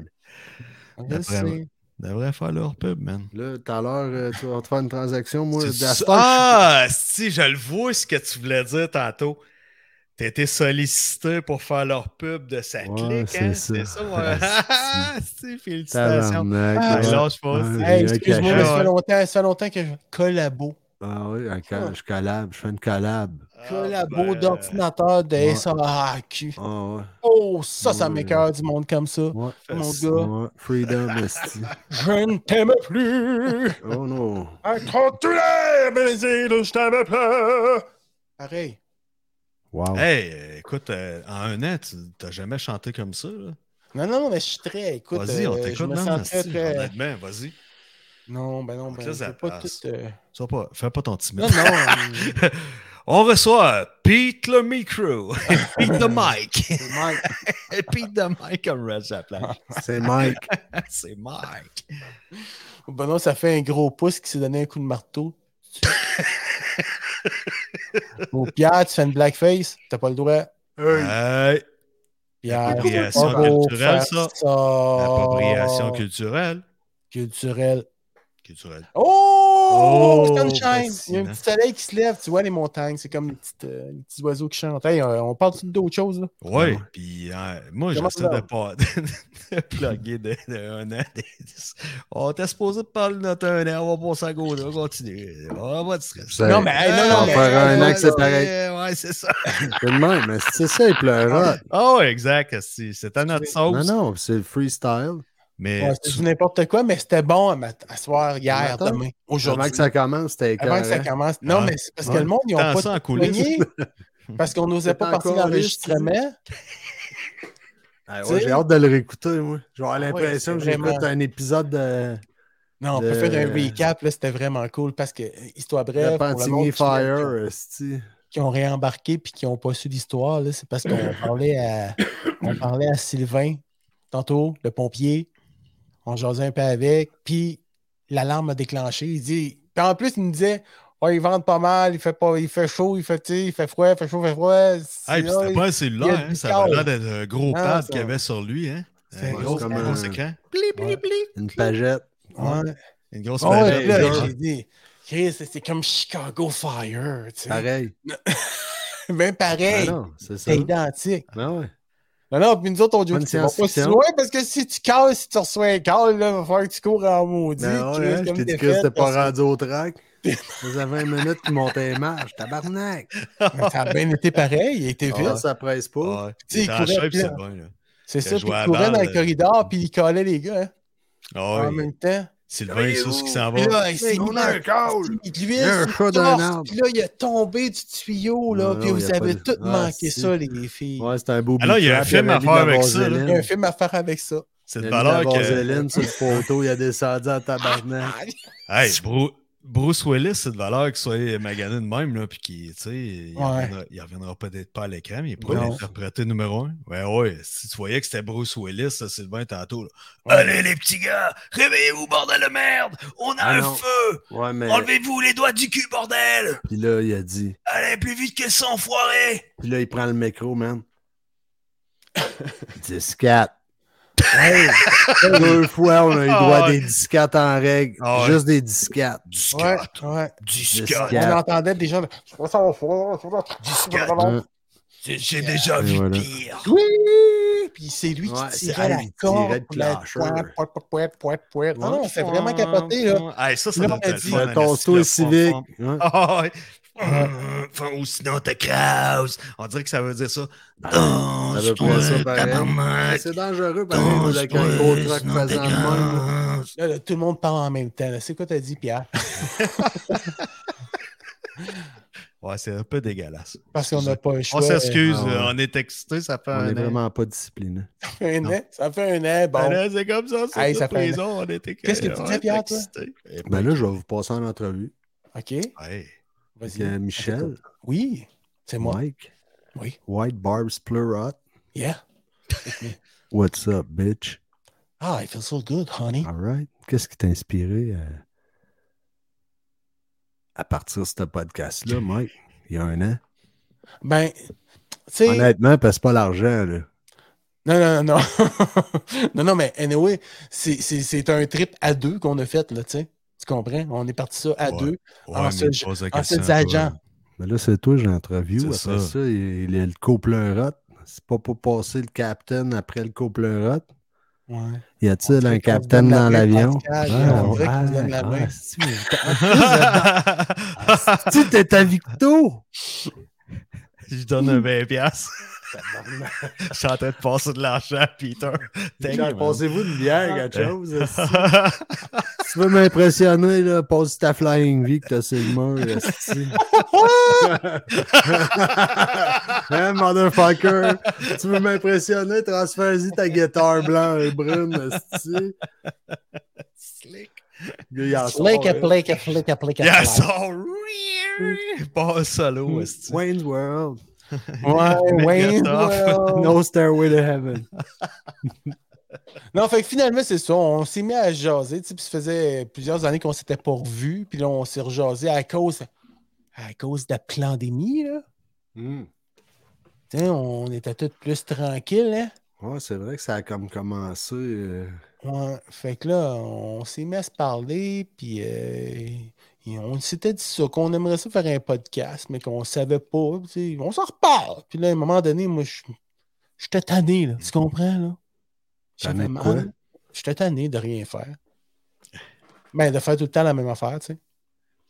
[SPEAKER 2] Je
[SPEAKER 3] D'après moi.
[SPEAKER 2] sais.
[SPEAKER 3] Devrait faire leur pub, man.
[SPEAKER 4] Là, tout à l'heure, euh, tu vas te faire une transaction, moi,
[SPEAKER 3] Tu-
[SPEAKER 4] d'Astor.
[SPEAKER 3] ah, si, je le vois ce que tu voulais dire tantôt. T'as été sollicité pour faire leur pub de sa
[SPEAKER 4] Ouais,
[SPEAKER 3] clique,
[SPEAKER 4] c'est
[SPEAKER 3] hein?
[SPEAKER 4] ça.
[SPEAKER 3] C'est ça, ouais.
[SPEAKER 4] <laughs> Ah,
[SPEAKER 3] <laughs> si, félicitations.
[SPEAKER 4] Tabarnak.
[SPEAKER 3] Ah,
[SPEAKER 2] Ah,
[SPEAKER 4] ouais.
[SPEAKER 3] lâche pas.
[SPEAKER 4] Ah,
[SPEAKER 3] si.
[SPEAKER 4] j'ai
[SPEAKER 2] Hey,
[SPEAKER 4] eu un
[SPEAKER 2] excuse-moi, mais
[SPEAKER 4] cachet.
[SPEAKER 2] ça fait longtemps, ça fait longtemps que je collabo.
[SPEAKER 4] Ah oui, un coll- je collab, je fais une collab.
[SPEAKER 3] Ah,
[SPEAKER 2] Collabo
[SPEAKER 3] ben,
[SPEAKER 2] d'ordinateur de
[SPEAKER 4] Ouais.
[SPEAKER 2] SAAQ.
[SPEAKER 4] Ah ouais.
[SPEAKER 2] Oh, ça, ça
[SPEAKER 4] Ouais.
[SPEAKER 2] m'écoeure du monde comme ça.
[SPEAKER 4] Ouais.
[SPEAKER 2] Mon
[SPEAKER 3] ça.
[SPEAKER 2] gars,
[SPEAKER 4] Ouais, Freedom, <laughs> esti.
[SPEAKER 2] je ne t'aime plus.
[SPEAKER 4] Oh non.
[SPEAKER 2] Un contrôleur, baiser, je t'aime plus. Pareil.
[SPEAKER 4] Wow.
[SPEAKER 3] Hey, euh, écoute, euh, en un an, tu t'as jamais chanté comme ça. là.
[SPEAKER 2] Non, non, non, mais je suis très. Écoute,
[SPEAKER 3] Vas-y, on
[SPEAKER 2] euh, je
[SPEAKER 3] t'écoute.
[SPEAKER 2] me
[SPEAKER 3] Non,
[SPEAKER 2] sens
[SPEAKER 3] non,
[SPEAKER 2] très,
[SPEAKER 3] si,
[SPEAKER 2] très-
[SPEAKER 3] honnêtement, vas-y.
[SPEAKER 2] Non, ben non,
[SPEAKER 3] Faut que
[SPEAKER 2] ben,
[SPEAKER 3] ça,
[SPEAKER 2] je
[SPEAKER 3] ça
[SPEAKER 2] veux pas
[SPEAKER 3] passe.
[SPEAKER 2] tout.
[SPEAKER 4] <laughs>
[SPEAKER 2] euh,
[SPEAKER 3] Sois pas- Fais pas ton timide.
[SPEAKER 2] Non, non. euh,
[SPEAKER 3] <laughs> On reçoit Pete le micro, <laughs> Pete le mic, <laughs> Pete the mic comme Red Chaplin.
[SPEAKER 4] C'est Mike.
[SPEAKER 3] <laughs> C'est Mike.
[SPEAKER 2] ben non, ça fait un gros pouce qui s'est donné un coup de
[SPEAKER 3] <laughs>
[SPEAKER 2] marteau. Au Pierre, tu fais une blackface, t'as pas le droit.
[SPEAKER 4] Euh,
[SPEAKER 3] Hey,
[SPEAKER 2] Pierre,
[SPEAKER 3] Appropriation
[SPEAKER 2] faut pas qu'on
[SPEAKER 3] culturelle,
[SPEAKER 2] fasse
[SPEAKER 3] ça.
[SPEAKER 2] Oh.
[SPEAKER 3] appropriation culturelle.
[SPEAKER 2] culturelle.
[SPEAKER 3] Culturelle.
[SPEAKER 2] Oh!
[SPEAKER 3] Oh,
[SPEAKER 2] sunshine! Il y a un
[SPEAKER 3] fascinant.
[SPEAKER 2] petit soleil qui se lève, tu vois les montagnes, c'est comme des petites, euh, des petits oiseaux qui chantent. Hey, euh, on parle d'autre chose, là?
[SPEAKER 3] Ouais,
[SPEAKER 2] Ouais.
[SPEAKER 3] puis euh, moi,
[SPEAKER 2] Comment
[SPEAKER 3] j'essaie
[SPEAKER 2] ça va?
[SPEAKER 3] de pas <laughs> de plugger de, de un an. On était supposé de parler de notre un an, on va passer à go, là, on continue. On va de stress. Euh,
[SPEAKER 4] Ça-
[SPEAKER 2] Non, mais hey, non,
[SPEAKER 4] on
[SPEAKER 2] non,
[SPEAKER 4] va
[SPEAKER 2] mais- euh,
[SPEAKER 4] faire un an que c'est
[SPEAKER 3] Ouais,
[SPEAKER 4] pareil.
[SPEAKER 3] Ouais, c'est <laughs> ça.
[SPEAKER 4] C'est le même, mais c'est ça, il
[SPEAKER 2] Ah,
[SPEAKER 4] pleura.
[SPEAKER 3] Oh, exact. C'est c'est à notre
[SPEAKER 4] Non,
[SPEAKER 3] sauce.
[SPEAKER 4] non, c'est le freestyle.
[SPEAKER 3] Mais
[SPEAKER 2] Ouais,
[SPEAKER 3] tu-
[SPEAKER 2] c'est du n'importe quoi, mais c'était bon à, mat- à soir, hier,
[SPEAKER 4] Matin?
[SPEAKER 2] demain,
[SPEAKER 4] Avant
[SPEAKER 2] aujourd'hui.
[SPEAKER 4] que ça commence, c'était
[SPEAKER 2] Avant que ça
[SPEAKER 4] écœurant.
[SPEAKER 2] commence. Non,
[SPEAKER 3] Ah,
[SPEAKER 2] mais c'est parce
[SPEAKER 3] ouais.
[SPEAKER 2] que le monde, ils
[SPEAKER 3] Tant
[SPEAKER 2] n'ont pas
[SPEAKER 3] ça en
[SPEAKER 2] de
[SPEAKER 3] coulisses.
[SPEAKER 2] poignée, <laughs> parce qu'on n'osait pas
[SPEAKER 4] C'était
[SPEAKER 2] partir
[SPEAKER 4] encore
[SPEAKER 2] l'enregistrement.
[SPEAKER 4] Ah
[SPEAKER 2] Tu
[SPEAKER 4] ouais,
[SPEAKER 2] sais?
[SPEAKER 4] J'ai hâte de le réécouter, moi. J'ai l'impression
[SPEAKER 2] Ah c'est
[SPEAKER 4] que j'écoute
[SPEAKER 2] vraiment-
[SPEAKER 4] un épisode de
[SPEAKER 2] Non, on peut
[SPEAKER 4] De-
[SPEAKER 2] faire un recap, là, c'était vraiment cool parce que, euh, histoire brève, pour le monde
[SPEAKER 4] Repentigny
[SPEAKER 2] qui-
[SPEAKER 4] Fire. esti.
[SPEAKER 2] qui ont réembarqué puis qui n'ont pas su l'histoire, là, c'est parce
[SPEAKER 3] <coughs>
[SPEAKER 2] qu'on parlait à on parlait à Sylvain tantôt, le pompier. On jasait un peu avec, puis l'alarme a déclenché. Il dit. Puis en plus, il me disait Ouais, il vente pas mal, il fait pas, il fait chaud, il fait, tu sais, il fait froid, il fait chaud, il fait froid. C'est-
[SPEAKER 3] Hey, puis c'était
[SPEAKER 2] ah,
[SPEAKER 3] pas un
[SPEAKER 2] il y a
[SPEAKER 3] cellulaire, hein,
[SPEAKER 2] du
[SPEAKER 3] ça avait
[SPEAKER 2] câble.
[SPEAKER 3] l'air d'être un gros
[SPEAKER 2] Ah,
[SPEAKER 3] pad
[SPEAKER 2] ça-
[SPEAKER 3] qu'il avait sur lui, hein?
[SPEAKER 2] C'est
[SPEAKER 3] un
[SPEAKER 2] un
[SPEAKER 3] gros,
[SPEAKER 2] gros
[SPEAKER 3] un gros
[SPEAKER 4] pad.
[SPEAKER 3] écran.
[SPEAKER 4] Une pagette.
[SPEAKER 2] ouais.
[SPEAKER 3] hein. Une grosse
[SPEAKER 2] Ah ouais,
[SPEAKER 3] palette.
[SPEAKER 2] puis là,
[SPEAKER 3] genre.
[SPEAKER 2] j'ai dit Chris, c'est comme Chicago Fire, tu sais.
[SPEAKER 4] Pareil.
[SPEAKER 2] <laughs> Même
[SPEAKER 4] Ah
[SPEAKER 2] pareil,
[SPEAKER 4] non, c'est ça.
[SPEAKER 2] Ben c'est identique.
[SPEAKER 4] Ah ouais.
[SPEAKER 2] Non, non, puis nous autres, on dit
[SPEAKER 4] Bonne
[SPEAKER 2] tu vas pas si
[SPEAKER 4] science-fiction.
[SPEAKER 2] loin parce que si tu casses, si tu reçois un call, là, il va falloir que tu cours en maudit.
[SPEAKER 4] Ben
[SPEAKER 2] Chris,
[SPEAKER 4] ouais, hein, je
[SPEAKER 2] comme
[SPEAKER 4] t'ai dit
[SPEAKER 2] t'es
[SPEAKER 4] que
[SPEAKER 2] faite,
[SPEAKER 4] c'était
[SPEAKER 2] parce
[SPEAKER 4] pas rendu au track. Ça faisait 20 minutes qu'ils montaient les marches. Tabarnak!
[SPEAKER 2] que Ça a bien été pareil, il a été vite.
[SPEAKER 4] Là, ça presse pas.
[SPEAKER 3] Ouais,
[SPEAKER 2] Tu sais,
[SPEAKER 3] il
[SPEAKER 2] il
[SPEAKER 3] en
[SPEAKER 2] courait
[SPEAKER 3] shape,
[SPEAKER 2] plein.
[SPEAKER 3] c'est bon. Là.
[SPEAKER 2] C'est
[SPEAKER 3] Il a
[SPEAKER 2] ça,
[SPEAKER 3] joué
[SPEAKER 2] puis
[SPEAKER 3] à
[SPEAKER 2] il courait
[SPEAKER 3] balle,
[SPEAKER 2] dans le
[SPEAKER 3] euh,
[SPEAKER 2] corridor, puis il collait les gars hein,
[SPEAKER 3] Ah
[SPEAKER 2] en
[SPEAKER 3] oui,
[SPEAKER 2] même temps.
[SPEAKER 3] Sylvain, c'est ce qui s'en va.
[SPEAKER 2] Puis là, il s'est
[SPEAKER 4] on
[SPEAKER 2] mis
[SPEAKER 4] a
[SPEAKER 2] à-
[SPEAKER 4] un call.
[SPEAKER 2] il glisse,
[SPEAKER 4] Il y a un
[SPEAKER 2] il
[SPEAKER 4] chat dans
[SPEAKER 2] torse,
[SPEAKER 4] un arbre.
[SPEAKER 2] Puis là, il a tombé du tuyau, là,
[SPEAKER 4] Non, non,
[SPEAKER 2] puis
[SPEAKER 4] il y
[SPEAKER 2] vous
[SPEAKER 4] a
[SPEAKER 2] avez
[SPEAKER 4] pas de-
[SPEAKER 2] tout
[SPEAKER 4] Ah,
[SPEAKER 2] manqué
[SPEAKER 4] si.
[SPEAKER 2] ça, les filles.
[SPEAKER 4] Ouais, c'était un beau
[SPEAKER 3] Alors, Ah il y a un
[SPEAKER 4] beat-trap,
[SPEAKER 3] film à
[SPEAKER 4] avait
[SPEAKER 3] faire
[SPEAKER 4] mis de la
[SPEAKER 3] avec ça, là.
[SPEAKER 2] Il y a
[SPEAKER 4] vaseline.
[SPEAKER 2] un film à faire avec ça.
[SPEAKER 3] C'est
[SPEAKER 4] Il
[SPEAKER 3] de
[SPEAKER 4] a mis de la
[SPEAKER 3] valeur que.
[SPEAKER 4] vaseline sur le poteau, il a descendu en
[SPEAKER 3] <laughs>
[SPEAKER 4] tabarnak.
[SPEAKER 3] Hey, Bru- Bruce Willis, c'est de valeur qu'il soit magané de même, là, puis qu'il, tu sais, il
[SPEAKER 2] Ouais.
[SPEAKER 3] reviendra- il reviendra peut-être pas à l'écran, mais il pourrait
[SPEAKER 2] Non.
[SPEAKER 3] l'interpréter numéro un. Ouais, ouais, si tu voyais que c'était Bruce Willis, là, Sylvain, tantôt, là.
[SPEAKER 2] Ouais.
[SPEAKER 3] Allez, les petits gars, réveillez-vous, bordel de merde! On a
[SPEAKER 4] Ah
[SPEAKER 3] un
[SPEAKER 4] non. Euh.
[SPEAKER 3] feu!
[SPEAKER 4] Ouais, mais.
[SPEAKER 3] Enlevez-vous les doigts du cul, bordel!
[SPEAKER 4] Puis là, il a dit.
[SPEAKER 3] Allez, plus vite que ça, enfoiré!
[SPEAKER 4] Puis là, il prend le micro, <laughs> man. 10-4. Deux fois, on a eu le droit
[SPEAKER 3] Ah
[SPEAKER 4] à des disquettes en règle.
[SPEAKER 3] Ah ouais.
[SPEAKER 4] Juste des disquettes.
[SPEAKER 3] Du
[SPEAKER 2] Ouais,
[SPEAKER 3] scat!
[SPEAKER 2] ouais.
[SPEAKER 3] Du
[SPEAKER 4] Disquette.
[SPEAKER 3] scat!
[SPEAKER 2] On
[SPEAKER 4] Quatre.
[SPEAKER 2] entendait des gens.
[SPEAKER 3] Du
[SPEAKER 2] Ah,
[SPEAKER 3] scat!
[SPEAKER 4] Hein?
[SPEAKER 3] J'ai j'ai déjà
[SPEAKER 4] Et
[SPEAKER 3] vu
[SPEAKER 4] voilà.
[SPEAKER 3] pire!
[SPEAKER 2] Oui! Puis c'est lui
[SPEAKER 4] Ouais,
[SPEAKER 2] qui
[SPEAKER 4] c'est-
[SPEAKER 2] tirait la
[SPEAKER 4] ah, il
[SPEAKER 2] corde.
[SPEAKER 4] tirait le
[SPEAKER 2] puis là,
[SPEAKER 4] clasher.
[SPEAKER 2] pouin, pouin, pouin, pouin, pouin. Non, non, c'est Ah, vraiment capoté, là.
[SPEAKER 3] Hey, ça, ça
[SPEAKER 2] Là,
[SPEAKER 3] doit
[SPEAKER 2] on a
[SPEAKER 3] être le
[SPEAKER 2] dit-
[SPEAKER 3] fun,
[SPEAKER 4] Le
[SPEAKER 3] hein,
[SPEAKER 4] tosto est
[SPEAKER 3] si le fond-
[SPEAKER 4] civique. Ouais.
[SPEAKER 3] <laughs> Ah, ouais. Enfin, ou sinon t'as Kraus. On dirait que ça veut dire ça.
[SPEAKER 4] Ça veut pas ça, pareil. Mais
[SPEAKER 3] tabarnak.
[SPEAKER 4] C'est dangereux, pareil, avec un gros truck faisant de même.
[SPEAKER 2] Là, là, tout le monde parle en même temps. là. C'est quoi t'as dit, Pierre?
[SPEAKER 3] Ouais, c'est un peu dégueulasse.
[SPEAKER 2] Parce qu'on n'a pas le choix.
[SPEAKER 3] On s'excuse,
[SPEAKER 4] Ah ouais.
[SPEAKER 3] euh, on est excité, ça fait
[SPEAKER 4] On
[SPEAKER 3] un
[SPEAKER 4] est
[SPEAKER 3] an.
[SPEAKER 4] vraiment pas discipliné.
[SPEAKER 2] Ça fait <laughs> un an. Ça fait un an.
[SPEAKER 3] Un
[SPEAKER 2] Bon.
[SPEAKER 3] an, C'est comme ça, c'est
[SPEAKER 2] Hey,
[SPEAKER 3] ça
[SPEAKER 2] ça fait un
[SPEAKER 3] prison, on est Eh, excité.
[SPEAKER 2] Qu'est-ce que tu disais, Pierre, toi?
[SPEAKER 4] Ben là, je vais vous passer en entrevue.
[SPEAKER 2] OK.
[SPEAKER 4] Avec
[SPEAKER 2] Vas-y.
[SPEAKER 4] euh, Michel,
[SPEAKER 2] Oui. C'est moi.
[SPEAKER 4] Mike,
[SPEAKER 2] Oui.
[SPEAKER 4] White Barbs Pleurote.
[SPEAKER 2] Yeah.
[SPEAKER 4] What's up, bitch?
[SPEAKER 2] Ah, I feel so good, honey.
[SPEAKER 4] All right. Qu'est-ce qui t'a inspiré euh, à partir de ce podcast-là, Mike, il y a un an?
[SPEAKER 2] Ben, tu sais.
[SPEAKER 4] Honnêtement, parce que c'est pas l'argent, là.
[SPEAKER 2] Non, non, non, non. <laughs> non, non, mais anyway, c'est- c'est c'est un trip à deux qu'on a fait, là, tu sais. Tu comprends? On est parti ça à
[SPEAKER 3] Ouais.
[SPEAKER 2] deux.
[SPEAKER 3] Ouais,
[SPEAKER 2] Ah,
[SPEAKER 3] mais
[SPEAKER 2] ça,
[SPEAKER 3] je
[SPEAKER 2] je-
[SPEAKER 3] pose la
[SPEAKER 2] ah, c'est
[SPEAKER 3] question
[SPEAKER 2] des
[SPEAKER 3] à toi.
[SPEAKER 2] agents.
[SPEAKER 4] Mais là, c'est toi, j'interview. Après
[SPEAKER 3] C'est
[SPEAKER 4] ça,
[SPEAKER 3] ça.
[SPEAKER 4] il, il y a le co-pleurote. C'est pas pour passer le captain après le co-pleurote.
[SPEAKER 2] Ouais.
[SPEAKER 4] Y
[SPEAKER 2] On
[SPEAKER 4] a-t-il
[SPEAKER 2] dirait
[SPEAKER 4] un
[SPEAKER 2] qu'on se
[SPEAKER 4] captain
[SPEAKER 2] donne la
[SPEAKER 4] dans
[SPEAKER 2] main,
[SPEAKER 4] l'avion?
[SPEAKER 2] Pascal,
[SPEAKER 4] Ah,
[SPEAKER 2] on dirait qu'on se
[SPEAKER 4] ouais,
[SPEAKER 2] donne la
[SPEAKER 4] ah,
[SPEAKER 2] main.
[SPEAKER 4] c'est-tu- c'est-tu, t'es à Victo!
[SPEAKER 3] <laughs> je donne un 20$. piastres. <laughs> je suis en train de passer de l'argent, Peter. Thank you, man.
[SPEAKER 4] Passez-vous une bière, quelque
[SPEAKER 3] Ah.
[SPEAKER 4] chose. Si tu veux m'impressionner, là, passe ta flying V que t'as sur le mur. esti. hein, motherfucker! Tu veux m'impressionner, transfère-y ta guitare blanche et brune. esti.
[SPEAKER 3] Slick.
[SPEAKER 4] Il en sort,
[SPEAKER 2] Flick,
[SPEAKER 4] hein.
[SPEAKER 2] flick, flick, flick,
[SPEAKER 3] Yes,
[SPEAKER 2] flick.
[SPEAKER 3] oh, pas solo, est-ce que-
[SPEAKER 4] Wayne's World.
[SPEAKER 2] <laughs> Ouais, ouais. ouais.
[SPEAKER 4] No Stairway to Heaven.
[SPEAKER 2] Non, fait que finalement, c'est ça. On s'est mis à jaser. tu sais, Puis ça faisait plusieurs années qu'on s'était pas revus. Puis là, on s'est rejasé à cause, à cause de la pandémie. Là. Tu sais, on était tous plus tranquilles, hein?
[SPEAKER 4] Ouais, c'est vrai que ça a comme commencé. euh, <laughs>
[SPEAKER 2] Ouais, fait que là, on s'est mis à se parler, puis euh, et on s'était dit ça, qu'on aimerait ça faire un podcast, mais qu'on savait pas. tu sais, On s'en reparle. Puis là, à un moment donné, moi, je j'étais tanné, là, tu comprends, là?
[SPEAKER 4] Tanné
[SPEAKER 2] J'avais
[SPEAKER 4] de quoi?
[SPEAKER 2] mal. J'étais tanné de rien faire. Ben, de faire tout le temps la même affaire, tu sais.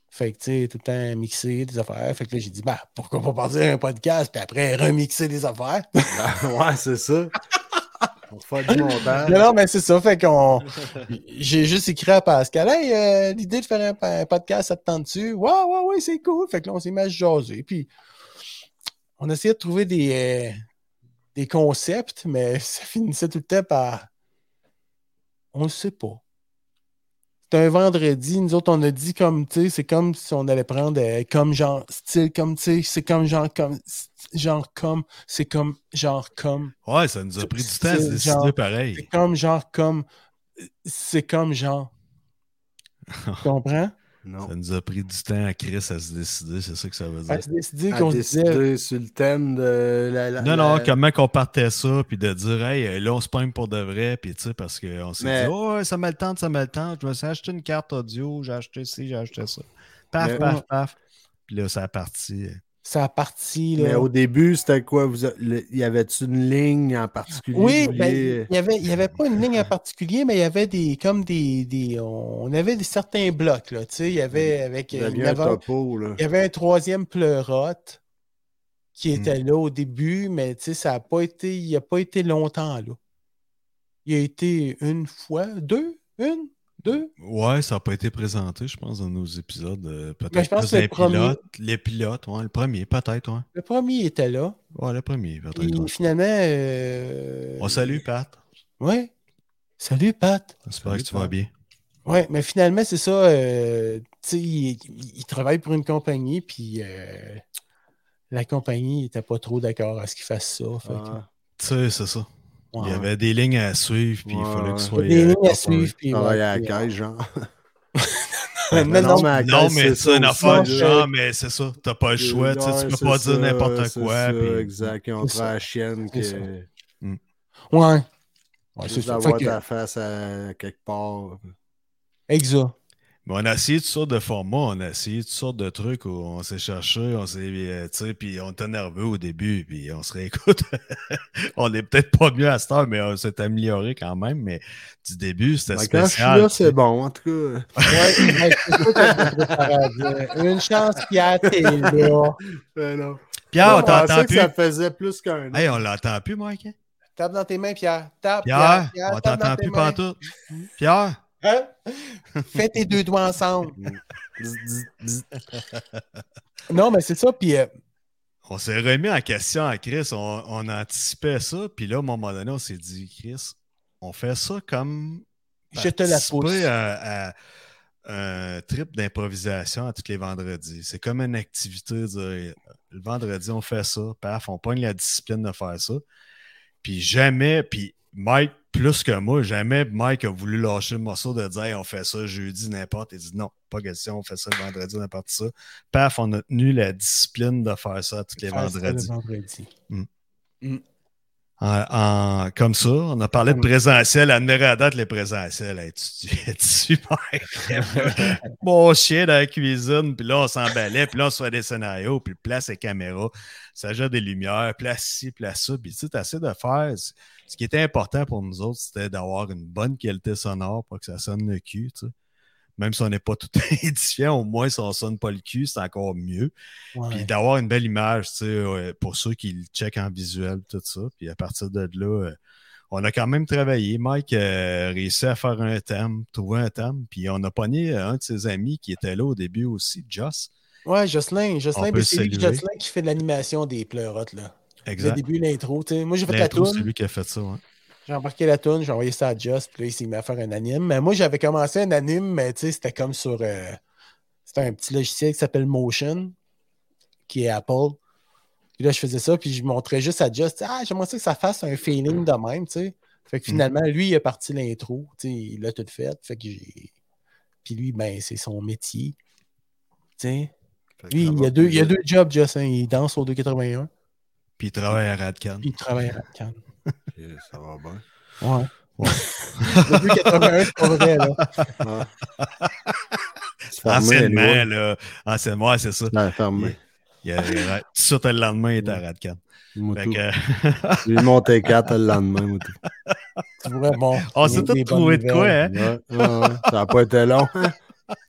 [SPEAKER 2] Fait que, tu sais, tout le temps mixer des affaires. Fait que là, j'ai dit, bah, pourquoi pas partir à un podcast, puis après, remixer des affaires.
[SPEAKER 4] ouais, c'est ça. On fait du montage.
[SPEAKER 2] Non, non, mais c'est ça. Fait qu'on. J'ai juste écrit à Pascal, hey, euh, l'idée de faire un, un podcast, ça te tente-tu? Ouais, ouais, ouais, c'est cool. Fait que là, on s'est mis à se jaser. Puis, on essayait de trouver des, euh, des concepts, mais <laughs> ça finissait tout le temps par. On ne sait pas. C'était un vendredi. Nous autres, on a dit comme, tu sais, c'est comme si on allait prendre euh, comme genre, style comme, tu sais, c'est comme genre, comme, genre comme, c'est comme, genre comme.
[SPEAKER 3] Ouais, ça nous a pris du temps à
[SPEAKER 2] C'est
[SPEAKER 3] se décider
[SPEAKER 2] genre- C'est
[SPEAKER 3] pareil.
[SPEAKER 2] comme genre comme. C'est comme genre. Tu comprends?
[SPEAKER 4] Non.
[SPEAKER 3] Ça nous a pris du temps à Chris à se décider, c'est ça que ça veut
[SPEAKER 2] On a
[SPEAKER 3] dire.
[SPEAKER 2] décidé
[SPEAKER 4] À
[SPEAKER 2] qu'on se disait.
[SPEAKER 4] décider sur le thème de la. la-
[SPEAKER 3] Non, non,
[SPEAKER 2] euh,
[SPEAKER 4] la-
[SPEAKER 3] comment qu'on partait ça, puis de dire, hey, euh, là, on se pogne pour de vrai, puis tu sais, parce qu'on s'est
[SPEAKER 4] Mais-
[SPEAKER 3] dit, oh, ouais, ça me le tente, ça me le tente, je me suis acheté une carte audio, j'ai acheté ci, j'ai acheté ça. Paf,
[SPEAKER 4] Mais-
[SPEAKER 3] paf, paf. Puis là, ça a parti.
[SPEAKER 2] Ça a parti.
[SPEAKER 4] Mais
[SPEAKER 2] Là.
[SPEAKER 4] au début, c'était quoi? Vous a- le- y avait-tu une ligne en particulier?
[SPEAKER 2] Oui,
[SPEAKER 4] vous
[SPEAKER 2] ben,
[SPEAKER 4] vouliez- euh,
[SPEAKER 2] il n'y avait, il y avait pas une ligne en particulier, mais il y avait des. Comme des. des on avait des, certains blocs, là. Tu sais, il y avait avec.
[SPEAKER 4] vous
[SPEAKER 2] euh,
[SPEAKER 4] aviez
[SPEAKER 2] une
[SPEAKER 4] un
[SPEAKER 2] avant-
[SPEAKER 4] topo, là.
[SPEAKER 2] Il y avait un troisième pleurote qui était là au début, mais tu sais, ça n'a pas été. Il n'a pas été longtemps là. Il a été une fois, deux, une, deux.
[SPEAKER 3] Ouais, ça n'a pas été présenté, je pense, dans nos épisodes. euh,
[SPEAKER 2] Mais je
[SPEAKER 3] peut-être
[SPEAKER 2] pense
[SPEAKER 3] plus
[SPEAKER 2] que le
[SPEAKER 3] les
[SPEAKER 2] premier-
[SPEAKER 3] pilotes. Les pilotes, ouais, le premier, peut-être, ouais.
[SPEAKER 2] Le premier était là.
[SPEAKER 3] Ouais, le premier,
[SPEAKER 2] Puis
[SPEAKER 3] peut-être. ouais.
[SPEAKER 2] finalement. euh,
[SPEAKER 3] On salue, Pat.
[SPEAKER 2] Ouais. Salut, Pat.
[SPEAKER 3] J'espère
[SPEAKER 4] Salut,
[SPEAKER 3] que tu vas
[SPEAKER 4] Pat.
[SPEAKER 3] bien.
[SPEAKER 2] Ouais, mais finalement, c'est ça. euh, tu sais, il, il- il travaille pour une compagnie, puis euh, la compagnie n'était pas trop d'accord à ce qu'il fasse ça. fait que-
[SPEAKER 4] Ah,
[SPEAKER 3] Tu sais, c'est ça. Il
[SPEAKER 2] ouais.
[SPEAKER 3] y avait des lignes à suivre, puis il
[SPEAKER 4] Ouais,
[SPEAKER 3] fallait que
[SPEAKER 4] ouais.
[SPEAKER 3] ce soit.
[SPEAKER 2] Des
[SPEAKER 3] euh,
[SPEAKER 2] lignes à
[SPEAKER 4] on
[SPEAKER 2] suivre, puis
[SPEAKER 4] travaille
[SPEAKER 2] ouais,
[SPEAKER 4] à la
[SPEAKER 2] puis,
[SPEAKER 4] caisse, genre.
[SPEAKER 2] euh, non, non,
[SPEAKER 4] à la
[SPEAKER 3] Non,
[SPEAKER 4] caisse,
[SPEAKER 3] mais c'est une
[SPEAKER 4] ça
[SPEAKER 3] affaire,
[SPEAKER 4] aussi,
[SPEAKER 3] genre,
[SPEAKER 4] là.
[SPEAKER 3] mais c'est ça. T'as pas le
[SPEAKER 4] Ouais,
[SPEAKER 3] choix, tu sais, tu
[SPEAKER 4] c'est
[SPEAKER 3] peux pas
[SPEAKER 4] ça,
[SPEAKER 3] dire n'importe
[SPEAKER 4] c'est
[SPEAKER 3] quoi.
[SPEAKER 4] ça,
[SPEAKER 3] puis-
[SPEAKER 4] Exact. Ils ont
[SPEAKER 2] C'est
[SPEAKER 4] pris
[SPEAKER 2] ça.
[SPEAKER 4] la chienne
[SPEAKER 2] C'est
[SPEAKER 4] que.
[SPEAKER 2] ça. euh, Ouais. Ouais, c'est
[SPEAKER 4] juste
[SPEAKER 2] ça.
[SPEAKER 4] d'avoir
[SPEAKER 2] Fait que-
[SPEAKER 4] ta face à quelque part.
[SPEAKER 2] Exa.
[SPEAKER 3] Mais on a essayé toutes sortes de formats, on a essayé toutes sortes de trucs où on s'est cherché, on s'est. euh, Tu sais, puis on était nerveux au début, puis on se réécoute. <laughs> on est peut-être pas mieux à cette heure, mais on s'est amélioré quand même. Mais du début, c'était
[SPEAKER 4] Ben, quand je suis
[SPEAKER 3] spécial.
[SPEAKER 4] là, c'est bon, en tout cas.
[SPEAKER 2] Ouais, mais c'est ça que je voudrais faire dire. Une chance, Pierre, t'es là.
[SPEAKER 4] Euh, non.
[SPEAKER 3] Pierre, on
[SPEAKER 4] Je pensais
[SPEAKER 3] t'entend
[SPEAKER 4] que
[SPEAKER 3] plus.
[SPEAKER 4] ça faisait plus qu'un an.
[SPEAKER 3] Ah, Hey, on l'entend plus, Mike. hein?
[SPEAKER 2] Tape dans tes mains, Pierre. Tape,
[SPEAKER 3] Pierre, on
[SPEAKER 2] tape dans
[SPEAKER 3] t'entend
[SPEAKER 2] tes
[SPEAKER 3] plus
[SPEAKER 2] mains.
[SPEAKER 3] pantoute. Pierre,
[SPEAKER 2] Hein? Fais tes deux doigts ensemble.
[SPEAKER 4] Zzz, zzz, zzz.
[SPEAKER 2] Non, mais c'est ça. Puis euh,
[SPEAKER 3] on s'est remis en question à Chris. On, on anticipait ça. Puis là, à un moment donné, on s'est dit, Chris, on fait ça comme
[SPEAKER 2] je te la
[SPEAKER 3] participer
[SPEAKER 2] pousse.
[SPEAKER 3] À, à un trip d'improvisation à tous les vendredis. C'est comme une activité. dire, le vendredi, on fait ça. Paf, on pogne la discipline de faire ça. Puis jamais, puis Mike, plus que moi, jamais Mike a voulu lâcher le morceau de dire Hey, on fait ça jeudi, n'importe. Il dit non, pas question, on fait ça le vendredi, n'importe ça. Paf, on a tenu la discipline de faire ça tous les
[SPEAKER 2] Faire ça Ah, le
[SPEAKER 3] vendredis.
[SPEAKER 2] vendredi.
[SPEAKER 3] En- en- comme ça, on a parlé de présentiel. Amener à date les présentiels. Hey, tu, <laughs> tu- tu- Mike, Mon chien dans la cuisine. Puis là, on s'emballait. Puis là, on se fait des scénarios. Puis place les caméras. Ça jette des lumières. Place ci, place ça. Puis tu sais, t'essaies de faire. ce- Ce qui était important pour nous autres, c'était d'avoir une bonne qualité sonore pour que ça sonne le cul. tu sais. Même si on n'est pas tout <laughs> édifiant, au moins si on sonne pas le cul, c'est encore mieux.
[SPEAKER 2] Ouais.
[SPEAKER 3] Puis d'avoir une belle image, tu sais, euh, pour ceux qui le checkent en visuel, tout ça. Puis à partir de là, euh, on a quand même travaillé. Mike euh, a réussi à faire un thème, trouver un thème. Puis on a pogné euh, un de ses amis qui était là au début aussi, Joss.
[SPEAKER 2] Ouais, Jocelyn. Jocelyn,
[SPEAKER 3] On
[SPEAKER 2] puis
[SPEAKER 3] peut
[SPEAKER 2] c'est lui,
[SPEAKER 3] saluer.
[SPEAKER 2] Jocelyn qui fait de l'animation des pleurotes. Là. Le
[SPEAKER 3] Exact.
[SPEAKER 2] début, l'intro. tu sais. Moi, j'ai fait la
[SPEAKER 3] L'intro, c'est
[SPEAKER 2] toune.
[SPEAKER 3] lui qui a fait ça. hein.
[SPEAKER 2] J'ai embarqué la toune, j'ai envoyé ça à Just, puis là, il s'est mis à faire un anime. Mais moi, j'avais commencé un anime, mais tu sais, c'était comme sur. euh, c'était un petit logiciel qui s'appelle Motion, qui est Apple. Puis là, je faisais ça, puis je montrais juste à Just. Ah, j'aimerais ça que ça fasse un feeling de même, tu sais. Fait que
[SPEAKER 4] Mhm.
[SPEAKER 2] finalement, lui, il a parti l'intro, tu sais, il l'a tout fait. Fait que j'ai. Puis lui, ben, c'est son métier. Tu sais.
[SPEAKER 4] Fait que
[SPEAKER 2] Lui,
[SPEAKER 4] ça
[SPEAKER 2] il
[SPEAKER 4] va
[SPEAKER 2] a, deux, hein.
[SPEAKER 4] plus
[SPEAKER 2] il a
[SPEAKER 4] vite.
[SPEAKER 2] deux jobs, Justin. Il danse au 281.
[SPEAKER 3] Puis il travaille à Radcan.
[SPEAKER 2] Il travaille à Cannes.
[SPEAKER 4] Ok, Ça va bien.
[SPEAKER 2] Ouais. <laughs> Depuis 81, c'est pas vrai, là.
[SPEAKER 4] C'est
[SPEAKER 2] Ah,
[SPEAKER 4] fermé,
[SPEAKER 3] Anciennement,
[SPEAKER 4] anyway.
[SPEAKER 3] là. Anciennement, ouais, c'est ça.
[SPEAKER 4] Ouais, fermé.
[SPEAKER 3] Il y a- il y a- tout de suite, le lendemain, il est à Radcan. Fait
[SPEAKER 4] Moutou.
[SPEAKER 3] que,
[SPEAKER 4] Lui, monté 4 le lendemain. Moutou.
[SPEAKER 2] Tu vois, bon.
[SPEAKER 3] <laughs> on s'est
[SPEAKER 2] des- des
[SPEAKER 3] tous
[SPEAKER 2] bonnes
[SPEAKER 3] trouvé de quoi,
[SPEAKER 2] nouvelles.
[SPEAKER 3] hein?
[SPEAKER 4] Ouais, ouais, ouais. Ça n'a pas été long. hein?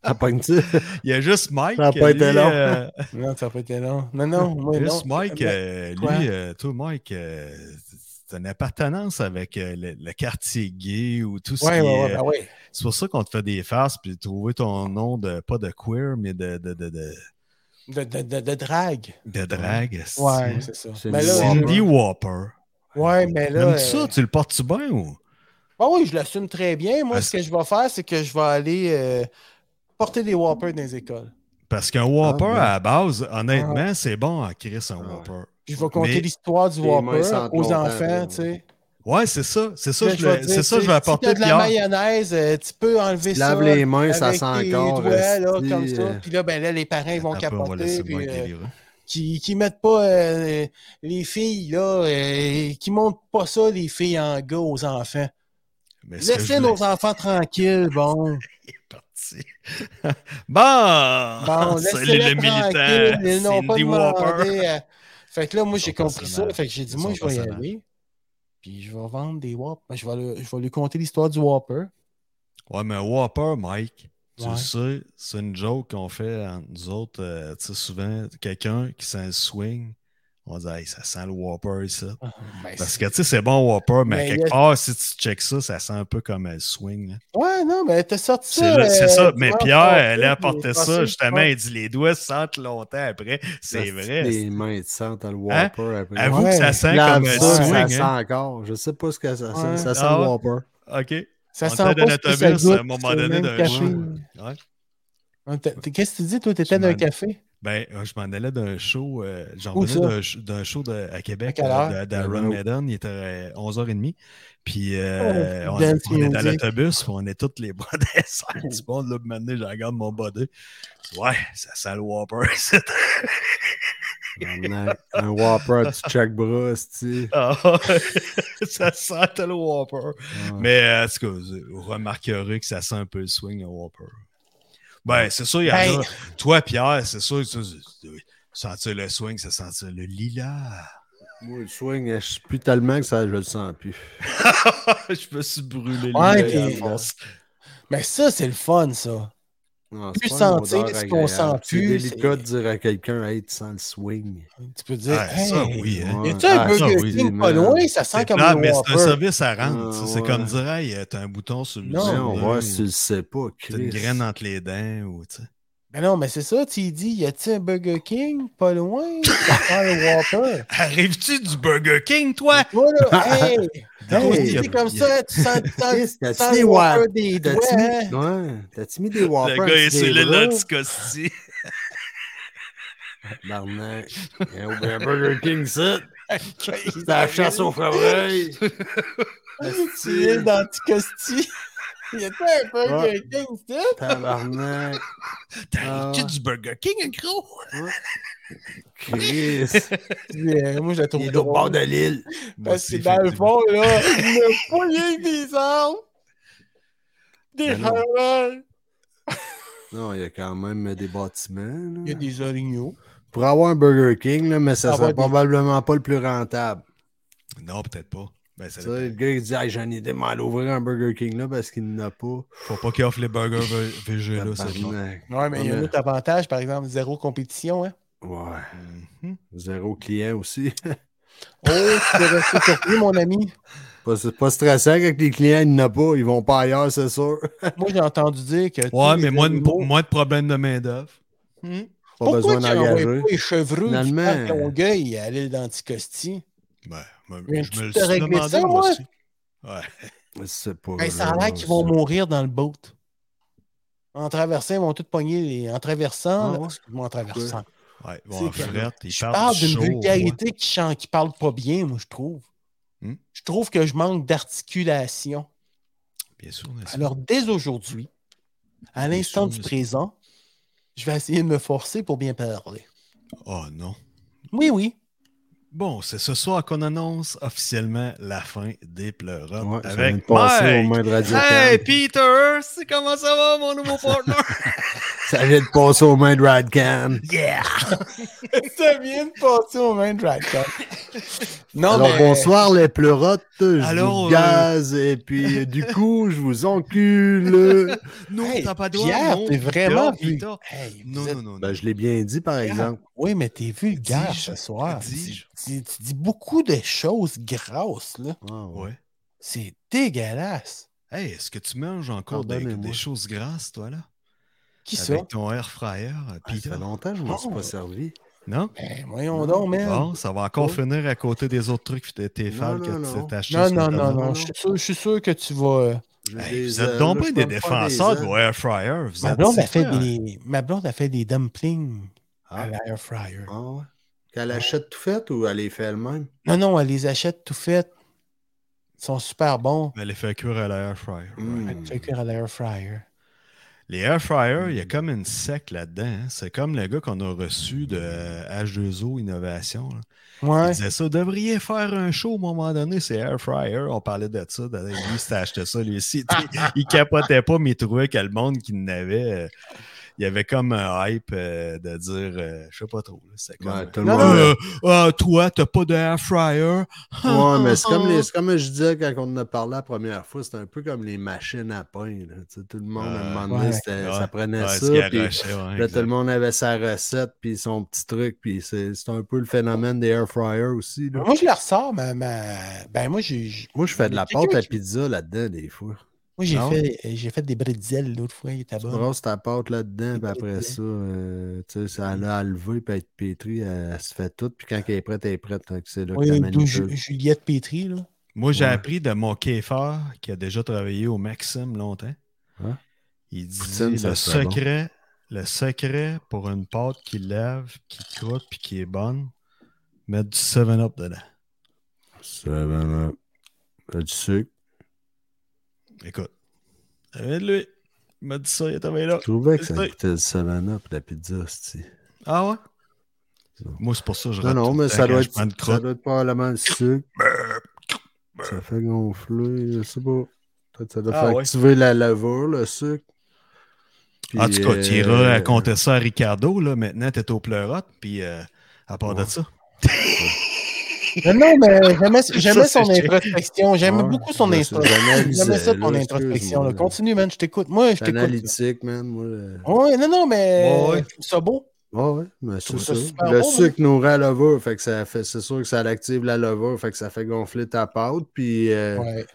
[SPEAKER 4] Ça pogne-tu?
[SPEAKER 3] hein. Il y a juste Mike.
[SPEAKER 4] Ça a pas été
[SPEAKER 3] lui,
[SPEAKER 4] long.
[SPEAKER 3] euh,
[SPEAKER 2] Non, ça n'a pas été long. Non,
[SPEAKER 3] <laughs>
[SPEAKER 2] non, moi, non.
[SPEAKER 3] juste Mike, euh,
[SPEAKER 2] quoi?
[SPEAKER 3] lui, euh, toi, Mike, euh, c'est une appartenance avec euh, le, le quartier gay ou tout ça.
[SPEAKER 2] Ouais, ouais, ouais, ben ouais.
[SPEAKER 3] euh, C'est pour ça qu'on te fait des farces puis trouver ton nom de pas de queer, mais de, de, de, de,
[SPEAKER 2] De, de, de, de drague.
[SPEAKER 3] de drague. c'est-
[SPEAKER 2] Ouais, c'est ça.
[SPEAKER 4] C'est
[SPEAKER 2] Mais
[SPEAKER 4] une
[SPEAKER 2] là,
[SPEAKER 3] Cindy Whopper.
[SPEAKER 2] ouais, mais là.
[SPEAKER 3] T'aimes ça?
[SPEAKER 2] euh,
[SPEAKER 3] Tu le portes-tu bien ou?
[SPEAKER 2] Ben oui, je l'assume très bien. Moi,
[SPEAKER 3] Parce-
[SPEAKER 2] ce que je vais faire, c'est que je vais aller euh, porter des whoppers dans les écoles.
[SPEAKER 3] Parce
[SPEAKER 2] Ah,
[SPEAKER 3] qu'un Whopper,
[SPEAKER 4] ouais.
[SPEAKER 3] à la base, honnêtement, c'est bon à créer un
[SPEAKER 4] Ah ouais.
[SPEAKER 3] Whopper.
[SPEAKER 2] Je vais compter
[SPEAKER 3] Mais-
[SPEAKER 2] l'histoire du
[SPEAKER 4] Les mains
[SPEAKER 2] whopper
[SPEAKER 4] sentent
[SPEAKER 2] aux
[SPEAKER 4] longtemps,
[SPEAKER 2] enfants,
[SPEAKER 4] hein, là.
[SPEAKER 2] tu sais.
[SPEAKER 3] Ouais, c'est ça. C'est ça,
[SPEAKER 2] Là,
[SPEAKER 3] je
[SPEAKER 2] vais
[SPEAKER 3] le-
[SPEAKER 2] dire,
[SPEAKER 3] c'est ça,
[SPEAKER 2] tu
[SPEAKER 3] je
[SPEAKER 2] sais,
[SPEAKER 3] vais apporter
[SPEAKER 2] Si t'as de
[SPEAKER 3] Pierre.
[SPEAKER 2] la mayonnaise, euh, tu peux enlever ça.
[SPEAKER 4] Lave les mains, ça
[SPEAKER 2] avec
[SPEAKER 4] sent
[SPEAKER 2] tes
[SPEAKER 4] encore.
[SPEAKER 2] doigts, là,
[SPEAKER 4] esti,
[SPEAKER 2] comme ça.
[SPEAKER 4] euh,
[SPEAKER 2] Puis là, ben là, les parents ils vont
[SPEAKER 3] Attends un peu, Ah, on va
[SPEAKER 2] capoter.
[SPEAKER 3] laisser
[SPEAKER 2] Puis,
[SPEAKER 3] Mike
[SPEAKER 2] euh,
[SPEAKER 3] délirer.
[SPEAKER 2] qui, qui mettent pas euh, les filles, là, euh, qui montent pas ça, les filles en gars aux enfants.
[SPEAKER 3] Mais ce que je
[SPEAKER 2] Laissez nos
[SPEAKER 3] voulais-
[SPEAKER 2] enfants tranquilles,
[SPEAKER 3] <laughs>
[SPEAKER 2] bon.
[SPEAKER 3] parti. <laughs> bon!
[SPEAKER 2] Bon,
[SPEAKER 3] <laughs> Salut
[SPEAKER 2] laissez-les
[SPEAKER 3] le
[SPEAKER 2] tranquilles. Ils
[SPEAKER 3] militant!
[SPEAKER 2] n'ont pas
[SPEAKER 3] Cindy Whopper!
[SPEAKER 2] demandé. à- Fait que là, moi, j'ai
[SPEAKER 3] Son
[SPEAKER 2] compris ça.
[SPEAKER 3] personnage.
[SPEAKER 2] Fait que j'ai dit,
[SPEAKER 3] Son
[SPEAKER 2] moi, je vais y
[SPEAKER 3] personnage.
[SPEAKER 2] aller. Puis je vais vendre des Whoppers. Je vais, le- je vais lui conter l'histoire du Whopper.
[SPEAKER 3] Hmm. Ouais, mais Whopper, Mike, tu
[SPEAKER 2] Ouais.
[SPEAKER 3] le sais, c'est une joke qu'on fait entre nous autres. euh, tu sais, souvent, quelqu'un qui sent le swing, on dit, hey, ça sent le Whopper ici.
[SPEAKER 2] Ben,
[SPEAKER 3] Parce que, tu sais, c'est bon Whopper, mais,
[SPEAKER 2] Mais
[SPEAKER 3] quelque
[SPEAKER 2] là-
[SPEAKER 3] part, si tu checkes ça, ça sent un peu comme euh, le swing. là.
[SPEAKER 2] Ouais, non, mais t'as sorti ça.
[SPEAKER 3] C'est là- c'est ça,
[SPEAKER 2] euh,
[SPEAKER 3] mais
[SPEAKER 2] dimanche
[SPEAKER 3] Pierre,
[SPEAKER 2] passé,
[SPEAKER 3] elle a apporté
[SPEAKER 2] puis
[SPEAKER 3] ça,
[SPEAKER 2] passé,
[SPEAKER 3] justement,
[SPEAKER 2] ouais.
[SPEAKER 3] elle dit, les doigts sentent longtemps après. C'est
[SPEAKER 4] esti,
[SPEAKER 3] vrai.
[SPEAKER 4] Les mains, tu sens, t'as le Whopper après.
[SPEAKER 3] Avoue
[SPEAKER 2] Ouais.
[SPEAKER 3] que ça sent
[SPEAKER 4] Lave
[SPEAKER 3] comme un
[SPEAKER 4] ça, ça
[SPEAKER 3] swing.
[SPEAKER 4] sent
[SPEAKER 3] hein.
[SPEAKER 4] encore. Je sais pas ce que ça sent.
[SPEAKER 2] Ouais.
[SPEAKER 4] Ça sent
[SPEAKER 3] Ah
[SPEAKER 4] le
[SPEAKER 3] ouais?
[SPEAKER 4] Whopper.
[SPEAKER 3] OK.
[SPEAKER 2] Ben, Ça
[SPEAKER 3] On
[SPEAKER 2] sent
[SPEAKER 3] était dans
[SPEAKER 2] pas ce que ça
[SPEAKER 3] l'autobus,
[SPEAKER 2] goûte,
[SPEAKER 3] à un moment
[SPEAKER 2] c'est
[SPEAKER 3] donné,
[SPEAKER 2] même
[SPEAKER 3] d'un
[SPEAKER 2] café.
[SPEAKER 3] jour. Ouais.
[SPEAKER 2] Ouais, t'as- t'es- Qu'est-ce que tu dis, toi, t'étais
[SPEAKER 3] Je
[SPEAKER 2] d'un
[SPEAKER 3] m'en-
[SPEAKER 2] café?
[SPEAKER 3] Ben, euh, je m'en allais d'un show, euh, j'en
[SPEAKER 2] Où
[SPEAKER 3] revenais
[SPEAKER 2] ça?
[SPEAKER 3] d'un sh- d'un show de- à Québec
[SPEAKER 2] À quelle
[SPEAKER 3] euh,
[SPEAKER 2] heure? Ben,
[SPEAKER 3] de- d'Aaron
[SPEAKER 4] Euh,
[SPEAKER 3] Madden. Il était euh, 11h30. Puis euh,
[SPEAKER 2] Oh,
[SPEAKER 3] on,
[SPEAKER 2] dance
[SPEAKER 3] on est à
[SPEAKER 2] music.
[SPEAKER 3] l'autobus, puis on est tous les bras <laughs> des serres
[SPEAKER 2] Oh.
[SPEAKER 3] du monde. Là, puis maintenant, je regarde mon body. Ouais, ça sent le Whopper. <laughs> c'est-
[SPEAKER 4] Un- Un Whopper, tu check bras, esti.
[SPEAKER 3] Ah, <laughs> ça sent le Whopper.
[SPEAKER 4] Ouais.
[SPEAKER 3] Mais euh, en tout cas, vous remarquerez que ça sent un peu le swing, le Whopper. Ben, c'est sûr, il y en
[SPEAKER 2] Hey.
[SPEAKER 3] a. Toi, Pierre, c'est sûr, ça, c'est- sentir le swing, ça sentir le lilas.
[SPEAKER 4] Moi, le swing, je suis plus tellement que ça, je le sens plus.
[SPEAKER 3] <laughs> je me suis brûlé
[SPEAKER 2] Ouais,
[SPEAKER 3] les mains
[SPEAKER 2] puis-
[SPEAKER 3] à force.
[SPEAKER 2] Mais ça, c'est le fun, ça.
[SPEAKER 4] Non,
[SPEAKER 2] Plus
[SPEAKER 4] c'est pas une
[SPEAKER 2] sentir
[SPEAKER 4] odeur
[SPEAKER 2] ce qu'on
[SPEAKER 4] agréable.
[SPEAKER 2] sent
[SPEAKER 4] C'est
[SPEAKER 2] plus,
[SPEAKER 4] délicat
[SPEAKER 2] c'est-
[SPEAKER 4] de dire à quelqu'un, hey, tu sens le swing.
[SPEAKER 2] Tu peux dire,
[SPEAKER 3] Ah, ça,
[SPEAKER 2] hey,
[SPEAKER 3] oui, hein.
[SPEAKER 2] Y a-tu un
[SPEAKER 4] Ah,
[SPEAKER 2] peu
[SPEAKER 3] ça,
[SPEAKER 2] Burger
[SPEAKER 3] oui,
[SPEAKER 2] King
[SPEAKER 4] mais-
[SPEAKER 2] pas loin? Ça sent
[SPEAKER 3] C'est
[SPEAKER 2] comme
[SPEAKER 3] plate,
[SPEAKER 2] le
[SPEAKER 3] mais c'est un
[SPEAKER 2] Whopper.
[SPEAKER 3] service à rendre.
[SPEAKER 4] Ah,
[SPEAKER 3] tu sais, C'est
[SPEAKER 4] ouais.
[SPEAKER 3] comme dire, hey, t'as un bouton sur le
[SPEAKER 2] Non,
[SPEAKER 4] Mais
[SPEAKER 3] sur
[SPEAKER 4] on
[SPEAKER 3] le-
[SPEAKER 4] va voir si tu le sais pas,
[SPEAKER 3] T'as une
[SPEAKER 4] Chris.
[SPEAKER 3] graine entre les dents. Ou, tu sais.
[SPEAKER 2] Mais Ben non, mais c'est ça, tu y dis, y a-tu un Burger King pas loin? Ça sent le Whopper.
[SPEAKER 3] Arrives-tu du Burger King, toi?
[SPEAKER 2] Toi,
[SPEAKER 3] <laughs>
[SPEAKER 2] là, hey!
[SPEAKER 3] Non,
[SPEAKER 2] hey,
[SPEAKER 4] il y a-
[SPEAKER 2] c'est comme
[SPEAKER 3] il y
[SPEAKER 2] ça, tu sens, tu sens-
[SPEAKER 4] Chris,
[SPEAKER 2] tu
[SPEAKER 4] t'as-tu
[SPEAKER 2] sens
[SPEAKER 4] des
[SPEAKER 2] le Whopper
[SPEAKER 4] Whopper?
[SPEAKER 2] des doigts,
[SPEAKER 4] T'as-tu
[SPEAKER 2] hein?
[SPEAKER 3] Ben,
[SPEAKER 4] mis... Ouais, t'as-tu mis des Whoppers?
[SPEAKER 3] le gars, il
[SPEAKER 4] sur
[SPEAKER 3] c'est le
[SPEAKER 4] les bras?
[SPEAKER 3] Lanticosti.
[SPEAKER 4] Barnac. Il y a un Eh, Burger King, ça.
[SPEAKER 2] Ben,
[SPEAKER 4] C'est la chasse aux <laughs> fromage.
[SPEAKER 2] Tu viens d'Anticosti. <laughs> Y a-tu un Burger King, ça?
[SPEAKER 4] Tabarnak.
[SPEAKER 2] Ah.
[SPEAKER 3] T'arrives-tu du Burger King, gros?
[SPEAKER 4] Chris.
[SPEAKER 2] Euh, Moi, je la trouve
[SPEAKER 4] Il est au
[SPEAKER 2] drôle.
[SPEAKER 4] bord de l'île.
[SPEAKER 3] Moi
[SPEAKER 2] Parce que
[SPEAKER 3] aussi,
[SPEAKER 2] Ben, dans le
[SPEAKER 3] effectivement.
[SPEAKER 2] fond,
[SPEAKER 3] <laughs>
[SPEAKER 2] là, le poignet des arbres, des
[SPEAKER 4] Ben non.
[SPEAKER 2] halal.
[SPEAKER 4] Non, il y a quand même des bâtiments. là.
[SPEAKER 2] Il y a des orignaux.
[SPEAKER 4] Pour avoir un Burger King, là, mais ça
[SPEAKER 2] Ah,
[SPEAKER 4] serait
[SPEAKER 2] ouais, des-
[SPEAKER 4] probablement pas le plus rentable.
[SPEAKER 3] Non, peut-être pas. Ben, ça
[SPEAKER 4] Tu
[SPEAKER 3] dépend.
[SPEAKER 4] sais, le gars, il dit hey, J'en ai des mal ouvrir un Burger King là parce qu'il n'en a pas.
[SPEAKER 3] Faut pas qu'il offre les burgers vé- végés, là, c'est bon.
[SPEAKER 4] Tabarnak.
[SPEAKER 2] Ouais, Ah, mais il y a
[SPEAKER 4] Ouais,
[SPEAKER 2] un
[SPEAKER 4] mais-
[SPEAKER 2] autre avantage, par exemple, zéro compétition. Hein.
[SPEAKER 4] Ouais.
[SPEAKER 3] Mhm.
[SPEAKER 4] Zéro client aussi.
[SPEAKER 2] Oh, tu peux rester surpris, mon ami.
[SPEAKER 4] Pas, c'est pas stressant quand les clients il n'en a pas. Ils vont pas ailleurs, c'est sûr.
[SPEAKER 2] Moi, j'ai entendu dire que.
[SPEAKER 3] Ouais,
[SPEAKER 2] tous
[SPEAKER 3] mais
[SPEAKER 2] les
[SPEAKER 3] moins de,
[SPEAKER 2] animaux-
[SPEAKER 3] moins de problèmes de main-d'œuvre.
[SPEAKER 4] Pas
[SPEAKER 2] Pourquoi
[SPEAKER 4] besoin
[SPEAKER 2] tu n'envoies
[SPEAKER 4] d'engager.
[SPEAKER 2] pas les chevreux du
[SPEAKER 4] Finalement,
[SPEAKER 2] parc Longueuil à l'île d'Anticosti?
[SPEAKER 3] Ben, moi,
[SPEAKER 2] Mais
[SPEAKER 3] je
[SPEAKER 2] tu
[SPEAKER 3] me le
[SPEAKER 2] t'es
[SPEAKER 3] suis
[SPEAKER 2] réglé
[SPEAKER 3] demandé,
[SPEAKER 2] ça,
[SPEAKER 3] moi
[SPEAKER 2] ouais?
[SPEAKER 3] aussi. Ouais.
[SPEAKER 4] Je sais pas.
[SPEAKER 2] Ben, ça a
[SPEAKER 4] je-
[SPEAKER 2] l'air qu'ils vont mourir dans le boat. En traversant, ils vont tous pogner les... en traversant.
[SPEAKER 4] Ah
[SPEAKER 2] là-
[SPEAKER 4] ouais?
[SPEAKER 2] Excuse-moi, en traversant.
[SPEAKER 3] Ouais, ils vont en
[SPEAKER 2] C'est que-
[SPEAKER 3] frette, ils
[SPEAKER 2] Je
[SPEAKER 3] parlent
[SPEAKER 2] parle
[SPEAKER 3] du
[SPEAKER 2] d'une
[SPEAKER 3] show,
[SPEAKER 2] vulgarité qui, chan- qui parle pas bien, moi, je trouve.
[SPEAKER 3] Hmm.
[SPEAKER 2] Je trouve que je manque d'articulation.
[SPEAKER 3] ouais. Bien sûr, n'est-ce pas?
[SPEAKER 2] Alors, dès aujourd'hui, à
[SPEAKER 3] Bien
[SPEAKER 2] l'instant
[SPEAKER 3] sûr,
[SPEAKER 2] du
[SPEAKER 3] mais-
[SPEAKER 2] présent, je vais essayer de me forcer pour bien parler.
[SPEAKER 3] Oh non.
[SPEAKER 2] Oui, oui.
[SPEAKER 3] Bon, c'est ce soir qu'on annonce officiellement la fin des pleurotes
[SPEAKER 4] Ouais, ça vient de
[SPEAKER 3] avec
[SPEAKER 4] passer aux
[SPEAKER 3] Mike.
[SPEAKER 4] mains de Radio
[SPEAKER 3] Hey
[SPEAKER 4] Can.
[SPEAKER 3] Peter, c'est comment ça va mon nouveau partner?
[SPEAKER 4] Ça vient de passer aux mains de Radcan.
[SPEAKER 3] yeah!
[SPEAKER 2] <laughs> Ça vient de passer aux mains de Radcliffe. Non,
[SPEAKER 4] Alors
[SPEAKER 2] mais...
[SPEAKER 4] bonsoir les pleurotes, je
[SPEAKER 3] Alors,
[SPEAKER 4] vous
[SPEAKER 3] euh,
[SPEAKER 4] gaze et puis euh, du coup je
[SPEAKER 3] <laughs>
[SPEAKER 4] vous encule.
[SPEAKER 3] Non,
[SPEAKER 2] Hey,
[SPEAKER 3] t'as pas de
[SPEAKER 2] Pierre,
[SPEAKER 3] non,
[SPEAKER 2] t'es vraiment
[SPEAKER 3] Peter, Peter.
[SPEAKER 2] Hey, vous
[SPEAKER 3] Non,
[SPEAKER 2] êtes-
[SPEAKER 3] non, non, non.
[SPEAKER 4] Ben, je l'ai bien dit par exemple.
[SPEAKER 2] Oui, mais t'es vulgaire
[SPEAKER 3] Dis-je,
[SPEAKER 2] ce soir.
[SPEAKER 3] dis-je.
[SPEAKER 2] Tu, tu dis beaucoup de choses grasses, là.
[SPEAKER 4] Ah, ouais.
[SPEAKER 3] Ouais.
[SPEAKER 2] C'est dégueulasse.
[SPEAKER 3] Hey, est-ce que tu manges encore des,
[SPEAKER 4] Pardonnez-moi.
[SPEAKER 3] des choses grasses, toi, là?
[SPEAKER 2] Qui ça?
[SPEAKER 3] Avec ton air fryer, euh,
[SPEAKER 4] Ah, ça
[SPEAKER 3] Peter?
[SPEAKER 4] fait longtemps que je ne me suis
[SPEAKER 2] Oh.
[SPEAKER 4] pas servi.
[SPEAKER 3] Non?
[SPEAKER 2] Ben, voyons donc, man.
[SPEAKER 3] Bon, ça va encore
[SPEAKER 2] Oh.
[SPEAKER 3] finir à côté des autres trucs de tes
[SPEAKER 4] Non,
[SPEAKER 3] fans
[SPEAKER 4] non,
[SPEAKER 3] que
[SPEAKER 4] non.
[SPEAKER 3] tu t'es acheté.
[SPEAKER 2] Non,
[SPEAKER 3] sur
[SPEAKER 2] non,
[SPEAKER 3] Internet.
[SPEAKER 2] non, non. Je suis sûr, je suis sûr que tu vas. euh,
[SPEAKER 4] J'ai
[SPEAKER 3] Hey,
[SPEAKER 4] des
[SPEAKER 3] vous êtes
[SPEAKER 4] ailes,
[SPEAKER 3] donc
[SPEAKER 4] là,
[SPEAKER 3] bien
[SPEAKER 4] je
[SPEAKER 3] des
[SPEAKER 4] peux me faire
[SPEAKER 3] défenseurs
[SPEAKER 4] ailes.
[SPEAKER 3] de air fryer. Vous
[SPEAKER 2] Ma
[SPEAKER 3] êtes
[SPEAKER 2] blonde,
[SPEAKER 3] c'est
[SPEAKER 2] a fait
[SPEAKER 3] quoi, hein?
[SPEAKER 2] des... Ma blonde a fait des dumplings
[SPEAKER 3] Ah.
[SPEAKER 2] à l'air fryer.
[SPEAKER 4] Ah ouais. Qu'elle achète tout fait ou elle les fait elle-même?
[SPEAKER 2] Non, non, elle les achète tout faites. Ils sont super bons.
[SPEAKER 3] Elle les fait cuire à l'air fryer.
[SPEAKER 4] Mm.
[SPEAKER 2] Elle fait cuire à l'air fryer.
[SPEAKER 3] Les air fryer, il y a comme une sec là-dedans. hein. C'est comme le gars qu'on a reçu de euh, H2O Innovation. là. Il
[SPEAKER 2] Ouais.
[SPEAKER 3] disait ça, devriez faire un show à un moment donné, c'est Air Fryer. On parlait de ça. de- Lui, s'était acheté ça, lui aussi. Il- il capotait pas, mais il trouvait que le monde qui n'avait. euh, il y avait comme un hype euh, de dire, euh, je sais pas trop. là, C'est comme,
[SPEAKER 4] Ouais, tout le
[SPEAKER 2] Non,
[SPEAKER 4] monde-
[SPEAKER 3] Euh, ah, toi, t'as pas de Air Fryer.
[SPEAKER 4] Ouais, mais c'est comme, les- c'est comme je disais quand on en a parlé la première fois, c'est un peu comme les machines à pain. là. Tu sais, Tout le monde, à un moment donné,
[SPEAKER 2] Ah, Ouais.
[SPEAKER 4] c'était-
[SPEAKER 3] Ouais.
[SPEAKER 4] ça prenait
[SPEAKER 3] Ouais,
[SPEAKER 4] ça.
[SPEAKER 3] c'est
[SPEAKER 4] puis
[SPEAKER 3] garroché, ouais,
[SPEAKER 4] là, tout
[SPEAKER 3] exact.
[SPEAKER 4] le monde avait sa recette, puis son petit truc. Puis c'est c'est un peu le phénomène des air fryers aussi. là.
[SPEAKER 2] Moi, je la ressors, ma. ma- Ben, moi, j'ai j'ai-
[SPEAKER 4] Moi, je fais de la
[SPEAKER 2] Ah, Mais quelqu'un
[SPEAKER 4] pâte à
[SPEAKER 2] qui-
[SPEAKER 4] pizza là-dedans, des fois.
[SPEAKER 2] moi, j'ai
[SPEAKER 3] Non.
[SPEAKER 2] fait, euh, j'ai fait des bretzels l'autre fois, il était
[SPEAKER 4] Tu
[SPEAKER 2] Ah, bon.
[SPEAKER 4] brosses ta pâte là-dedans,
[SPEAKER 2] C'est Mm.
[SPEAKER 4] puis après
[SPEAKER 2] bien.
[SPEAKER 4] ça, euh, tu sais, ça l'a à lever, puis à être pétri, elle, elle se fait toute. Puis quand elle est prête, elle est prête. hein, que c'est là que
[SPEAKER 2] Oui,
[SPEAKER 4] la
[SPEAKER 2] d'où
[SPEAKER 4] manipule.
[SPEAKER 2] Ju- Juliette Pétri, là.
[SPEAKER 3] Moi, j'ai
[SPEAKER 4] Ouais.
[SPEAKER 3] appris de mon kéfeur qui a déjà travaillé au Maxime longtemps.
[SPEAKER 4] Hein?
[SPEAKER 3] Il dit
[SPEAKER 4] Poutine, ça
[SPEAKER 3] le
[SPEAKER 4] serait bon.
[SPEAKER 3] secret, le secret pour une pâte qui lève, qui croûte puis qui est bonne, mettre du 7-Up dedans.
[SPEAKER 4] Seven Up. T'as du sucre.
[SPEAKER 3] Écoute, avec lui, il m'a dit ça, il a travaillé là.
[SPEAKER 4] Je trouvais que ça
[SPEAKER 3] Ah, C'est-
[SPEAKER 4] coûtait du 7 up la pizza, c'ti.
[SPEAKER 3] Ah ouais?
[SPEAKER 4] Non.
[SPEAKER 3] Moi, Ah, c'est pour ça que je
[SPEAKER 4] Non,
[SPEAKER 3] rate
[SPEAKER 4] non,
[SPEAKER 3] tout le
[SPEAKER 4] mais
[SPEAKER 3] temps
[SPEAKER 4] ça
[SPEAKER 3] quand
[SPEAKER 4] doit,
[SPEAKER 3] je
[SPEAKER 4] être,
[SPEAKER 3] prends une
[SPEAKER 4] ça
[SPEAKER 3] croûte.
[SPEAKER 4] doit être probablement le sucre. Ça fait gonfler, je sais pas. Peut-être ça doit
[SPEAKER 3] Ah
[SPEAKER 4] faire
[SPEAKER 3] ouais.
[SPEAKER 4] activer la levure, le sucre. Puis,
[SPEAKER 3] en tout cas, tu iras
[SPEAKER 4] euh,
[SPEAKER 3] raconter ça à Ricardo, là, maintenant, t'es au pleurote, puis euh, à part de
[SPEAKER 4] Ouais.
[SPEAKER 3] ça.
[SPEAKER 2] Non, non, mais j'aimais, j'aimais son
[SPEAKER 3] Ça, c'est chic.
[SPEAKER 2] introspection. J'aimais
[SPEAKER 4] Ouais,
[SPEAKER 2] beaucoup son
[SPEAKER 4] je
[SPEAKER 2] introspection.
[SPEAKER 4] j'analysais,
[SPEAKER 2] J'aimais ça,
[SPEAKER 4] là,
[SPEAKER 2] ton
[SPEAKER 4] excuse-moi,
[SPEAKER 2] introspection. là.
[SPEAKER 4] là.
[SPEAKER 2] Continue, man, je t'écoute. Moi, je
[SPEAKER 4] C'est
[SPEAKER 2] t'écoute.
[SPEAKER 4] analytique, man. Moi, le- Ah,
[SPEAKER 2] Ouais, non, non, mais
[SPEAKER 3] Ouais, ouais.
[SPEAKER 2] je trouve ça beau.
[SPEAKER 4] Ouais, ouais, mais c'est
[SPEAKER 2] trouve
[SPEAKER 4] ça.
[SPEAKER 2] ça super
[SPEAKER 4] Le
[SPEAKER 2] bon,
[SPEAKER 4] sucre nourrit la levure, fait que ça fait, c'est sûr que ça l'active la levure, fait que ça fait gonfler ta pâte, puis euh,
[SPEAKER 2] Ouais.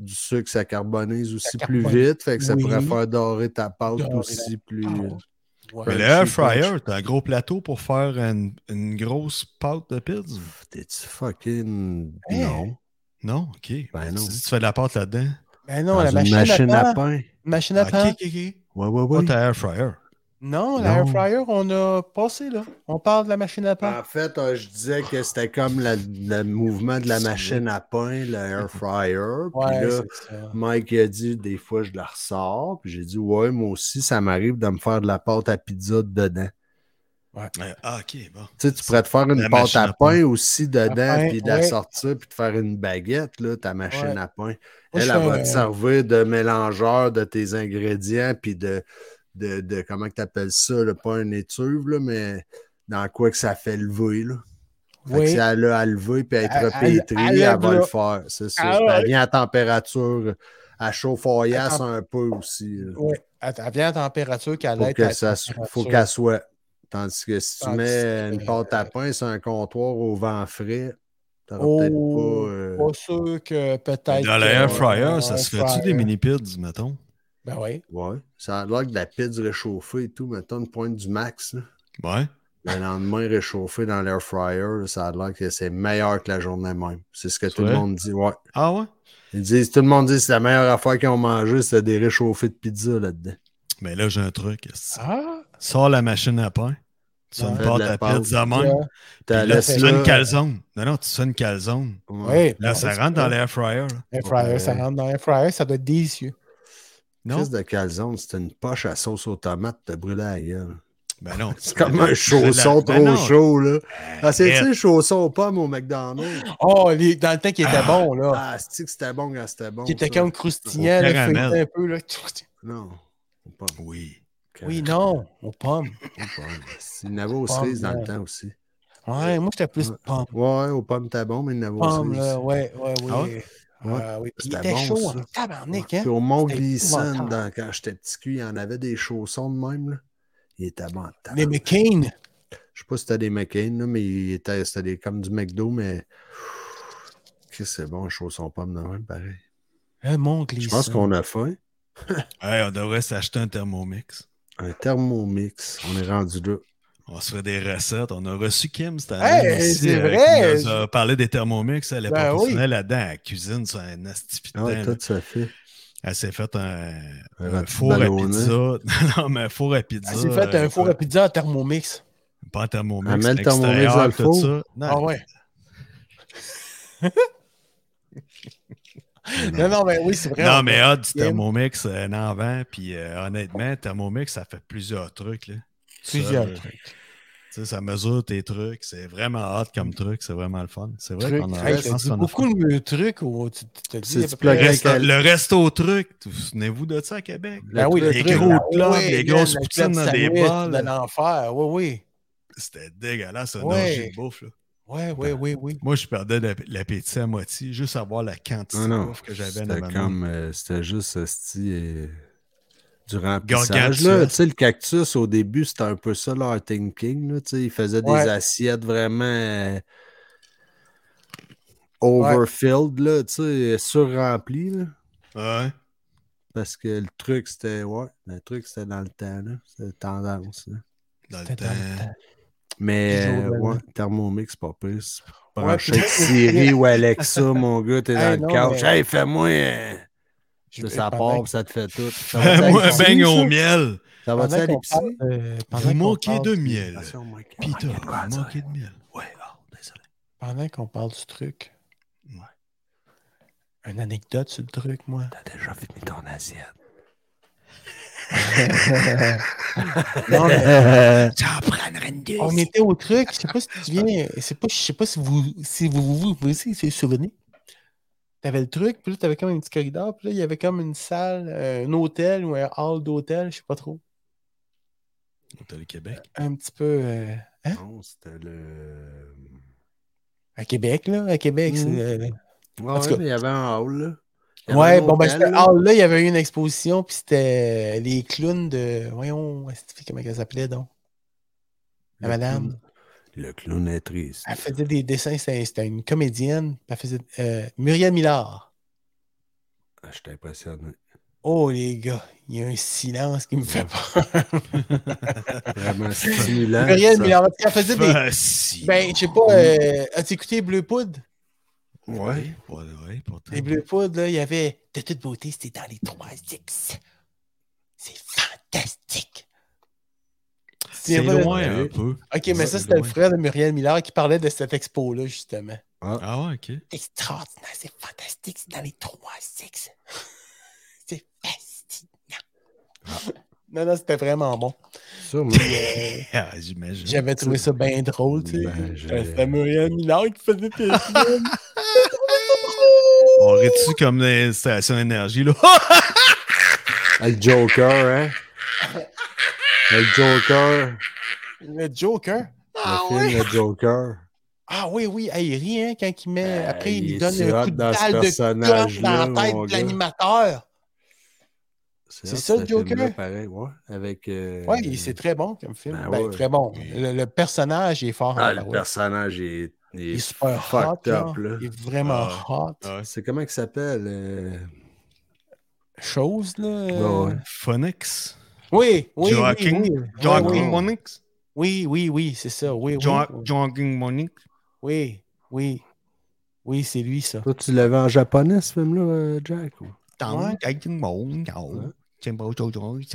[SPEAKER 4] du sucre, ça carbonise aussi plus
[SPEAKER 2] carbonise.
[SPEAKER 4] vite, fait que ça
[SPEAKER 2] Oui.
[SPEAKER 4] pourrait faire dorer ta pâte
[SPEAKER 2] Dorer la
[SPEAKER 4] aussi plus.
[SPEAKER 2] pâte. Ouais.
[SPEAKER 3] Mais le
[SPEAKER 4] je sais
[SPEAKER 3] air
[SPEAKER 4] pas, je-
[SPEAKER 3] fryer, t'as un gros plateau pour faire une, une grosse pâte de pizza?
[SPEAKER 4] T'es-tu fucking.
[SPEAKER 2] Hey.
[SPEAKER 4] Non.
[SPEAKER 3] Non, ok.
[SPEAKER 4] Ben
[SPEAKER 3] tu
[SPEAKER 4] non.
[SPEAKER 3] dis que tu fais de la pâte là-dedans.
[SPEAKER 2] Mais
[SPEAKER 4] Dans
[SPEAKER 2] non, la
[SPEAKER 4] une
[SPEAKER 2] machine, à pain. Machine à
[SPEAKER 3] ok,
[SPEAKER 2] pain.
[SPEAKER 3] ok, ok.
[SPEAKER 4] Ouais, ouais,
[SPEAKER 3] Pas
[SPEAKER 4] ouais.
[SPEAKER 3] ta air fryer.
[SPEAKER 2] Non, la
[SPEAKER 4] Non.
[SPEAKER 2] air fryer, on a passé, là. On parle de la machine à pain.
[SPEAKER 4] En fait, euh, je disais que c'était comme la- le mouvement de la machine à pain, le
[SPEAKER 2] <laughs>
[SPEAKER 4] air fryer. Puis
[SPEAKER 2] ouais,
[SPEAKER 4] là,
[SPEAKER 2] c'est ça.
[SPEAKER 4] Mike a dit des fois je la ressors. Puis j'ai dit Ouais, moi aussi, ça m'arrive de me faire de la pâte à pizza dedans.
[SPEAKER 3] Euh, ah, ok, bon.
[SPEAKER 4] Tu sais, tu pourrais te faire une
[SPEAKER 3] La
[SPEAKER 4] pâte
[SPEAKER 3] machine
[SPEAKER 4] à
[SPEAKER 3] à
[SPEAKER 4] pain aussi dedans,
[SPEAKER 2] pain,
[SPEAKER 4] puis de la
[SPEAKER 2] ouais.
[SPEAKER 4] sortir, puis de faire une baguette, là, ta machine
[SPEAKER 2] Ouais.
[SPEAKER 4] à pain.
[SPEAKER 2] Moi,
[SPEAKER 4] elle,
[SPEAKER 2] je
[SPEAKER 4] elle
[SPEAKER 2] fais
[SPEAKER 4] va
[SPEAKER 2] un-
[SPEAKER 4] te servir de mélangeur de tes ingrédients, puis de, de, de- comment tu appelles ça, là, pas un étuve, là, mais dans quoi que ça fait lever. Là. Fait que
[SPEAKER 2] Oui.
[SPEAKER 4] si elle a à lever puis à être
[SPEAKER 2] Elle-
[SPEAKER 4] repétrie,
[SPEAKER 2] elle-
[SPEAKER 4] elle,
[SPEAKER 2] elle
[SPEAKER 4] va
[SPEAKER 2] lève
[SPEAKER 4] le
[SPEAKER 2] là.
[SPEAKER 4] faire. C'est ça.
[SPEAKER 2] Ah
[SPEAKER 4] Elle
[SPEAKER 2] ouais.
[SPEAKER 4] vient à température, à chauffoyasse
[SPEAKER 2] Attends.
[SPEAKER 4] un peu aussi. là,
[SPEAKER 2] Ouais. Elle elle vient à température qu'elle
[SPEAKER 4] Pour
[SPEAKER 2] est
[SPEAKER 4] que
[SPEAKER 2] à
[SPEAKER 4] ça so- faut
[SPEAKER 2] température.
[SPEAKER 4] qu'elle soit. Tandis que si tu
[SPEAKER 2] Tandis
[SPEAKER 4] mets une
[SPEAKER 2] que-
[SPEAKER 4] pâte à pain sur un comptoir au vent frais, t'auras
[SPEAKER 2] Oh,
[SPEAKER 4] peut-être pas. euh,
[SPEAKER 2] pas sûr que peut-être.
[SPEAKER 3] Dans le
[SPEAKER 2] que-
[SPEAKER 3] air fryer, ça
[SPEAKER 2] Air
[SPEAKER 3] se fait-tu
[SPEAKER 2] fryer.
[SPEAKER 3] des mini pids, mettons?
[SPEAKER 2] Ben oui.
[SPEAKER 4] Ouais. Ça a l'air que de la pizza réchauffée et tout, mettons une pointe du max. là.
[SPEAKER 3] Ouais.
[SPEAKER 4] Le lendemain, réchauffé dans l'air fryer, là, ça a l'air que c'est meilleur que la journée même. C'est ce que
[SPEAKER 3] C'est
[SPEAKER 4] tout le
[SPEAKER 3] vrai?
[SPEAKER 4] monde dit. Ouais.
[SPEAKER 3] Ah ouais?
[SPEAKER 4] Ils disent, tout le monde dit que c'est la meilleure affaire qu'ils ont mangé, c'est des réchauffés de pizza là-dedans.
[SPEAKER 3] Mais là, j'ai un truc. esti.
[SPEAKER 2] Ah,
[SPEAKER 3] Sors la machine à pain. Tu fais
[SPEAKER 2] Ouais.
[SPEAKER 3] une
[SPEAKER 4] Fais de
[SPEAKER 3] pâte
[SPEAKER 4] la
[SPEAKER 3] à
[SPEAKER 4] pâte.
[SPEAKER 3] pizza
[SPEAKER 2] ouais.
[SPEAKER 3] même. puis
[SPEAKER 4] T'as
[SPEAKER 3] Là, tu
[SPEAKER 4] laissé Ah,
[SPEAKER 3] fais une calzone. Non, non, tu fais une calzone.
[SPEAKER 2] Ouais,
[SPEAKER 3] Là,
[SPEAKER 2] ben,
[SPEAKER 3] ça
[SPEAKER 2] c'est
[SPEAKER 3] rentre dans
[SPEAKER 2] vrai.
[SPEAKER 3] l'air fryer. là.
[SPEAKER 2] Air fryer, ça rentre dans l'air fryer, ça doit être délicieux.
[SPEAKER 3] Non?
[SPEAKER 4] de calzone, c'est une poche à sauce aux tomates, t'as brûlé à la gueule.
[SPEAKER 3] Ben non.
[SPEAKER 4] C'est comme un chausson
[SPEAKER 3] Ben
[SPEAKER 4] trop
[SPEAKER 3] non.
[SPEAKER 4] chaud,
[SPEAKER 2] Ben,
[SPEAKER 4] là. Ah, c'est
[SPEAKER 3] Arrête.
[SPEAKER 4] le chausson pomme au McDonald's.
[SPEAKER 2] Oh, les- dans le temps qu'il était bon, là.
[SPEAKER 4] Ah, c'est que c'était bon quand c'était bon.
[SPEAKER 2] Qui était
[SPEAKER 4] ça.
[SPEAKER 2] comme croustillant,
[SPEAKER 3] Au
[SPEAKER 2] là,
[SPEAKER 3] caramel.
[SPEAKER 2] feuilleté un peu. Là.
[SPEAKER 4] Non. Au pomme.
[SPEAKER 3] Oui.
[SPEAKER 2] Oui, non, aux pommes.
[SPEAKER 4] Au pomme. Il y en avait aux cerises dans le temps aussi.
[SPEAKER 2] Ouais, moi, j'étais euh, plus pomme.
[SPEAKER 4] Ouais, aux pommes, c'était bon, mais il y en avait aux
[SPEAKER 2] Pomme,
[SPEAKER 4] cerises.
[SPEAKER 2] là, ouais, ouais, oui.
[SPEAKER 4] Ah ouais? Ouais.
[SPEAKER 2] Ah oui. Il
[SPEAKER 4] C'était
[SPEAKER 2] était
[SPEAKER 4] bon,
[SPEAKER 2] chaud
[SPEAKER 4] ça.
[SPEAKER 2] en tabarnak,
[SPEAKER 4] Puis
[SPEAKER 2] hein?
[SPEAKER 4] au mont
[SPEAKER 2] C'était
[SPEAKER 4] glissant
[SPEAKER 2] épouvantable.
[SPEAKER 4] quand j'étais petit cul, il y en avait des chaussons de même. Là. Il était bon. en tabarnak.
[SPEAKER 2] Les McCain.
[SPEAKER 4] Je sais pas si c'était des McCain, là, mais il était- c'était des- comme du McDo, mais. Qu'est-ce que c'est bon, un chausson pomme de même, pareil.
[SPEAKER 2] Un hein, mon glissant.
[SPEAKER 4] Je pense qu'on a faim.
[SPEAKER 3] Hey, on devrait s'acheter un Thermomix.
[SPEAKER 4] Un thermomix. On est rendu là.
[SPEAKER 3] On se ferait des recettes. On a reçu Kim cette
[SPEAKER 2] Hey,
[SPEAKER 3] année. ici,
[SPEAKER 2] c'est
[SPEAKER 3] euh, qui
[SPEAKER 2] vrai.
[SPEAKER 3] nous a parlé des Thermomix. Elle est
[SPEAKER 2] Ben
[SPEAKER 3] professionnelle là-dedans. Elle cuisine sur un astipitant.
[SPEAKER 4] Ah, tout ça fait.
[SPEAKER 3] Elle s'est faite un,
[SPEAKER 4] Un
[SPEAKER 3] un
[SPEAKER 4] rôti
[SPEAKER 3] euh, four à
[SPEAKER 4] ballonné.
[SPEAKER 3] pizza. <laughs> Non, non, mais un four à pizza.
[SPEAKER 2] Elle s'est Ah, fait un
[SPEAKER 3] euh,
[SPEAKER 2] four à pizza en thermomix.
[SPEAKER 3] Pas un Thermomix.
[SPEAKER 4] Elle met le
[SPEAKER 3] un
[SPEAKER 4] Thermomix
[SPEAKER 3] extérieur,
[SPEAKER 4] dans le
[SPEAKER 3] tout
[SPEAKER 4] four.
[SPEAKER 3] ça. Non,
[SPEAKER 2] Ah ouais. non, non, mais oui, c'est vrai.
[SPEAKER 3] Non, mais ah, du
[SPEAKER 2] Kim.
[SPEAKER 3] Thermomix, un en vent. Puis euh, honnêtement, Thermomix, ça fait plusieurs trucs. Là.
[SPEAKER 2] Plusieurs
[SPEAKER 3] Ça, euh,
[SPEAKER 2] trucs.
[SPEAKER 3] Tu sais, ça mesure tes trucs. C'est vraiment hot comme truc. C'est vraiment le fun. C'est vrai
[SPEAKER 4] Truc,
[SPEAKER 3] qu'on a,
[SPEAKER 2] Hey,
[SPEAKER 3] je
[SPEAKER 2] je
[SPEAKER 3] pense
[SPEAKER 2] te dis
[SPEAKER 3] qu'on a
[SPEAKER 2] beaucoup de trucs où tu tu te dis.
[SPEAKER 4] C'est
[SPEAKER 2] à peu
[SPEAKER 4] du
[SPEAKER 2] près-
[SPEAKER 3] Le
[SPEAKER 4] plug Avec
[SPEAKER 3] resto,
[SPEAKER 4] elle.
[SPEAKER 3] le resto truc, vous souvenez-vous de ça à Québec?
[SPEAKER 4] Le
[SPEAKER 2] Ben oui,
[SPEAKER 4] truc,
[SPEAKER 2] le
[SPEAKER 3] les
[SPEAKER 2] truc,
[SPEAKER 3] Ah gros
[SPEAKER 2] là.
[SPEAKER 3] clubs,
[SPEAKER 2] Oui,
[SPEAKER 3] les grosses
[SPEAKER 2] man, le
[SPEAKER 3] poutines
[SPEAKER 2] club
[SPEAKER 3] dans des
[SPEAKER 2] sandwich,
[SPEAKER 3] bols.
[SPEAKER 2] De l'enfer, oui,
[SPEAKER 3] C'était dégueulasse, un
[SPEAKER 2] Ouais.
[SPEAKER 3] orgie de bouffe. là.
[SPEAKER 2] oui. Oui, oui, oui, oui.
[SPEAKER 3] Moi, je perdais l'ap- l'appétit à moitié, juste à voir la quantité
[SPEAKER 4] Ah
[SPEAKER 3] de
[SPEAKER 4] non.
[SPEAKER 3] bouffe que j'avais dans
[SPEAKER 4] C'était
[SPEAKER 3] ma main.
[SPEAKER 4] comme. euh, c'était juste esti, euh, du remplissage.
[SPEAKER 3] Gargantua.
[SPEAKER 4] Là, tu sais, le cactus, au début, c'était un peu ça leur thinking. Là, tu sais, ils faisaient
[SPEAKER 2] Ouais.
[SPEAKER 4] des assiettes vraiment. euh, Overfilled, là, tu sais, surremplies, là.
[SPEAKER 3] Ouais.
[SPEAKER 4] Parce que le truc, c'était. Ouais, le truc, c'était dans le temps, là. C'était tendance, là.
[SPEAKER 3] Dans le
[SPEAKER 2] C'était dans
[SPEAKER 3] <laughs>
[SPEAKER 2] le
[SPEAKER 3] temps.
[SPEAKER 4] Mais,
[SPEAKER 2] Toujours de
[SPEAKER 4] euh,
[SPEAKER 2] la
[SPEAKER 4] ouais, Thermomix, pas plus.
[SPEAKER 2] Ouais,
[SPEAKER 4] Branché
[SPEAKER 2] puis-
[SPEAKER 4] avec Siri ou
[SPEAKER 2] <laughs>
[SPEAKER 4] Alexa, mon gars, t'es
[SPEAKER 2] Hey,
[SPEAKER 4] dans
[SPEAKER 2] non,
[SPEAKER 4] le couch.
[SPEAKER 2] mais-
[SPEAKER 4] Hey, fais-moi. euh,
[SPEAKER 2] Je
[SPEAKER 4] Là, ça part, puis ça te fait tout.
[SPEAKER 2] <laughs>
[SPEAKER 4] Ça va-tu à
[SPEAKER 3] Moi, un
[SPEAKER 4] l'épicerie,
[SPEAKER 3] beigne
[SPEAKER 4] ça?
[SPEAKER 3] au miel.
[SPEAKER 4] Ça va-tu à l'épicerie?
[SPEAKER 3] Vous manquez de
[SPEAKER 2] ben,
[SPEAKER 3] miel.
[SPEAKER 4] Attention, Mike.
[SPEAKER 3] Peter,
[SPEAKER 4] Mike,
[SPEAKER 3] vous
[SPEAKER 4] attends,
[SPEAKER 3] manquez de miel. Ouais, oh, désolé.
[SPEAKER 2] Pendant qu'on parle du truc.
[SPEAKER 3] Ouais.
[SPEAKER 2] Une anecdote sur le truc, moi.
[SPEAKER 4] T'as déjà fini ton
[SPEAKER 2] <laughs>
[SPEAKER 4] assiette.
[SPEAKER 2] Non, mais <laughs>
[SPEAKER 5] J'en prendrais une deux.
[SPEAKER 2] on était au truc, je sais pas si tu viens, c'est pas, je sais pas si vous si vous vous, vous aussi si vous souvenez. T'avais le truc, puis là t'avais comme un petit corridor, puis là il y avait comme une salle, euh, un hôtel ou un hall d'hôtel, je sais pas trop.
[SPEAKER 3] Hôtel Québec.
[SPEAKER 2] Un petit peu euh,
[SPEAKER 4] Non, c'était le.
[SPEAKER 2] à Québec là, à Québec.
[SPEAKER 4] Mhm.
[SPEAKER 2] c'est, euh,
[SPEAKER 4] Ouais,
[SPEAKER 2] En tout cas.
[SPEAKER 4] ouais, mais il y avait un hall, là. Il y avait
[SPEAKER 2] Ouais,
[SPEAKER 4] un
[SPEAKER 2] bon ben
[SPEAKER 4] hôtel,
[SPEAKER 2] c'était
[SPEAKER 4] là.
[SPEAKER 2] hall là, il y avait eu une exposition, puis c'était les clowns de, voyons, esti, comment elle s'appelait donc. La
[SPEAKER 4] Le
[SPEAKER 2] madame. Ah.
[SPEAKER 4] clown- Le clown est triste.
[SPEAKER 2] Elle faisait des dessins, c'était c'était une comédienne. puis Elle faisait euh, Muriel Millard.
[SPEAKER 4] Ah, J'étais impressionné.
[SPEAKER 2] Oh les gars, il y a un silence qui me fait peur.
[SPEAKER 4] Vraiment
[SPEAKER 3] Ah,
[SPEAKER 4] stimulant.
[SPEAKER 2] Muriel
[SPEAKER 4] ça.
[SPEAKER 2] Millard, parce qu'elle faisait des.
[SPEAKER 3] Facile.
[SPEAKER 2] Ben, je sais pas, euh, as-tu écouté Bleu Poudre?
[SPEAKER 4] Ouais.
[SPEAKER 3] Ouais, ouais, pourtant.
[SPEAKER 2] Les Bleu Poudre, là, il y avait De toute beauté, c'était dans les 3X. C'est fantastique.
[SPEAKER 3] C'est
[SPEAKER 2] vrai.
[SPEAKER 3] loin un peu.
[SPEAKER 2] Ok, mais ça,
[SPEAKER 3] C'est
[SPEAKER 2] c'était le
[SPEAKER 3] loin.
[SPEAKER 2] frère de Muriel Millard qui parlait de cette expo-là, justement.
[SPEAKER 3] Ah
[SPEAKER 2] <laughs>
[SPEAKER 3] ouais, ok.
[SPEAKER 2] C'est extraordinaire, c'est fantastique, c'est dans les trois sexes. <laughs> C'est fascinant. Ah. Non, non, c'était vraiment bon.
[SPEAKER 4] Sûrement.
[SPEAKER 2] Euh,
[SPEAKER 3] <laughs> Ah, J'imagine.
[SPEAKER 2] J'avais trouvé ça bien drôle, tu sais.
[SPEAKER 4] Ben, je-
[SPEAKER 2] Euh, C'était Muriel Millard qui <laughs> faisait tes films.
[SPEAKER 3] On rit dessus comme des stations d'énergie, là. <laughs>
[SPEAKER 4] Ah, Le
[SPEAKER 2] <laughs>
[SPEAKER 4] Joker, hein? Le Joker.
[SPEAKER 2] Le Joker.
[SPEAKER 4] Le film, le Joker.
[SPEAKER 2] Ah oui, oui, hey, il rit, hein, quand il met.
[SPEAKER 4] Ah,
[SPEAKER 2] après, il
[SPEAKER 4] il
[SPEAKER 2] lui
[SPEAKER 4] est
[SPEAKER 2] donne
[SPEAKER 4] si
[SPEAKER 2] un
[SPEAKER 4] hot
[SPEAKER 2] coup de
[SPEAKER 4] dans ce
[SPEAKER 2] balle de coche
[SPEAKER 4] personnage-là,
[SPEAKER 2] dans la tête
[SPEAKER 4] mon
[SPEAKER 2] de
[SPEAKER 4] gars.
[SPEAKER 2] l'animateur. C'est
[SPEAKER 4] hot,
[SPEAKER 2] ça, le
[SPEAKER 4] ce film-là,
[SPEAKER 2] Joker?
[SPEAKER 4] Pareil, ouais. Avec. euh,
[SPEAKER 2] Oui, c'est très bon comme film.
[SPEAKER 4] Ben
[SPEAKER 2] Ben,
[SPEAKER 4] ouais.
[SPEAKER 2] Très bon. Le, le personnage est fort.
[SPEAKER 4] Ah,
[SPEAKER 2] hein,
[SPEAKER 4] le
[SPEAKER 2] ouais.
[SPEAKER 4] personnage est, il est
[SPEAKER 2] Il est super hot.
[SPEAKER 4] fucked
[SPEAKER 2] là.
[SPEAKER 4] up, là.
[SPEAKER 2] Il est vraiment
[SPEAKER 3] Ah,
[SPEAKER 2] hot.
[SPEAKER 3] Ah,
[SPEAKER 4] C'est comment il s'appelle? euh,
[SPEAKER 2] Chose, là.
[SPEAKER 4] Ben ouais, ouais.
[SPEAKER 3] Phonics.
[SPEAKER 2] Oui, oui, oui,
[SPEAKER 3] Joaquin.
[SPEAKER 2] oui.
[SPEAKER 3] Jogging
[SPEAKER 2] oui, oui.
[SPEAKER 3] Monix.
[SPEAKER 2] Oui, oui, oui, c'est ça. Oui, oui, oui.
[SPEAKER 3] Jogging Monix.
[SPEAKER 2] oui, oui. Oui, c'est lui, ça.
[SPEAKER 4] Toi, tu l'avais en japonais, ce film-là, euh, Jack? ou?
[SPEAKER 2] Ouais.
[SPEAKER 3] Jogging Monix.
[SPEAKER 4] Ouais.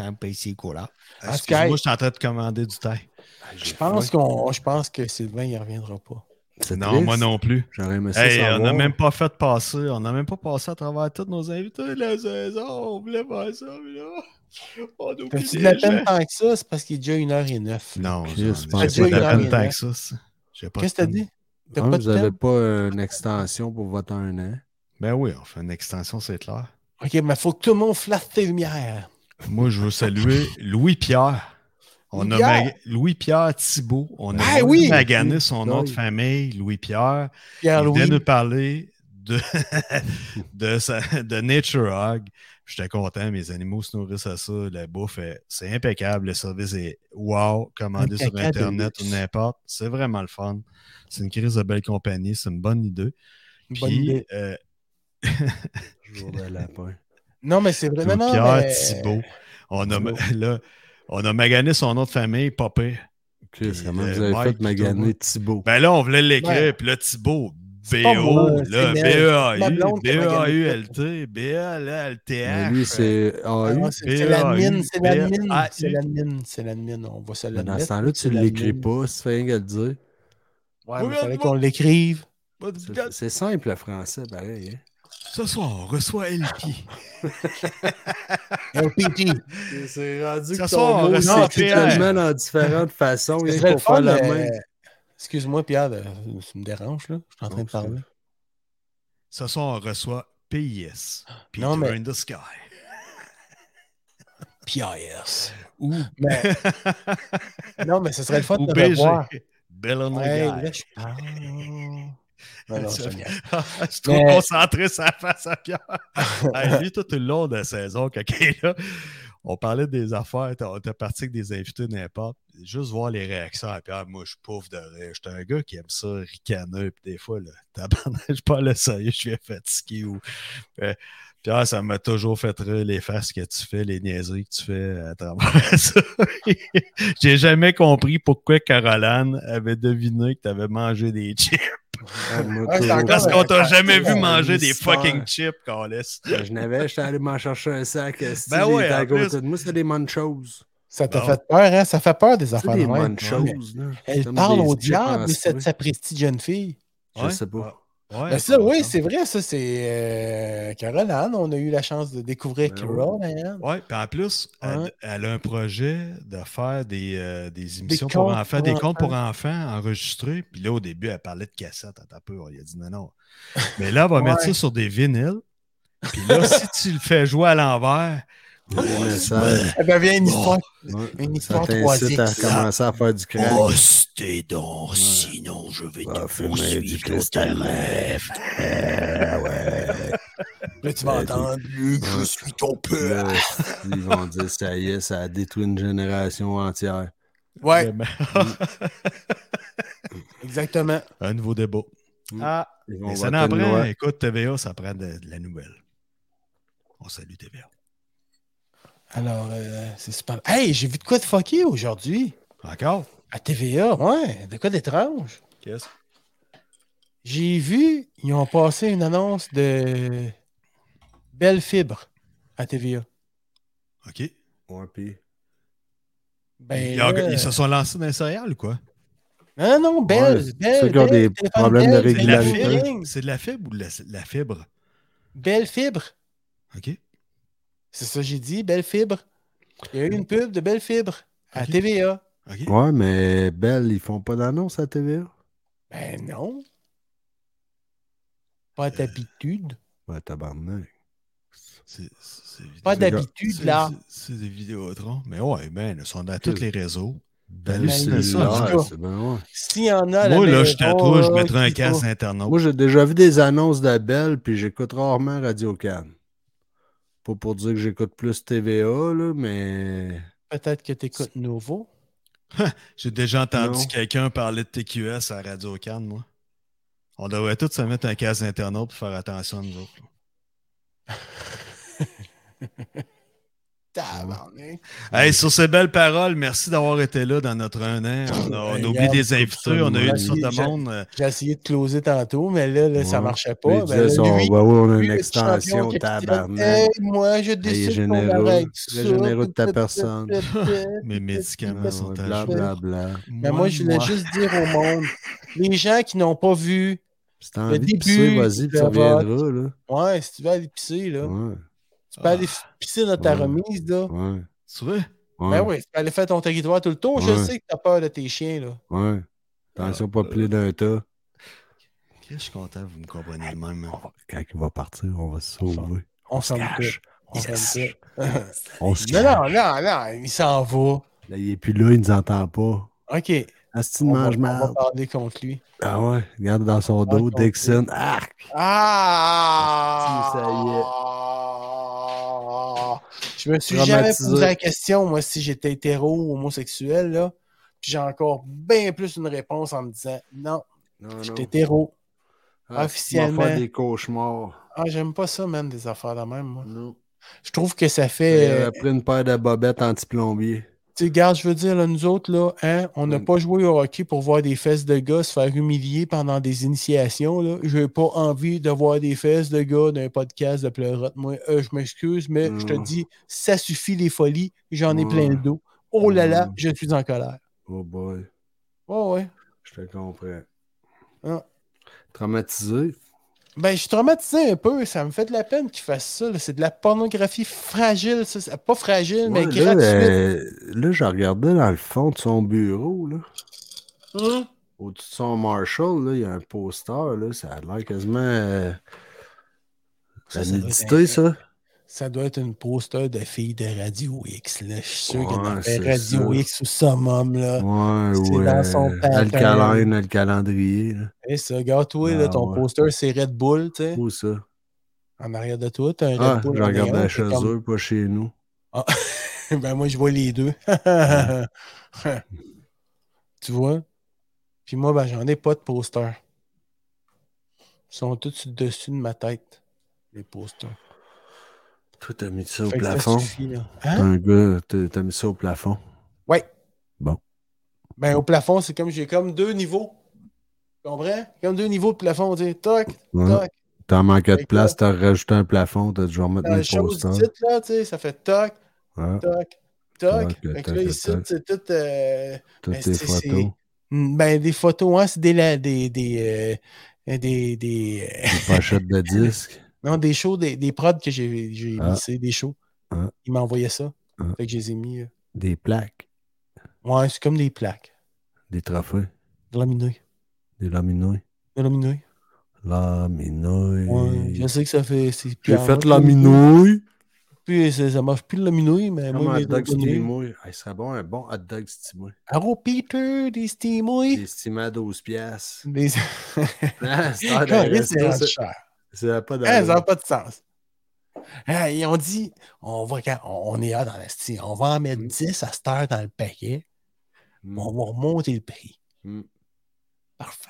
[SPEAKER 2] Ah,
[SPEAKER 3] Excuse-moi,
[SPEAKER 2] Sky.
[SPEAKER 3] je suis en train de commander du thé.
[SPEAKER 2] Ah, Je pense, qu'on, je pense que Sylvain, il reviendra pas.
[SPEAKER 4] C'est
[SPEAKER 3] Non,
[SPEAKER 4] triste.
[SPEAKER 3] moi non plus.
[SPEAKER 4] J'aurais aimé ça.
[SPEAKER 3] Hey,
[SPEAKER 4] s'en
[SPEAKER 3] on n'a
[SPEAKER 4] voir.
[SPEAKER 3] même pas fait passer. On n'a même pas passé à travers tous nos invités la saison. On voulait faire ça, mais là.
[SPEAKER 7] On oublie
[SPEAKER 2] T'as-tu de
[SPEAKER 7] les
[SPEAKER 2] la
[SPEAKER 7] gens.
[SPEAKER 2] peine tant que ça? C'est parce qu'il est déjà 1h09.
[SPEAKER 3] Non,
[SPEAKER 4] Chris,
[SPEAKER 3] j'ai
[SPEAKER 4] je
[SPEAKER 3] pas
[SPEAKER 2] pense
[SPEAKER 3] de
[SPEAKER 2] pas qu'il y
[SPEAKER 3] la
[SPEAKER 2] en
[SPEAKER 3] peine
[SPEAKER 2] a.
[SPEAKER 3] tant que ça. ça. J'ai pas
[SPEAKER 2] Qu'est-ce que
[SPEAKER 3] de
[SPEAKER 2] t'as
[SPEAKER 3] peine.
[SPEAKER 2] dit? T'as
[SPEAKER 4] Hein,
[SPEAKER 2] pas de
[SPEAKER 4] vous n'avez
[SPEAKER 2] peine?
[SPEAKER 4] pas une extension pour votre un an.
[SPEAKER 3] Ben oui, on fait une extension, c'est clair.
[SPEAKER 2] Ok, mais faut que tout le monde flatte tes lumières.
[SPEAKER 3] Moi, je veux saluer Louis-Pierre. On a
[SPEAKER 2] Louis-Pierre.
[SPEAKER 3] Mag- Louis-Pierre Thibault. On a
[SPEAKER 2] Ah oui!
[SPEAKER 3] magané son nom de
[SPEAKER 4] Oui.
[SPEAKER 3] famille, Louis-Pierre. Il
[SPEAKER 2] Pierre-Louis.
[SPEAKER 3] venait nous parler de, <laughs> de, sa- de Nature Hog. J'étais content, mes animaux se nourrissent à ça. La bouffe, est- c'est impeccable. Le service est wow, commandé sur
[SPEAKER 2] Impeccable de
[SPEAKER 3] Internet ou
[SPEAKER 2] luxe.
[SPEAKER 3] n'importe. C'est vraiment le fun. C'est une crise de belle compagnie. C'est une bonne idée.
[SPEAKER 2] Une
[SPEAKER 3] Puis,
[SPEAKER 2] bonne idée.
[SPEAKER 3] euh,
[SPEAKER 4] Jour de
[SPEAKER 2] <laughs>
[SPEAKER 4] lapin.
[SPEAKER 2] Non, mais c'est vrai. Non, non,
[SPEAKER 3] Pierre
[SPEAKER 2] mais-
[SPEAKER 3] Thibault. On a,
[SPEAKER 2] Thibault.
[SPEAKER 3] <laughs> là, on a magané son nom de famille, Popé.
[SPEAKER 4] Chris,
[SPEAKER 3] Puis,
[SPEAKER 4] comment
[SPEAKER 3] euh,
[SPEAKER 4] vous avez
[SPEAKER 3] Mike,
[SPEAKER 4] fait de maganer
[SPEAKER 3] Thomas.
[SPEAKER 4] Thibault?
[SPEAKER 3] Ben là, on voulait l'écrire,
[SPEAKER 2] Ouais.
[SPEAKER 3] puis là, Thibault,
[SPEAKER 2] C'est pas
[SPEAKER 3] B-O,
[SPEAKER 2] moi,
[SPEAKER 3] là,
[SPEAKER 2] c'est Nel. Ma
[SPEAKER 3] B-E-A-U,
[SPEAKER 2] blonde qui m'a gagné.
[SPEAKER 3] B-E-A-U-L-T,
[SPEAKER 4] Mais
[SPEAKER 3] B-A-L-T-H.
[SPEAKER 4] lui, c'est
[SPEAKER 2] Ah,
[SPEAKER 4] AU.
[SPEAKER 2] non, C'est c'est l'admin, c'est
[SPEAKER 3] B-A-U,
[SPEAKER 2] l'admin,
[SPEAKER 3] B-A-U.
[SPEAKER 2] c'est l'admin, c'est l'admin. On va se
[SPEAKER 4] Mais
[SPEAKER 2] l'admettre.
[SPEAKER 4] dans ce temps-là, tu
[SPEAKER 2] c'est
[SPEAKER 4] ne l'écris
[SPEAKER 2] l'admin.
[SPEAKER 4] pas, c'est rien qu'à le dire.
[SPEAKER 2] Ouais,
[SPEAKER 3] Oui,
[SPEAKER 2] mais fallait
[SPEAKER 3] moi-
[SPEAKER 2] qu'on l'écrive.
[SPEAKER 4] C'est- C'est simple le français, pareil. hein.
[SPEAKER 3] Ce soir, on reçoit LP.
[SPEAKER 2] LPT.
[SPEAKER 8] C'est rendu
[SPEAKER 3] Ce soir, on hein. reçoit
[SPEAKER 4] Non, c'est
[SPEAKER 3] PR.
[SPEAKER 4] tellement
[SPEAKER 3] <laughs>
[SPEAKER 4] en différentes façons,
[SPEAKER 2] Ce
[SPEAKER 4] rien
[SPEAKER 2] serait
[SPEAKER 4] qu'on
[SPEAKER 2] le
[SPEAKER 4] faire
[SPEAKER 2] fun,
[SPEAKER 4] la
[SPEAKER 2] euh,
[SPEAKER 4] même.
[SPEAKER 2] <laughs> Excuse-moi, Pierre, de- ça me dérange, là. Je suis en train de parler.
[SPEAKER 3] Ce soir, on reçoit PIS. Peter
[SPEAKER 2] Non, mais-
[SPEAKER 3] in the Sky.
[SPEAKER 2] PIS.
[SPEAKER 3] Ou,
[SPEAKER 2] Mais- Non, mais ce serait le fun
[SPEAKER 3] <laughs> ou
[SPEAKER 2] de
[SPEAKER 3] BG.
[SPEAKER 2] revoir.
[SPEAKER 3] Bell on the
[SPEAKER 2] Hey,
[SPEAKER 3] Guy.
[SPEAKER 2] là, je parle. Non, non,
[SPEAKER 3] Ça-
[SPEAKER 2] je niaise.
[SPEAKER 3] <laughs> je suis trop
[SPEAKER 2] Mais-
[SPEAKER 3] concentré sur la face à Pierre. Hey, lui, tout le long de la saison, quand il est là, on parlait des affaires, on était parti avec des invités n'importe. Juste voir les réactions à Pierre, moi, je pouffe de rire. J'étais un gars qui aime ça, ricaneux, puis des fois, là, tabarnak, <laughs> je parle le sérieux, je suis fatigué. Ou... Euh, Pierre, ça m'a toujours fait rire les faces que tu fais, les niaiseries que tu fais à travers <laughs> ça. J'ai jamais compris pourquoi Caroline avait deviné que tu avais mangé des chips.
[SPEAKER 4] Ah, moi,
[SPEAKER 2] Ouais, c'est
[SPEAKER 4] toujours-
[SPEAKER 2] encore-
[SPEAKER 3] Parce qu'on t'a jamais vu
[SPEAKER 4] Ouais,
[SPEAKER 3] manger des
[SPEAKER 4] mystère.
[SPEAKER 3] fucking chips, laisse.
[SPEAKER 4] Ben, Je n'avais, j'étais allé m'en chercher un sac.
[SPEAKER 3] Ben
[SPEAKER 4] Ben
[SPEAKER 3] ouais,
[SPEAKER 4] ouais,
[SPEAKER 3] en
[SPEAKER 4] à
[SPEAKER 3] plus-
[SPEAKER 4] côté de moi, c'était des munchos.
[SPEAKER 2] Ça t'a
[SPEAKER 3] Bon.
[SPEAKER 2] fait peur, hein? Ça fait peur des
[SPEAKER 4] C'est
[SPEAKER 2] affaires
[SPEAKER 4] des
[SPEAKER 2] de même.
[SPEAKER 4] munchos. là.
[SPEAKER 2] Elle
[SPEAKER 4] Comme
[SPEAKER 2] parle
[SPEAKER 4] des
[SPEAKER 2] au
[SPEAKER 4] chips
[SPEAKER 2] diable,
[SPEAKER 4] en
[SPEAKER 2] cette
[SPEAKER 4] souhait.
[SPEAKER 2] sapristi de jeune fille.
[SPEAKER 4] Je sais pas.
[SPEAKER 3] Ouais,
[SPEAKER 2] Ben ça, oui,
[SPEAKER 3] ouais,
[SPEAKER 2] c'est vrai, ça, c'est euh, Carole Anne. On a eu la chance de découvrir hein?
[SPEAKER 4] Ben
[SPEAKER 2] Carole Anne.
[SPEAKER 3] Ouais, puis en plus, elle-
[SPEAKER 2] Ouais.
[SPEAKER 3] elle, a un projet de faire des, euh, des émissions
[SPEAKER 2] Des
[SPEAKER 3] pour
[SPEAKER 2] contes
[SPEAKER 3] enfants,
[SPEAKER 2] pour
[SPEAKER 3] des contes pour enfants enregistrés. Puis là, au début, elle parlait de cassettes, attends un peu, on lui a dit non, non. Mais là, elle va mettre ça sur des vinyles. Puis là, si
[SPEAKER 2] <laughs>
[SPEAKER 3] tu le fais jouer à l'envers,
[SPEAKER 4] Des messages.
[SPEAKER 2] Elle avait Eh ben, une
[SPEAKER 3] Oh.
[SPEAKER 2] histoire.
[SPEAKER 4] Ouais.
[SPEAKER 2] Une
[SPEAKER 4] Ça
[SPEAKER 2] histoire
[SPEAKER 4] t'incite à
[SPEAKER 2] 3X.
[SPEAKER 4] commencer à faire du crack.
[SPEAKER 5] Restez donc, sinon je vais
[SPEAKER 4] Ah,
[SPEAKER 5] te
[SPEAKER 4] fumer du
[SPEAKER 5] poursuivre dans
[SPEAKER 4] cristal.
[SPEAKER 5] ta rêve.
[SPEAKER 2] Là, tu vas
[SPEAKER 4] Ben,
[SPEAKER 2] entendre Luc, je suis ton père.
[SPEAKER 4] Là, ils vont dire ça y est, ça a détruit une génération entière.
[SPEAKER 2] Ouais,
[SPEAKER 3] ben,
[SPEAKER 2] exactement.
[SPEAKER 3] un nouveau débat.
[SPEAKER 4] Mm.
[SPEAKER 3] Ah,
[SPEAKER 4] Ils
[SPEAKER 3] mais
[SPEAKER 4] vont
[SPEAKER 3] ça
[SPEAKER 4] voter
[SPEAKER 3] n'en
[SPEAKER 4] une
[SPEAKER 3] prend.
[SPEAKER 4] loi.
[SPEAKER 3] Écoute, TVA, ça prend de, de la nouvelle. On salue TVA.
[SPEAKER 2] Alors, euh, c'est super. Hey, j'ai vu de quoi de fucké aujourd'hui
[SPEAKER 3] Encore?
[SPEAKER 2] à TVA. Ouais, de quoi d'étrange.
[SPEAKER 3] Qu'est-ce?
[SPEAKER 2] J'ai vu, ils ont passé une annonce de Belle Fibre à TVA.
[SPEAKER 3] OK.
[SPEAKER 4] Ouais, puis-
[SPEAKER 2] Ben,
[SPEAKER 3] ils,
[SPEAKER 2] là,
[SPEAKER 3] ils se sont lancés dans les céréales ou quoi?
[SPEAKER 2] Non, non, Belle.
[SPEAKER 4] Ouais,
[SPEAKER 2] Belle
[SPEAKER 4] ceux qui ont
[SPEAKER 2] Belle,
[SPEAKER 4] des
[SPEAKER 2] téléphone
[SPEAKER 4] problèmes de
[SPEAKER 2] Belle,
[SPEAKER 3] C'est de la
[SPEAKER 2] téléphone
[SPEAKER 4] régularité.
[SPEAKER 2] Ring.
[SPEAKER 3] fibre? C'est de la fibre ou de la, de la fibre?
[SPEAKER 2] Belle Fibre.
[SPEAKER 3] OK.
[SPEAKER 2] C'est ça que j'ai dit, Belle Fibre. Il y a eu une pub de Belle Fibre à
[SPEAKER 3] Ok.
[SPEAKER 2] TVA.
[SPEAKER 3] OK.
[SPEAKER 4] Ouais, mais Belle, ils font pas d'annonce à TVA.
[SPEAKER 2] Ben non. Pas d'habitude.
[SPEAKER 4] Ouais, tabarnak.
[SPEAKER 3] C'est- c'est- c'est-
[SPEAKER 2] Pas
[SPEAKER 4] c'est-
[SPEAKER 2] d'habitude,
[SPEAKER 3] c'est-
[SPEAKER 2] là.
[SPEAKER 3] C'est c'est des vidéotrons. Mais ouais, ben, ils sont dans tous les réseaux.
[SPEAKER 4] Belle,
[SPEAKER 2] c'est
[SPEAKER 4] Ben, c'est
[SPEAKER 2] ça,
[SPEAKER 4] là,
[SPEAKER 2] en tout cas.
[SPEAKER 4] c'est ben ouais.
[SPEAKER 2] S'il y en a à la
[SPEAKER 3] Moi, là,
[SPEAKER 2] maison,
[SPEAKER 3] je t'attends, je
[SPEAKER 2] euh,
[SPEAKER 3] mettrais un
[SPEAKER 2] qui
[SPEAKER 3] casque
[SPEAKER 2] va-
[SPEAKER 3] internaute.
[SPEAKER 4] Moi, j'ai déjà vu des annonces de Belle, puis j'écoute rarement Radio Cannes. Pas pour dire que j'écoute plus TVA, là, mais.
[SPEAKER 2] Peut-être que tu écoutes Nouveau.
[SPEAKER 3] J'ai déjà entendu
[SPEAKER 4] Non.
[SPEAKER 3] quelqu'un parler de TQS à Radio Cannes, moi. On devrait tous se mettre un casque internaute pour faire attention à nous autres.
[SPEAKER 2] Tabarnak.
[SPEAKER 3] Hey, sur ces belles paroles, merci d'avoir été là dans notre un an. On, a- on
[SPEAKER 2] Hey,
[SPEAKER 3] oublie
[SPEAKER 2] Yann,
[SPEAKER 3] des invités, on a eu une
[SPEAKER 2] merci,
[SPEAKER 3] sorte de
[SPEAKER 2] Jean-
[SPEAKER 3] monde. euh,
[SPEAKER 2] J'ai essayé de closer tantôt, mais là, là, ça
[SPEAKER 4] Ouais.
[SPEAKER 2] marchait
[SPEAKER 4] Les
[SPEAKER 2] pas. Ben, là,
[SPEAKER 4] dieux sont-
[SPEAKER 2] lui,
[SPEAKER 4] ouais, ouais, on a
[SPEAKER 2] lui,
[SPEAKER 4] une
[SPEAKER 2] le champion
[SPEAKER 4] extension,
[SPEAKER 2] capitaine,
[SPEAKER 4] tabarnak.
[SPEAKER 2] Hey, moi, je
[SPEAKER 4] Hey, il est
[SPEAKER 2] décide qu'on
[SPEAKER 4] généreux.
[SPEAKER 2] arrête
[SPEAKER 4] Très
[SPEAKER 2] ça.
[SPEAKER 4] généreux de ta personne.
[SPEAKER 3] Mes médicaments sont à jour.
[SPEAKER 4] Blablabla. Bla, bla.
[SPEAKER 2] Mais Ben, moi, je voulais
[SPEAKER 3] moi.
[SPEAKER 2] juste dire au monde, les gens qui n'ont pas vu,
[SPEAKER 4] Si t'as envie de
[SPEAKER 2] début
[SPEAKER 4] pisser, vas-y, puis
[SPEAKER 2] du
[SPEAKER 4] ça
[SPEAKER 2] vote.
[SPEAKER 4] viendra, là.
[SPEAKER 2] ouais, si tu veux aller pisser, là,
[SPEAKER 4] Ouais.
[SPEAKER 2] Tu peux aller pisser dans ta
[SPEAKER 4] Ouais.
[SPEAKER 2] remise, là.
[SPEAKER 4] Ouais.
[SPEAKER 3] Tu vois?
[SPEAKER 4] ouais,
[SPEAKER 2] Ben oui, tu peux aller faire ton territoire tout le tour. Je
[SPEAKER 4] Ouais.
[SPEAKER 2] sais que t'as peur de tes chiens, là.
[SPEAKER 4] ouais. Attention, pas plus d'un tas.
[SPEAKER 3] Chris, Je suis content, vous me comprenez de même. hein.
[SPEAKER 4] Oh, Quand il va partir, on va se sauver.
[SPEAKER 2] On s'en occupe.
[SPEAKER 4] Cache.
[SPEAKER 2] On s'en
[SPEAKER 4] Yes.
[SPEAKER 2] occupe.
[SPEAKER 4] <laughs> On se
[SPEAKER 2] Non,
[SPEAKER 4] cache.
[SPEAKER 2] non, non, non, il s'en va.
[SPEAKER 4] Là, il est plus là, il nous entend pas.
[SPEAKER 2] OK.
[SPEAKER 4] Asti de
[SPEAKER 2] On va,
[SPEAKER 4] mange
[SPEAKER 2] on va
[SPEAKER 4] mal.
[SPEAKER 2] parler contre lui.
[SPEAKER 4] Ah ouais, regarde dans son
[SPEAKER 2] Ah,
[SPEAKER 4] dos,
[SPEAKER 2] contre-
[SPEAKER 4] Dixon. Ah!
[SPEAKER 2] Ah!
[SPEAKER 4] Si, ça y
[SPEAKER 2] Je me suis jamais
[SPEAKER 4] Traumatisé.
[SPEAKER 2] posé la question, moi, si j'étais hétéro ou homosexuel, là. Puis j'ai encore bien plus une réponse en me disant non,
[SPEAKER 4] Non,
[SPEAKER 2] je
[SPEAKER 4] non.
[SPEAKER 2] suis hétéro.
[SPEAKER 4] Ah,
[SPEAKER 2] officiellement.
[SPEAKER 4] tu vas faire des cauchemars.
[SPEAKER 2] Ah, j'aime pas ça, même, des affaires de même, moi.
[SPEAKER 4] Non.
[SPEAKER 2] Je trouve que ça fait.
[SPEAKER 4] Il
[SPEAKER 2] euh,
[SPEAKER 4] a pris une paire de bobettes anti-plombier.
[SPEAKER 2] Tu sais, regarde, je veux dire, là, nous autres, là, hein, on n'a
[SPEAKER 4] Mm.
[SPEAKER 2] pas joué au hockey pour voir des fesses de gars se faire humilier pendant des initiations. Là. J'ai pas envie de voir des fesses de gars d'un podcast de pleurote. Moi, Euh, je m'excuse, mais je te
[SPEAKER 4] Mm.
[SPEAKER 2] dis, ça suffit les folies. J'en ai
[SPEAKER 4] Ouais.
[SPEAKER 2] plein le dos. Oh là là,
[SPEAKER 4] Mm.
[SPEAKER 2] je suis en colère.
[SPEAKER 4] Oh boy,
[SPEAKER 2] Ouais, ouais.
[SPEAKER 4] je te comprends.
[SPEAKER 2] Ah.
[SPEAKER 4] Traumatisé.
[SPEAKER 2] Ben, je suis traumatisé un peu. Ça me fait de la peine qu'ils fassent ça. là. C'est de la pornographie fragile. Ça. C'est Pas fragile, mais
[SPEAKER 4] Ouais, là,
[SPEAKER 2] gratuite.
[SPEAKER 4] euh, là, je regardais dans le fond de son bureau, là.
[SPEAKER 2] Hum.
[SPEAKER 4] Au-dessus de son Marshall, là, il y a un poster, là. Ça a l'air quasiment. euh,
[SPEAKER 2] Ça,
[SPEAKER 4] la
[SPEAKER 2] ça doit être
[SPEAKER 4] nudité,
[SPEAKER 2] un-
[SPEAKER 4] ça.
[SPEAKER 2] Ça doit être une poster de fille de Radio X. Là. Je suis sûr qu'il y en
[SPEAKER 4] Ouais,
[SPEAKER 2] avait
[SPEAKER 4] c'est
[SPEAKER 2] Radio
[SPEAKER 4] ça.
[SPEAKER 2] X ou Summum. Là.
[SPEAKER 4] Ouais,
[SPEAKER 2] C'est
[SPEAKER 4] ouais.
[SPEAKER 2] dans son
[SPEAKER 4] Alcaline, le calendrier, là.
[SPEAKER 2] Et ça, regarde-toi,
[SPEAKER 4] Ah,
[SPEAKER 2] là, ton
[SPEAKER 4] ouais.
[SPEAKER 2] poster, c'est Red Bull, tu sais.
[SPEAKER 4] Où ça?
[SPEAKER 2] En arrière de toi, t'as un Red
[SPEAKER 4] Ah,
[SPEAKER 2] Bull.
[SPEAKER 4] je
[SPEAKER 2] en
[SPEAKER 4] regarde
[SPEAKER 2] néon,
[SPEAKER 4] la
[SPEAKER 2] c'est
[SPEAKER 4] chez
[SPEAKER 2] comme-
[SPEAKER 4] eux, pas chez nous.
[SPEAKER 2] Ah, <laughs> ben moi, je vois les deux. tu vois? Puis moi, ben, j'en ai pas de poster. Ils sont tous dessus de ma tête, les posters.
[SPEAKER 4] Toi, t'as mis ça au
[SPEAKER 2] Fait que ça
[SPEAKER 4] plafond.
[SPEAKER 2] suffit, là.
[SPEAKER 4] T'es
[SPEAKER 2] Hein?
[SPEAKER 4] un gars, t'as t'as mis ça au plafond.
[SPEAKER 2] Ouais.
[SPEAKER 4] Bon.
[SPEAKER 2] Ben, au plafond, c'est comme j'ai comme deux niveaux. Tu comprends? Comme deux niveaux de plafond, tu sais. Toc,
[SPEAKER 4] Ouais.
[SPEAKER 2] toc.
[SPEAKER 4] T'en manquais de
[SPEAKER 2] Fait que
[SPEAKER 4] place, t'as rajouté un plafond, t'as toujours mettre
[SPEAKER 2] Dans
[SPEAKER 4] un
[SPEAKER 2] le chose du
[SPEAKER 4] poster.
[SPEAKER 2] titre, là, tu sais, ça fait toc,
[SPEAKER 4] Ouais,
[SPEAKER 2] toc, toc.
[SPEAKER 4] Toc,
[SPEAKER 2] Fait que
[SPEAKER 4] toc,
[SPEAKER 2] là,
[SPEAKER 4] toc,
[SPEAKER 2] ici,
[SPEAKER 4] toc.
[SPEAKER 2] c'est tout. euh,
[SPEAKER 4] toutes
[SPEAKER 2] Ben,
[SPEAKER 4] tes
[SPEAKER 2] c'est- c'est-
[SPEAKER 4] photos,
[SPEAKER 2] mm, ben, des photos, hein, c'est des. la- des, des, euh, des, des <laughs> euh,
[SPEAKER 4] tes pochettes de disques.
[SPEAKER 2] non, des shows, des, des prods que j'ai j'ai
[SPEAKER 4] Ah.
[SPEAKER 2] lissés, des shows.
[SPEAKER 4] Ah.
[SPEAKER 2] Ils m'envoyaient ça.
[SPEAKER 4] Ah.
[SPEAKER 2] Fait que je les ai mis. euh.
[SPEAKER 4] Des plaques,
[SPEAKER 2] Ouais, c'est comme des plaques.
[SPEAKER 4] des trophées,
[SPEAKER 2] De l'aminouille.
[SPEAKER 4] des laminouilles.
[SPEAKER 2] De l'aminouille.
[SPEAKER 4] Laminouilles.
[SPEAKER 2] Ouais, je sais que ça fait. c'est plus
[SPEAKER 4] J'ai
[SPEAKER 2] en mode
[SPEAKER 4] fait laminouille.
[SPEAKER 2] Puis ça, ça marche plus de l'aminouille, mais
[SPEAKER 4] Comme
[SPEAKER 2] moi,
[SPEAKER 4] un
[SPEAKER 2] je
[SPEAKER 4] hot dog
[SPEAKER 2] les ai donnés.
[SPEAKER 4] stimouille. Hey, ce serait bon, un bon hot dog stimouille.
[SPEAKER 2] Arrow Peter, des steamouilles.
[SPEAKER 4] Estimé à
[SPEAKER 2] <laughs>
[SPEAKER 4] 12 piastres. <laughs>
[SPEAKER 2] Des.
[SPEAKER 4] Ah, c'est
[SPEAKER 2] <laughs> Ah,
[SPEAKER 4] hors de
[SPEAKER 2] c'est
[SPEAKER 4] resto,
[SPEAKER 2] rendu
[SPEAKER 4] ça.
[SPEAKER 2] cher.
[SPEAKER 4] Ça a pas
[SPEAKER 2] Hein, ça n'a
[SPEAKER 4] d'allure.
[SPEAKER 2] pas de sens. Hein, et on dit, on, va, quand- on est là dans la style, on va en mettre 10 à cette heure dans le paquet,
[SPEAKER 4] Mm.
[SPEAKER 2] on va remonter le prix.
[SPEAKER 4] Mm.
[SPEAKER 2] Parfait.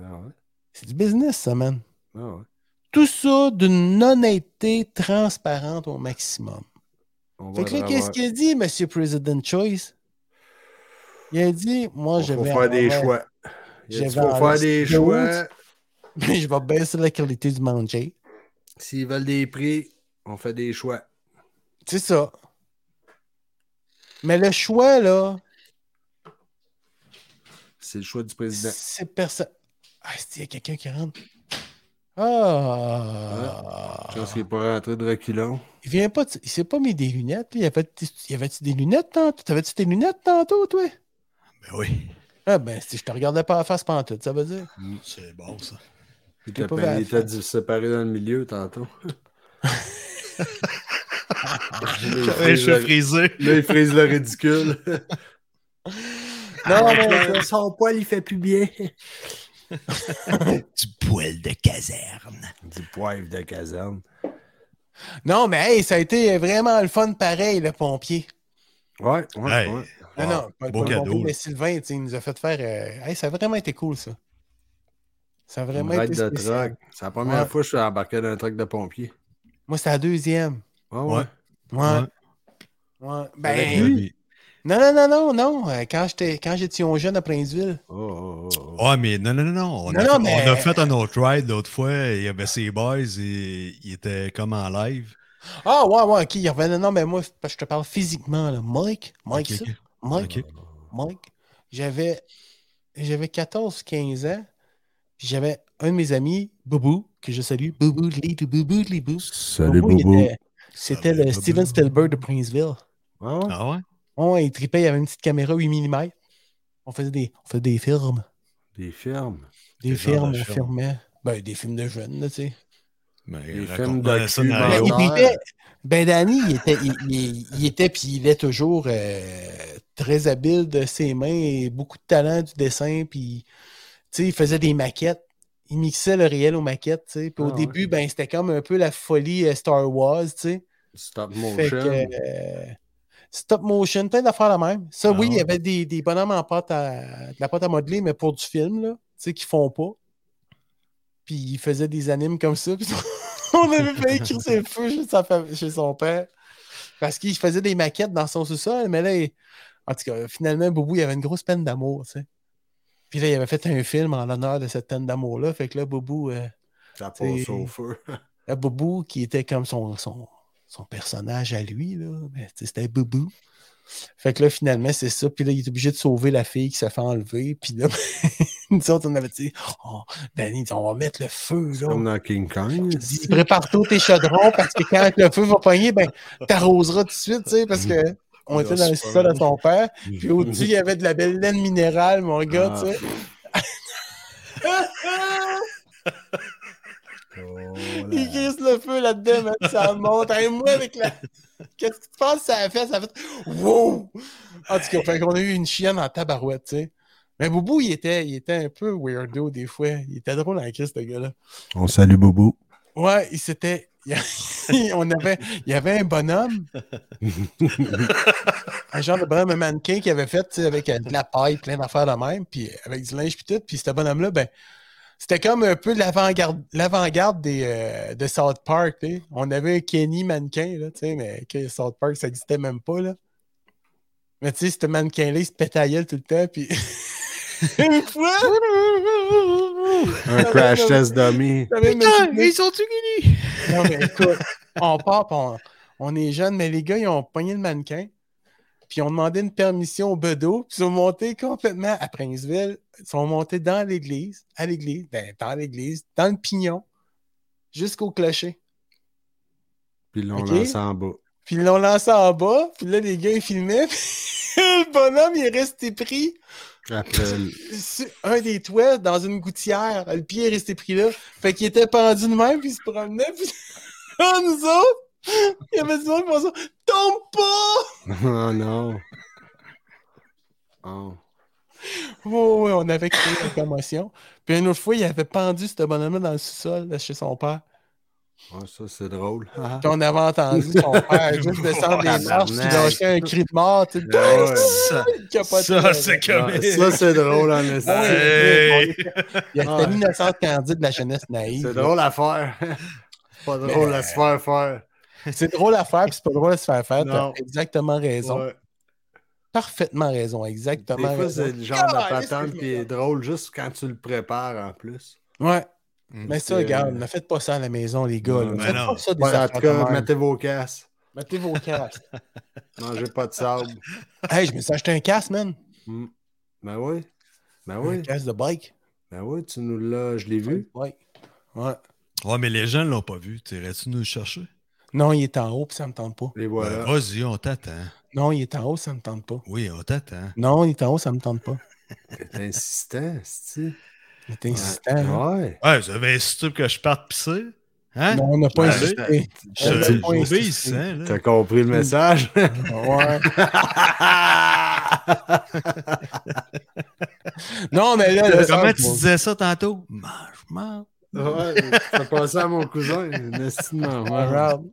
[SPEAKER 4] Ah ouais,
[SPEAKER 2] C'est du business, ça, man.
[SPEAKER 4] ah ouais.
[SPEAKER 2] Tout ça d'une honnêteté transparente au maximum.
[SPEAKER 4] On va
[SPEAKER 2] Fait que là,
[SPEAKER 4] le
[SPEAKER 2] qu'est-ce
[SPEAKER 4] revoir.
[SPEAKER 2] qu'il a dit, Monsieur President Choice? Il a dit, moi, je
[SPEAKER 4] Faut
[SPEAKER 2] vais.
[SPEAKER 4] faire des
[SPEAKER 2] avoir-
[SPEAKER 4] choix.
[SPEAKER 2] Je
[SPEAKER 4] Il
[SPEAKER 2] vais
[SPEAKER 4] faut
[SPEAKER 2] avoir
[SPEAKER 4] faire des
[SPEAKER 2] des
[SPEAKER 4] choix.
[SPEAKER 2] autres. <laughs> je vais baisser la qualité du manger.
[SPEAKER 4] S'ils veulent des prix, on fait des choix.
[SPEAKER 2] C'est ça. Mais le choix, là,
[SPEAKER 4] C'est le choix du président.
[SPEAKER 2] C'est personne. Ah, est-ce qu'il y a quelqu'un qui rentre? Ah!
[SPEAKER 4] Je pense qu'il n'est pas rentré de reculons.
[SPEAKER 2] Il vient pas. de- Il s'est pas mis des lunettes. lui. Il avait, il avait-tu des lunettes tantôt? T'avais-tu des lunettes tantôt, toi?
[SPEAKER 3] Ben oui,
[SPEAKER 2] Ah, ben, si je te regardais pas à la face pantoute, ça veut dire.
[SPEAKER 3] c'est bon ça.
[SPEAKER 4] Il
[SPEAKER 2] l'ai
[SPEAKER 4] était
[SPEAKER 2] pas fait à la
[SPEAKER 4] pas- il était dû- séparé dans le milieu <laughs> tantôt.
[SPEAKER 3] J'avais les cheveux
[SPEAKER 4] Là,
[SPEAKER 3] frisés.
[SPEAKER 4] il frise le ridicule.
[SPEAKER 2] Non, mais.
[SPEAKER 4] Son poil, il fait plus bien.
[SPEAKER 5] Du poil de caserne.
[SPEAKER 4] <laughs> Du poivre de caserne.
[SPEAKER 2] Non, mais hey, ça a été vraiment le fun pareil, le pompier.
[SPEAKER 4] Ouais, ouais,
[SPEAKER 3] Hey.
[SPEAKER 4] ouais.
[SPEAKER 2] Non, non, pas,
[SPEAKER 3] beau
[SPEAKER 2] pas le
[SPEAKER 3] cadeau,
[SPEAKER 2] pompier,
[SPEAKER 3] là.
[SPEAKER 2] mais Sylvain, tu sais, il nous a fait faire. euh, Hey, ça a vraiment été cool, ça. Ça a vraiment
[SPEAKER 4] Une
[SPEAKER 2] été
[SPEAKER 4] raide de
[SPEAKER 2] spécial.
[SPEAKER 4] truck. C'est la première
[SPEAKER 2] Ouais.
[SPEAKER 4] fois que je suis embarqué dans un truck de pompier.
[SPEAKER 2] Moi, c'était la deuxième.
[SPEAKER 4] Ouais, ouais.
[SPEAKER 3] Ouais.
[SPEAKER 2] Ouais.
[SPEAKER 3] Ouais.
[SPEAKER 2] Ouais.
[SPEAKER 4] Avec
[SPEAKER 2] Ben.
[SPEAKER 4] lui?
[SPEAKER 2] Non, non, non, non, non. Euh, Quand j'étais quand j'étais au jeune à Princeville.
[SPEAKER 4] Oh, oh, oh, oh.
[SPEAKER 3] Ah, mais non, non, non, non. On,
[SPEAKER 2] Non,
[SPEAKER 3] a,
[SPEAKER 2] non,
[SPEAKER 3] fait,
[SPEAKER 2] mais-
[SPEAKER 3] on a fait un autre ride l'autre fois. Il y avait ses boys et il était comme en live.
[SPEAKER 2] Ah, ouais, ouais, ok, il revenait. Non, mais moi, c'est parce que je te parle physiquement, là. Mike, Mike,
[SPEAKER 3] Ok,
[SPEAKER 2] ça,
[SPEAKER 3] ok.
[SPEAKER 2] Mike,
[SPEAKER 3] Ok.
[SPEAKER 2] Mike. J'avais, j'avais 14, 15 ans. Puis j'avais un de mes amis, Boubou, que je salue. Boubou, Lidou, Boubou, Lidou.
[SPEAKER 4] Salut,
[SPEAKER 2] il
[SPEAKER 4] Boubou.
[SPEAKER 2] était- C'était le Steven Spielberg de Princeville.
[SPEAKER 4] Ah ouais?
[SPEAKER 3] Ah ouais?
[SPEAKER 2] On il tripait, il avait une petite caméra 8 mm. On faisait des, on faisait des films.
[SPEAKER 4] Des fermes.
[SPEAKER 2] Des
[SPEAKER 3] Quel genre
[SPEAKER 2] films, on
[SPEAKER 3] de film?
[SPEAKER 2] filmait. Ben, des films de jeunes, là, tu sais.
[SPEAKER 3] Mais
[SPEAKER 4] Les
[SPEAKER 3] il
[SPEAKER 4] films
[SPEAKER 3] raconte
[SPEAKER 4] de
[SPEAKER 3] ça
[SPEAKER 4] cul,
[SPEAKER 3] dans
[SPEAKER 4] ben
[SPEAKER 2] Ben,
[SPEAKER 3] les
[SPEAKER 4] oui.
[SPEAKER 3] autres.
[SPEAKER 2] il
[SPEAKER 4] Honneur.
[SPEAKER 2] était, ben, Danny, il était, il, il- il était puis il est toujours euh, très habile de ses mains et beaucoup de talent du dessin. Puis, tu sais, il faisait des maquettes. Il mixait le réel aux maquettes, tu sais. Puis au
[SPEAKER 4] Ah,
[SPEAKER 2] début, ben, c'était comme un peu la folie euh, Star Wars, tu sais.
[SPEAKER 4] Stop
[SPEAKER 2] Fait
[SPEAKER 4] motion.
[SPEAKER 2] que, euh, stop motion, plein d'affaires la même. Ça,
[SPEAKER 3] Ah
[SPEAKER 2] oui, il y
[SPEAKER 3] ouais.
[SPEAKER 2] avait des, des bonhommes en pâte à, de la pâte à modeler, mais pour du film, là, tu sais, qu'ils font pas. Puis il faisait des animes comme ça. <laughs> puis on avait fait écrire
[SPEAKER 3] <laughs>
[SPEAKER 2] ses feux chez, sa fam- chez son père. Parce qu'il faisait des maquettes dans son sous-sol, mais là, il- en tout cas, finalement, Boubou, il avait une grosse peine d'amour, tu sais. Puis là, il avait fait un film en l'honneur de cette peine d'amour-là. Fait que là, Boubou. euh,
[SPEAKER 4] Ça
[SPEAKER 2] c'est-
[SPEAKER 4] passe au feu.
[SPEAKER 2] à Boubou qui était comme son, son, son personnage à lui, là. Mais tu sais, c'était Boubou. Fait que là, finalement, c'est ça. Puis là, il est obligé de sauver la fille qui se fait enlever. Puis là, <laughs> nous autres, on avait dit, oh, Danny, on va mettre le feu, là.
[SPEAKER 4] Comme dans King Kong.
[SPEAKER 2] Il
[SPEAKER 4] <laughs>
[SPEAKER 2] dit, prépare tous tes chaudrons parce que quand le feu va pogner, ben, t'arroseras tout de suite, tu sais, parce que
[SPEAKER 4] Mm.
[SPEAKER 2] on était dans le sol de son père. Puis
[SPEAKER 4] <laughs>
[SPEAKER 2] au-dessus, il y avait de la belle laine minérale, mon gars,
[SPEAKER 4] Ah.
[SPEAKER 2] tu sais. <laughs> Il crisse le feu là-dedans, man, ça monte. Hey, moi, avec la. Qu'est-ce que tu penses que ça a fait? Ça a fait. Wow! En tout cas, fait qu'on a eu une chienne en tabarouette, tu sais. Mais Boubou, il était, il était un peu weirdo des fois. Il était drôle en crise, ce gars-là.
[SPEAKER 4] On salue Boubou.
[SPEAKER 2] Ouais, il s'était. il- <laughs> On avait... Il y avait un bonhomme, <laughs> un genre de bonhomme, un mannequin qui avait fait tu sais, avec euh, de la paille, plein d'affaires de même, puis avec du linge, puis tout. Puis ce bonhomme-là, ben, c'était comme un peu l'avant-garde l'avant-garde des, euh, de South Park. tu sais. On avait un Kenny mannequin, là, tu sais, mais que South Park, ça n'existait même pas. Là. Mais tu sais, ce mannequin-là, il se pétaillait tout le temps, puis. <laughs> Une fois!
[SPEAKER 4] Un crash test dummy.
[SPEAKER 2] T'avais même
[SPEAKER 3] Putain,
[SPEAKER 2] plus-
[SPEAKER 3] mais ils sont tous guéris!
[SPEAKER 2] non, mais écoute, on part, pis on, on est jeunes, mais les gars, ils ont pogné le mannequin, puis ils ont demandé une permission au bedeau, puis ils sont montés complètement à Princeville. Ils sont montés dans l'église, à l'église, ben, dans l'église, dans le pignon, jusqu'au clocher.
[SPEAKER 4] Puis là, on
[SPEAKER 2] Ok.
[SPEAKER 4] lance en bas.
[SPEAKER 2] Puis ils l'ont lancé en bas, puis là, les gars, ils filmaient, <laughs> puis le bonhomme, il est resté pris
[SPEAKER 4] Après, le-
[SPEAKER 2] sur un des toits dans une gouttière. Le pied est resté pris là. Fait qu'il était pendu de même, puis il se promenait, puis <laughs> Ah, nous autres, il y avait du monde qui pensait « Tombe pas!
[SPEAKER 4] <laughs> oh non. Oh.
[SPEAKER 2] Oh, oui, on avait créé la commotion. Puis une autre fois, il avait pendu ce bonhomme dans le sous-sol là, chez son père.
[SPEAKER 4] Oh, ça, c'est drôle. Ah,
[SPEAKER 2] Puis on avait entendu son
[SPEAKER 4] <laughs>
[SPEAKER 2] père juste descendre les marches, puis lâcher un cri de mort, tu sais,
[SPEAKER 4] ouais.
[SPEAKER 3] Ça,
[SPEAKER 2] qui a pas de
[SPEAKER 3] ça, c'est comme.
[SPEAKER 4] Ah, ça, c'est drôle, en
[SPEAKER 2] Ah oui,
[SPEAKER 4] esti.
[SPEAKER 3] Hey!
[SPEAKER 2] Il y a
[SPEAKER 4] Ouais.
[SPEAKER 2] cette innocence candide de la jeunesse naïve.
[SPEAKER 4] C'est drôle à faire. Pas drôle à se faire faire.
[SPEAKER 2] C'est drôle à faire, puis c'est pas drôle à se faire faire. T'as
[SPEAKER 4] Non.
[SPEAKER 2] exactement raison.
[SPEAKER 4] Ouais.
[SPEAKER 2] Parfaitement raison,
[SPEAKER 4] Des
[SPEAKER 2] exactement
[SPEAKER 4] fois,
[SPEAKER 2] raison.
[SPEAKER 4] c'est le genre de
[SPEAKER 2] Ah,
[SPEAKER 4] patente
[SPEAKER 2] excuse-moi.
[SPEAKER 4] qui est drôle juste quand tu le prépares en plus.
[SPEAKER 2] Ouais.
[SPEAKER 3] Mm.
[SPEAKER 2] Mais ça,
[SPEAKER 4] C'est-
[SPEAKER 2] regarde, ne faites pas ça à la maison, les gars. là.
[SPEAKER 4] Non,
[SPEAKER 2] Faites
[SPEAKER 3] mais
[SPEAKER 2] pas
[SPEAKER 3] non.
[SPEAKER 2] ça des
[SPEAKER 4] Ouais, en
[SPEAKER 2] affaires
[SPEAKER 4] tout
[SPEAKER 2] de
[SPEAKER 4] cas,
[SPEAKER 2] même.
[SPEAKER 4] mettez vos casques.
[SPEAKER 2] Mettez vos casques.
[SPEAKER 4] Mangez pas de sable.
[SPEAKER 2] <laughs> hey, je me suis acheté un casque, man.
[SPEAKER 4] Mm. Ben oui. Ben oui.
[SPEAKER 2] Un casque de bike.
[SPEAKER 4] Ben oui, tu nous l'as, je l'ai vu.
[SPEAKER 2] Ouais. Ouais.
[SPEAKER 3] Ouais, mais les gens l'ont pas vu. T'irais-tu nous le chercher?
[SPEAKER 2] Non, il est en haut, puis ça me tente pas.
[SPEAKER 4] Et voilà.
[SPEAKER 3] Ben, Vas-y, on t'attend.
[SPEAKER 2] Non, il est en haut, ça me tente pas.
[SPEAKER 3] Oui, on t'attend.
[SPEAKER 2] Non, il est en haut, ça me tente pas.
[SPEAKER 4] T'es insistant, cest
[SPEAKER 2] Il est insistant. hein.
[SPEAKER 4] Ouais.
[SPEAKER 3] Ouais, vous avez insisté pour que je parte pisser? Hein?
[SPEAKER 2] Non, on n'a pas
[SPEAKER 3] Ouais.
[SPEAKER 4] <laughs>
[SPEAKER 2] insisté.
[SPEAKER 3] je
[SPEAKER 2] on
[SPEAKER 3] je
[SPEAKER 2] n'a pas
[SPEAKER 3] vais
[SPEAKER 2] insisté.
[SPEAKER 3] ici, hein, là.
[SPEAKER 4] T'as compris le <laughs> message?
[SPEAKER 2] Ouais. Non, mais là, là,
[SPEAKER 3] Comment
[SPEAKER 2] ça,
[SPEAKER 3] tu
[SPEAKER 2] moi,
[SPEAKER 3] disais ça tantôt? Mange, mange.
[SPEAKER 4] ouais, t'as passé à mon cousin. Nasty de marrant.
[SPEAKER 2] regarde.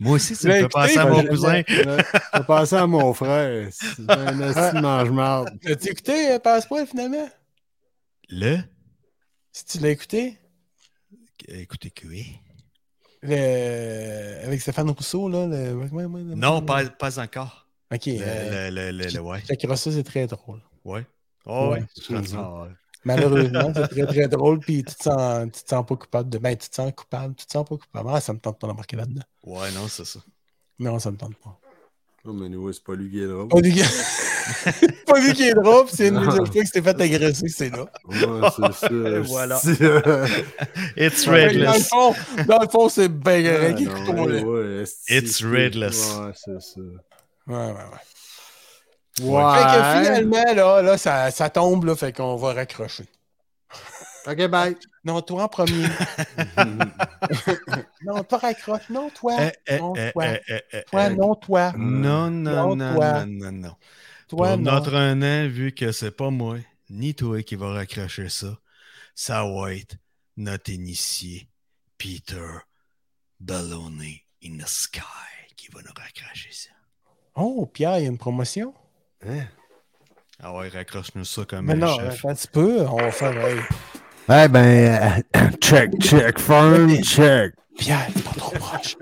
[SPEAKER 3] Moi aussi, tu
[SPEAKER 2] Mais
[SPEAKER 3] me fais
[SPEAKER 2] écoutez,
[SPEAKER 3] penser à
[SPEAKER 2] moi,
[SPEAKER 3] mon
[SPEAKER 2] je-
[SPEAKER 3] cousin.
[SPEAKER 4] Ouais, T'as passé à mon frère. C'est un nasty de mange-marde.
[SPEAKER 2] As-tu écouté euh, Passepoil, finalement?
[SPEAKER 3] Le?
[SPEAKER 2] Si tu l'as écouté,
[SPEAKER 3] Écoutez, oui.
[SPEAKER 2] le- avec Stéphane Rousseau, là, le... ouais, ouais, le-
[SPEAKER 3] Non, pas, pas encore.
[SPEAKER 2] OK.
[SPEAKER 3] Le,
[SPEAKER 2] euh,
[SPEAKER 3] le, le, le- le- ouais.
[SPEAKER 2] Chakra, ça, c'est très drôle.
[SPEAKER 3] Ouais. Oh, ouais.
[SPEAKER 2] Ouais.
[SPEAKER 3] Je le sens, ouais.
[SPEAKER 2] Malheureusement, c'est très, très drôle, puis tu te sens, tu te sens pas coupable. De... Ben, tu te sens coupable, tu te sens pas coupable. Ah, ça me tente pas d'embarquer là-dedans.
[SPEAKER 3] Ouais, non, c'est ça.
[SPEAKER 2] Non, ça me tente pas.
[SPEAKER 4] Non, Oh, mais anyway, c'est pas lui qui est drôle.
[SPEAKER 2] Pas
[SPEAKER 3] Oh, <laughs>
[SPEAKER 2] lui qui- pas lui qui est drôle, puis c'est une des qui s'est fait agresser, c'est là.
[SPEAKER 4] Ouais, c'est
[SPEAKER 3] <laughs>
[SPEAKER 4] ça.
[SPEAKER 3] voilà.
[SPEAKER 4] C'est, euh,
[SPEAKER 3] It's
[SPEAKER 2] Fait que Dans le
[SPEAKER 3] Redless.
[SPEAKER 2] fond, dans le fond, c'est ben
[SPEAKER 3] Ah,
[SPEAKER 4] ouais,
[SPEAKER 2] correct,
[SPEAKER 4] non,
[SPEAKER 2] écoutons-le.
[SPEAKER 4] ouais, c'est-
[SPEAKER 3] It's Redless.
[SPEAKER 4] Ouais, c'est ça.
[SPEAKER 2] Ouais, ouais, ouais. Fait que
[SPEAKER 4] Ouais.
[SPEAKER 2] finalement, là, là ça, ça tombe, là, fait qu'on va raccrocher.
[SPEAKER 4] Ok, bye.
[SPEAKER 2] Non, toi en
[SPEAKER 3] <laughs>
[SPEAKER 2] premier. non, toi raccroche. Non, toi.
[SPEAKER 3] Eh, eh,
[SPEAKER 2] non,
[SPEAKER 3] eh,
[SPEAKER 2] toi.
[SPEAKER 3] eh, eh, eh,
[SPEAKER 2] toi,
[SPEAKER 3] eh.
[SPEAKER 2] non, toi.
[SPEAKER 3] Non,
[SPEAKER 2] Non,
[SPEAKER 3] non, non,
[SPEAKER 2] toi.
[SPEAKER 3] non, non, non.
[SPEAKER 2] Toi,
[SPEAKER 3] Pour
[SPEAKER 2] non.
[SPEAKER 3] notre un an, vu que c'est pas moi, ni toi qui va raccrocher ça, ça va être notre initié, Peter Balloney in the Sky, qui va nous raccrocher ça.
[SPEAKER 2] Oh, Pierre, il y a une promotion.
[SPEAKER 3] Ah ouais, raccroche-nous ça comme
[SPEAKER 2] Mais
[SPEAKER 3] un
[SPEAKER 2] non,
[SPEAKER 3] chef.
[SPEAKER 2] attends un petit peu, on va faire. hey,
[SPEAKER 4] <laughs> Eh ben, euh, check, check, firm, check.
[SPEAKER 2] Pierre, t'es pas trop proche.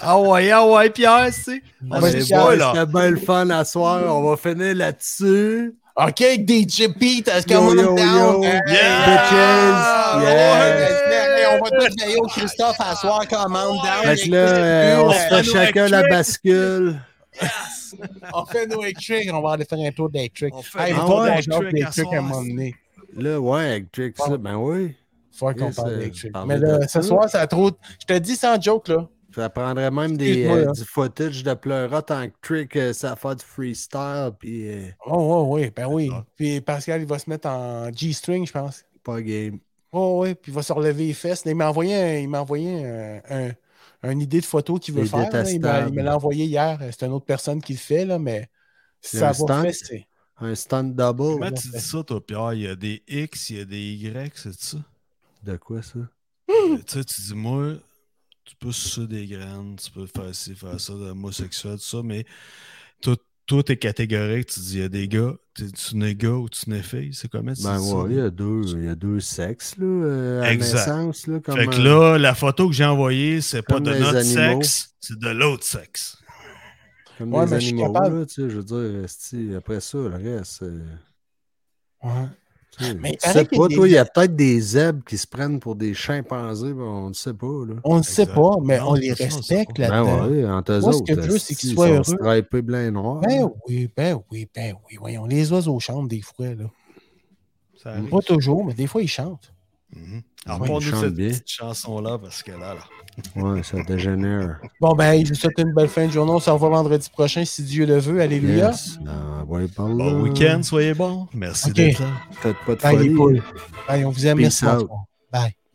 [SPEAKER 3] Ah ouais, ah ouais, Pierre, c'est. On
[SPEAKER 2] ben,
[SPEAKER 3] sait
[SPEAKER 2] Pierre,
[SPEAKER 3] pas, là.
[SPEAKER 4] C'était bien le fun à soir. On va finir là-dessus.
[SPEAKER 2] OK, DJ Pete, est-ce
[SPEAKER 4] Yo,
[SPEAKER 2] qu'on
[SPEAKER 4] yo,
[SPEAKER 2] monte down? Euh,
[SPEAKER 4] yo.
[SPEAKER 2] Hey,
[SPEAKER 3] Yeah! Oh,
[SPEAKER 2] bitches.
[SPEAKER 3] Yeah!
[SPEAKER 2] Hey, on va tous veiller au Christophe à
[SPEAKER 3] Ah,
[SPEAKER 2] soir, commande down.
[SPEAKER 4] Fait que là, euh, on se fait chacun la bascule.
[SPEAKER 2] On fait nos électriques, on va aller faire un tour d'électrique.
[SPEAKER 3] On fait
[SPEAKER 2] Hey,
[SPEAKER 3] un
[SPEAKER 2] pas
[SPEAKER 3] tour
[SPEAKER 2] on
[SPEAKER 3] d'électrique
[SPEAKER 2] jase
[SPEAKER 3] à
[SPEAKER 2] d'électrique
[SPEAKER 3] soir.
[SPEAKER 2] à un moment donné.
[SPEAKER 4] Là, ouais, avec Drake, ça, ben oui.
[SPEAKER 2] Faut qu'on
[SPEAKER 4] Yes,
[SPEAKER 2] parle
[SPEAKER 4] euh,
[SPEAKER 2] d'électrique.
[SPEAKER 4] parler
[SPEAKER 2] Mais là,
[SPEAKER 4] de
[SPEAKER 2] ce
[SPEAKER 4] ça.
[SPEAKER 2] soir, ça a trop. Je te dis sans joke, là.
[SPEAKER 4] Ça prendrait même des,
[SPEAKER 2] Excuse-moi,
[SPEAKER 4] euh,
[SPEAKER 2] hein.
[SPEAKER 4] du footage de pleurote en trick, euh, ça fait du freestyle, puis euh,
[SPEAKER 2] Oh, oui, oui, ben oui.
[SPEAKER 3] Ah.
[SPEAKER 2] Puis Pascal, il va se mettre en G-string, je pense.
[SPEAKER 4] pas game.
[SPEAKER 2] Oh, oui, puis il va se relever les fesses. Il m'a envoyé, un- il m'a envoyé un, un- une idée de photo qu'il veut
[SPEAKER 4] Les
[SPEAKER 2] faire. là. Il m'a- Il
[SPEAKER 4] détestables.
[SPEAKER 2] me l'a envoyé hier. C'est une autre personne qui le fait, là, mais
[SPEAKER 4] Il y a
[SPEAKER 2] ça
[SPEAKER 4] un
[SPEAKER 2] va
[SPEAKER 4] stand?
[SPEAKER 2] fesser.
[SPEAKER 4] Un stand double.
[SPEAKER 3] Comment tu dis ça, toi, Pierre? Il y a des X, il y a des Y, c'est ça?
[SPEAKER 4] De quoi ça?
[SPEAKER 3] Tu sais, tu dis, moi, tu peux sucer des graines, tu peux faire ci, faire ça, de homosexuel, tout ça, mais tout, tout est catégorique. Tu dis, il y a des gars, t'es- tu n'es gars ou tu n'es fille, c'est comment tu
[SPEAKER 4] Ben
[SPEAKER 3] dis
[SPEAKER 4] ouais, il y
[SPEAKER 3] ça?
[SPEAKER 4] a deux, il y a deux sexes, là, euh, à
[SPEAKER 3] Exact.
[SPEAKER 4] naissance, là, comme
[SPEAKER 3] Fait que
[SPEAKER 4] euh,
[SPEAKER 3] là, la photo que j'ai envoyée, c'est pas
[SPEAKER 4] comme
[SPEAKER 3] de
[SPEAKER 4] les
[SPEAKER 3] notre
[SPEAKER 4] animaux.
[SPEAKER 3] sexe, c'est de l'autre sexe.
[SPEAKER 4] comme
[SPEAKER 2] Ouais,
[SPEAKER 4] les
[SPEAKER 2] mais je suis
[SPEAKER 4] animaux,
[SPEAKER 2] capable.
[SPEAKER 4] là, tu sais, je veux dire, esti, après ça, le reste, euh,
[SPEAKER 2] Ouais.
[SPEAKER 4] tu sais,
[SPEAKER 2] Mais il
[SPEAKER 4] tu
[SPEAKER 2] paraît
[SPEAKER 4] sais
[SPEAKER 2] qu'il y a
[SPEAKER 4] pas,
[SPEAKER 2] des-
[SPEAKER 4] toi, il y a peut-être des zèbres qui se prennent pour des chimpanzés, ben, on ne sait pas, là.
[SPEAKER 2] On ne sait
[SPEAKER 3] Exact.
[SPEAKER 2] pas, mais
[SPEAKER 3] Non,
[SPEAKER 2] on les
[SPEAKER 3] c'est ça, on sait
[SPEAKER 2] respecte
[SPEAKER 3] pas.
[SPEAKER 4] Ben
[SPEAKER 2] là-dedans.
[SPEAKER 4] ouais, entre eux
[SPEAKER 2] Moi, ce que
[SPEAKER 4] autres,
[SPEAKER 2] je veux, c'est qu'ils
[SPEAKER 4] esti,
[SPEAKER 2] soient
[SPEAKER 4] ils sont
[SPEAKER 2] heureux.
[SPEAKER 4] stripés blanc et noir.
[SPEAKER 2] Ben oui, ben oui, ben oui. Voyons, les oiseaux chantent des fois, là.
[SPEAKER 3] Ça arrive.
[SPEAKER 2] Pas toujours, mais des fois, ils chantent.
[SPEAKER 3] Mhm. Alors,
[SPEAKER 4] Ouais,
[SPEAKER 3] pour
[SPEAKER 4] il
[SPEAKER 3] nous
[SPEAKER 4] chante
[SPEAKER 3] cette
[SPEAKER 4] bien.
[SPEAKER 3] petite chanson-là, parce que là, là.
[SPEAKER 4] Ouais, ça dégénère.
[SPEAKER 2] Bon, ben, je vous souhaite une belle fin de journée. On se revoit vendredi prochain, si Dieu le veut. Alléluia.
[SPEAKER 4] Yes. Ah, ouais, par là.
[SPEAKER 3] Bon week-end, soyez bons. Merci
[SPEAKER 2] Ok.
[SPEAKER 3] d'être là.
[SPEAKER 4] Faites pas de
[SPEAKER 2] Bye, les
[SPEAKER 4] folie.
[SPEAKER 2] poules. Bye, on vous aime.
[SPEAKER 4] Peace
[SPEAKER 2] Merci.
[SPEAKER 4] out.
[SPEAKER 2] bonsoir. Bye.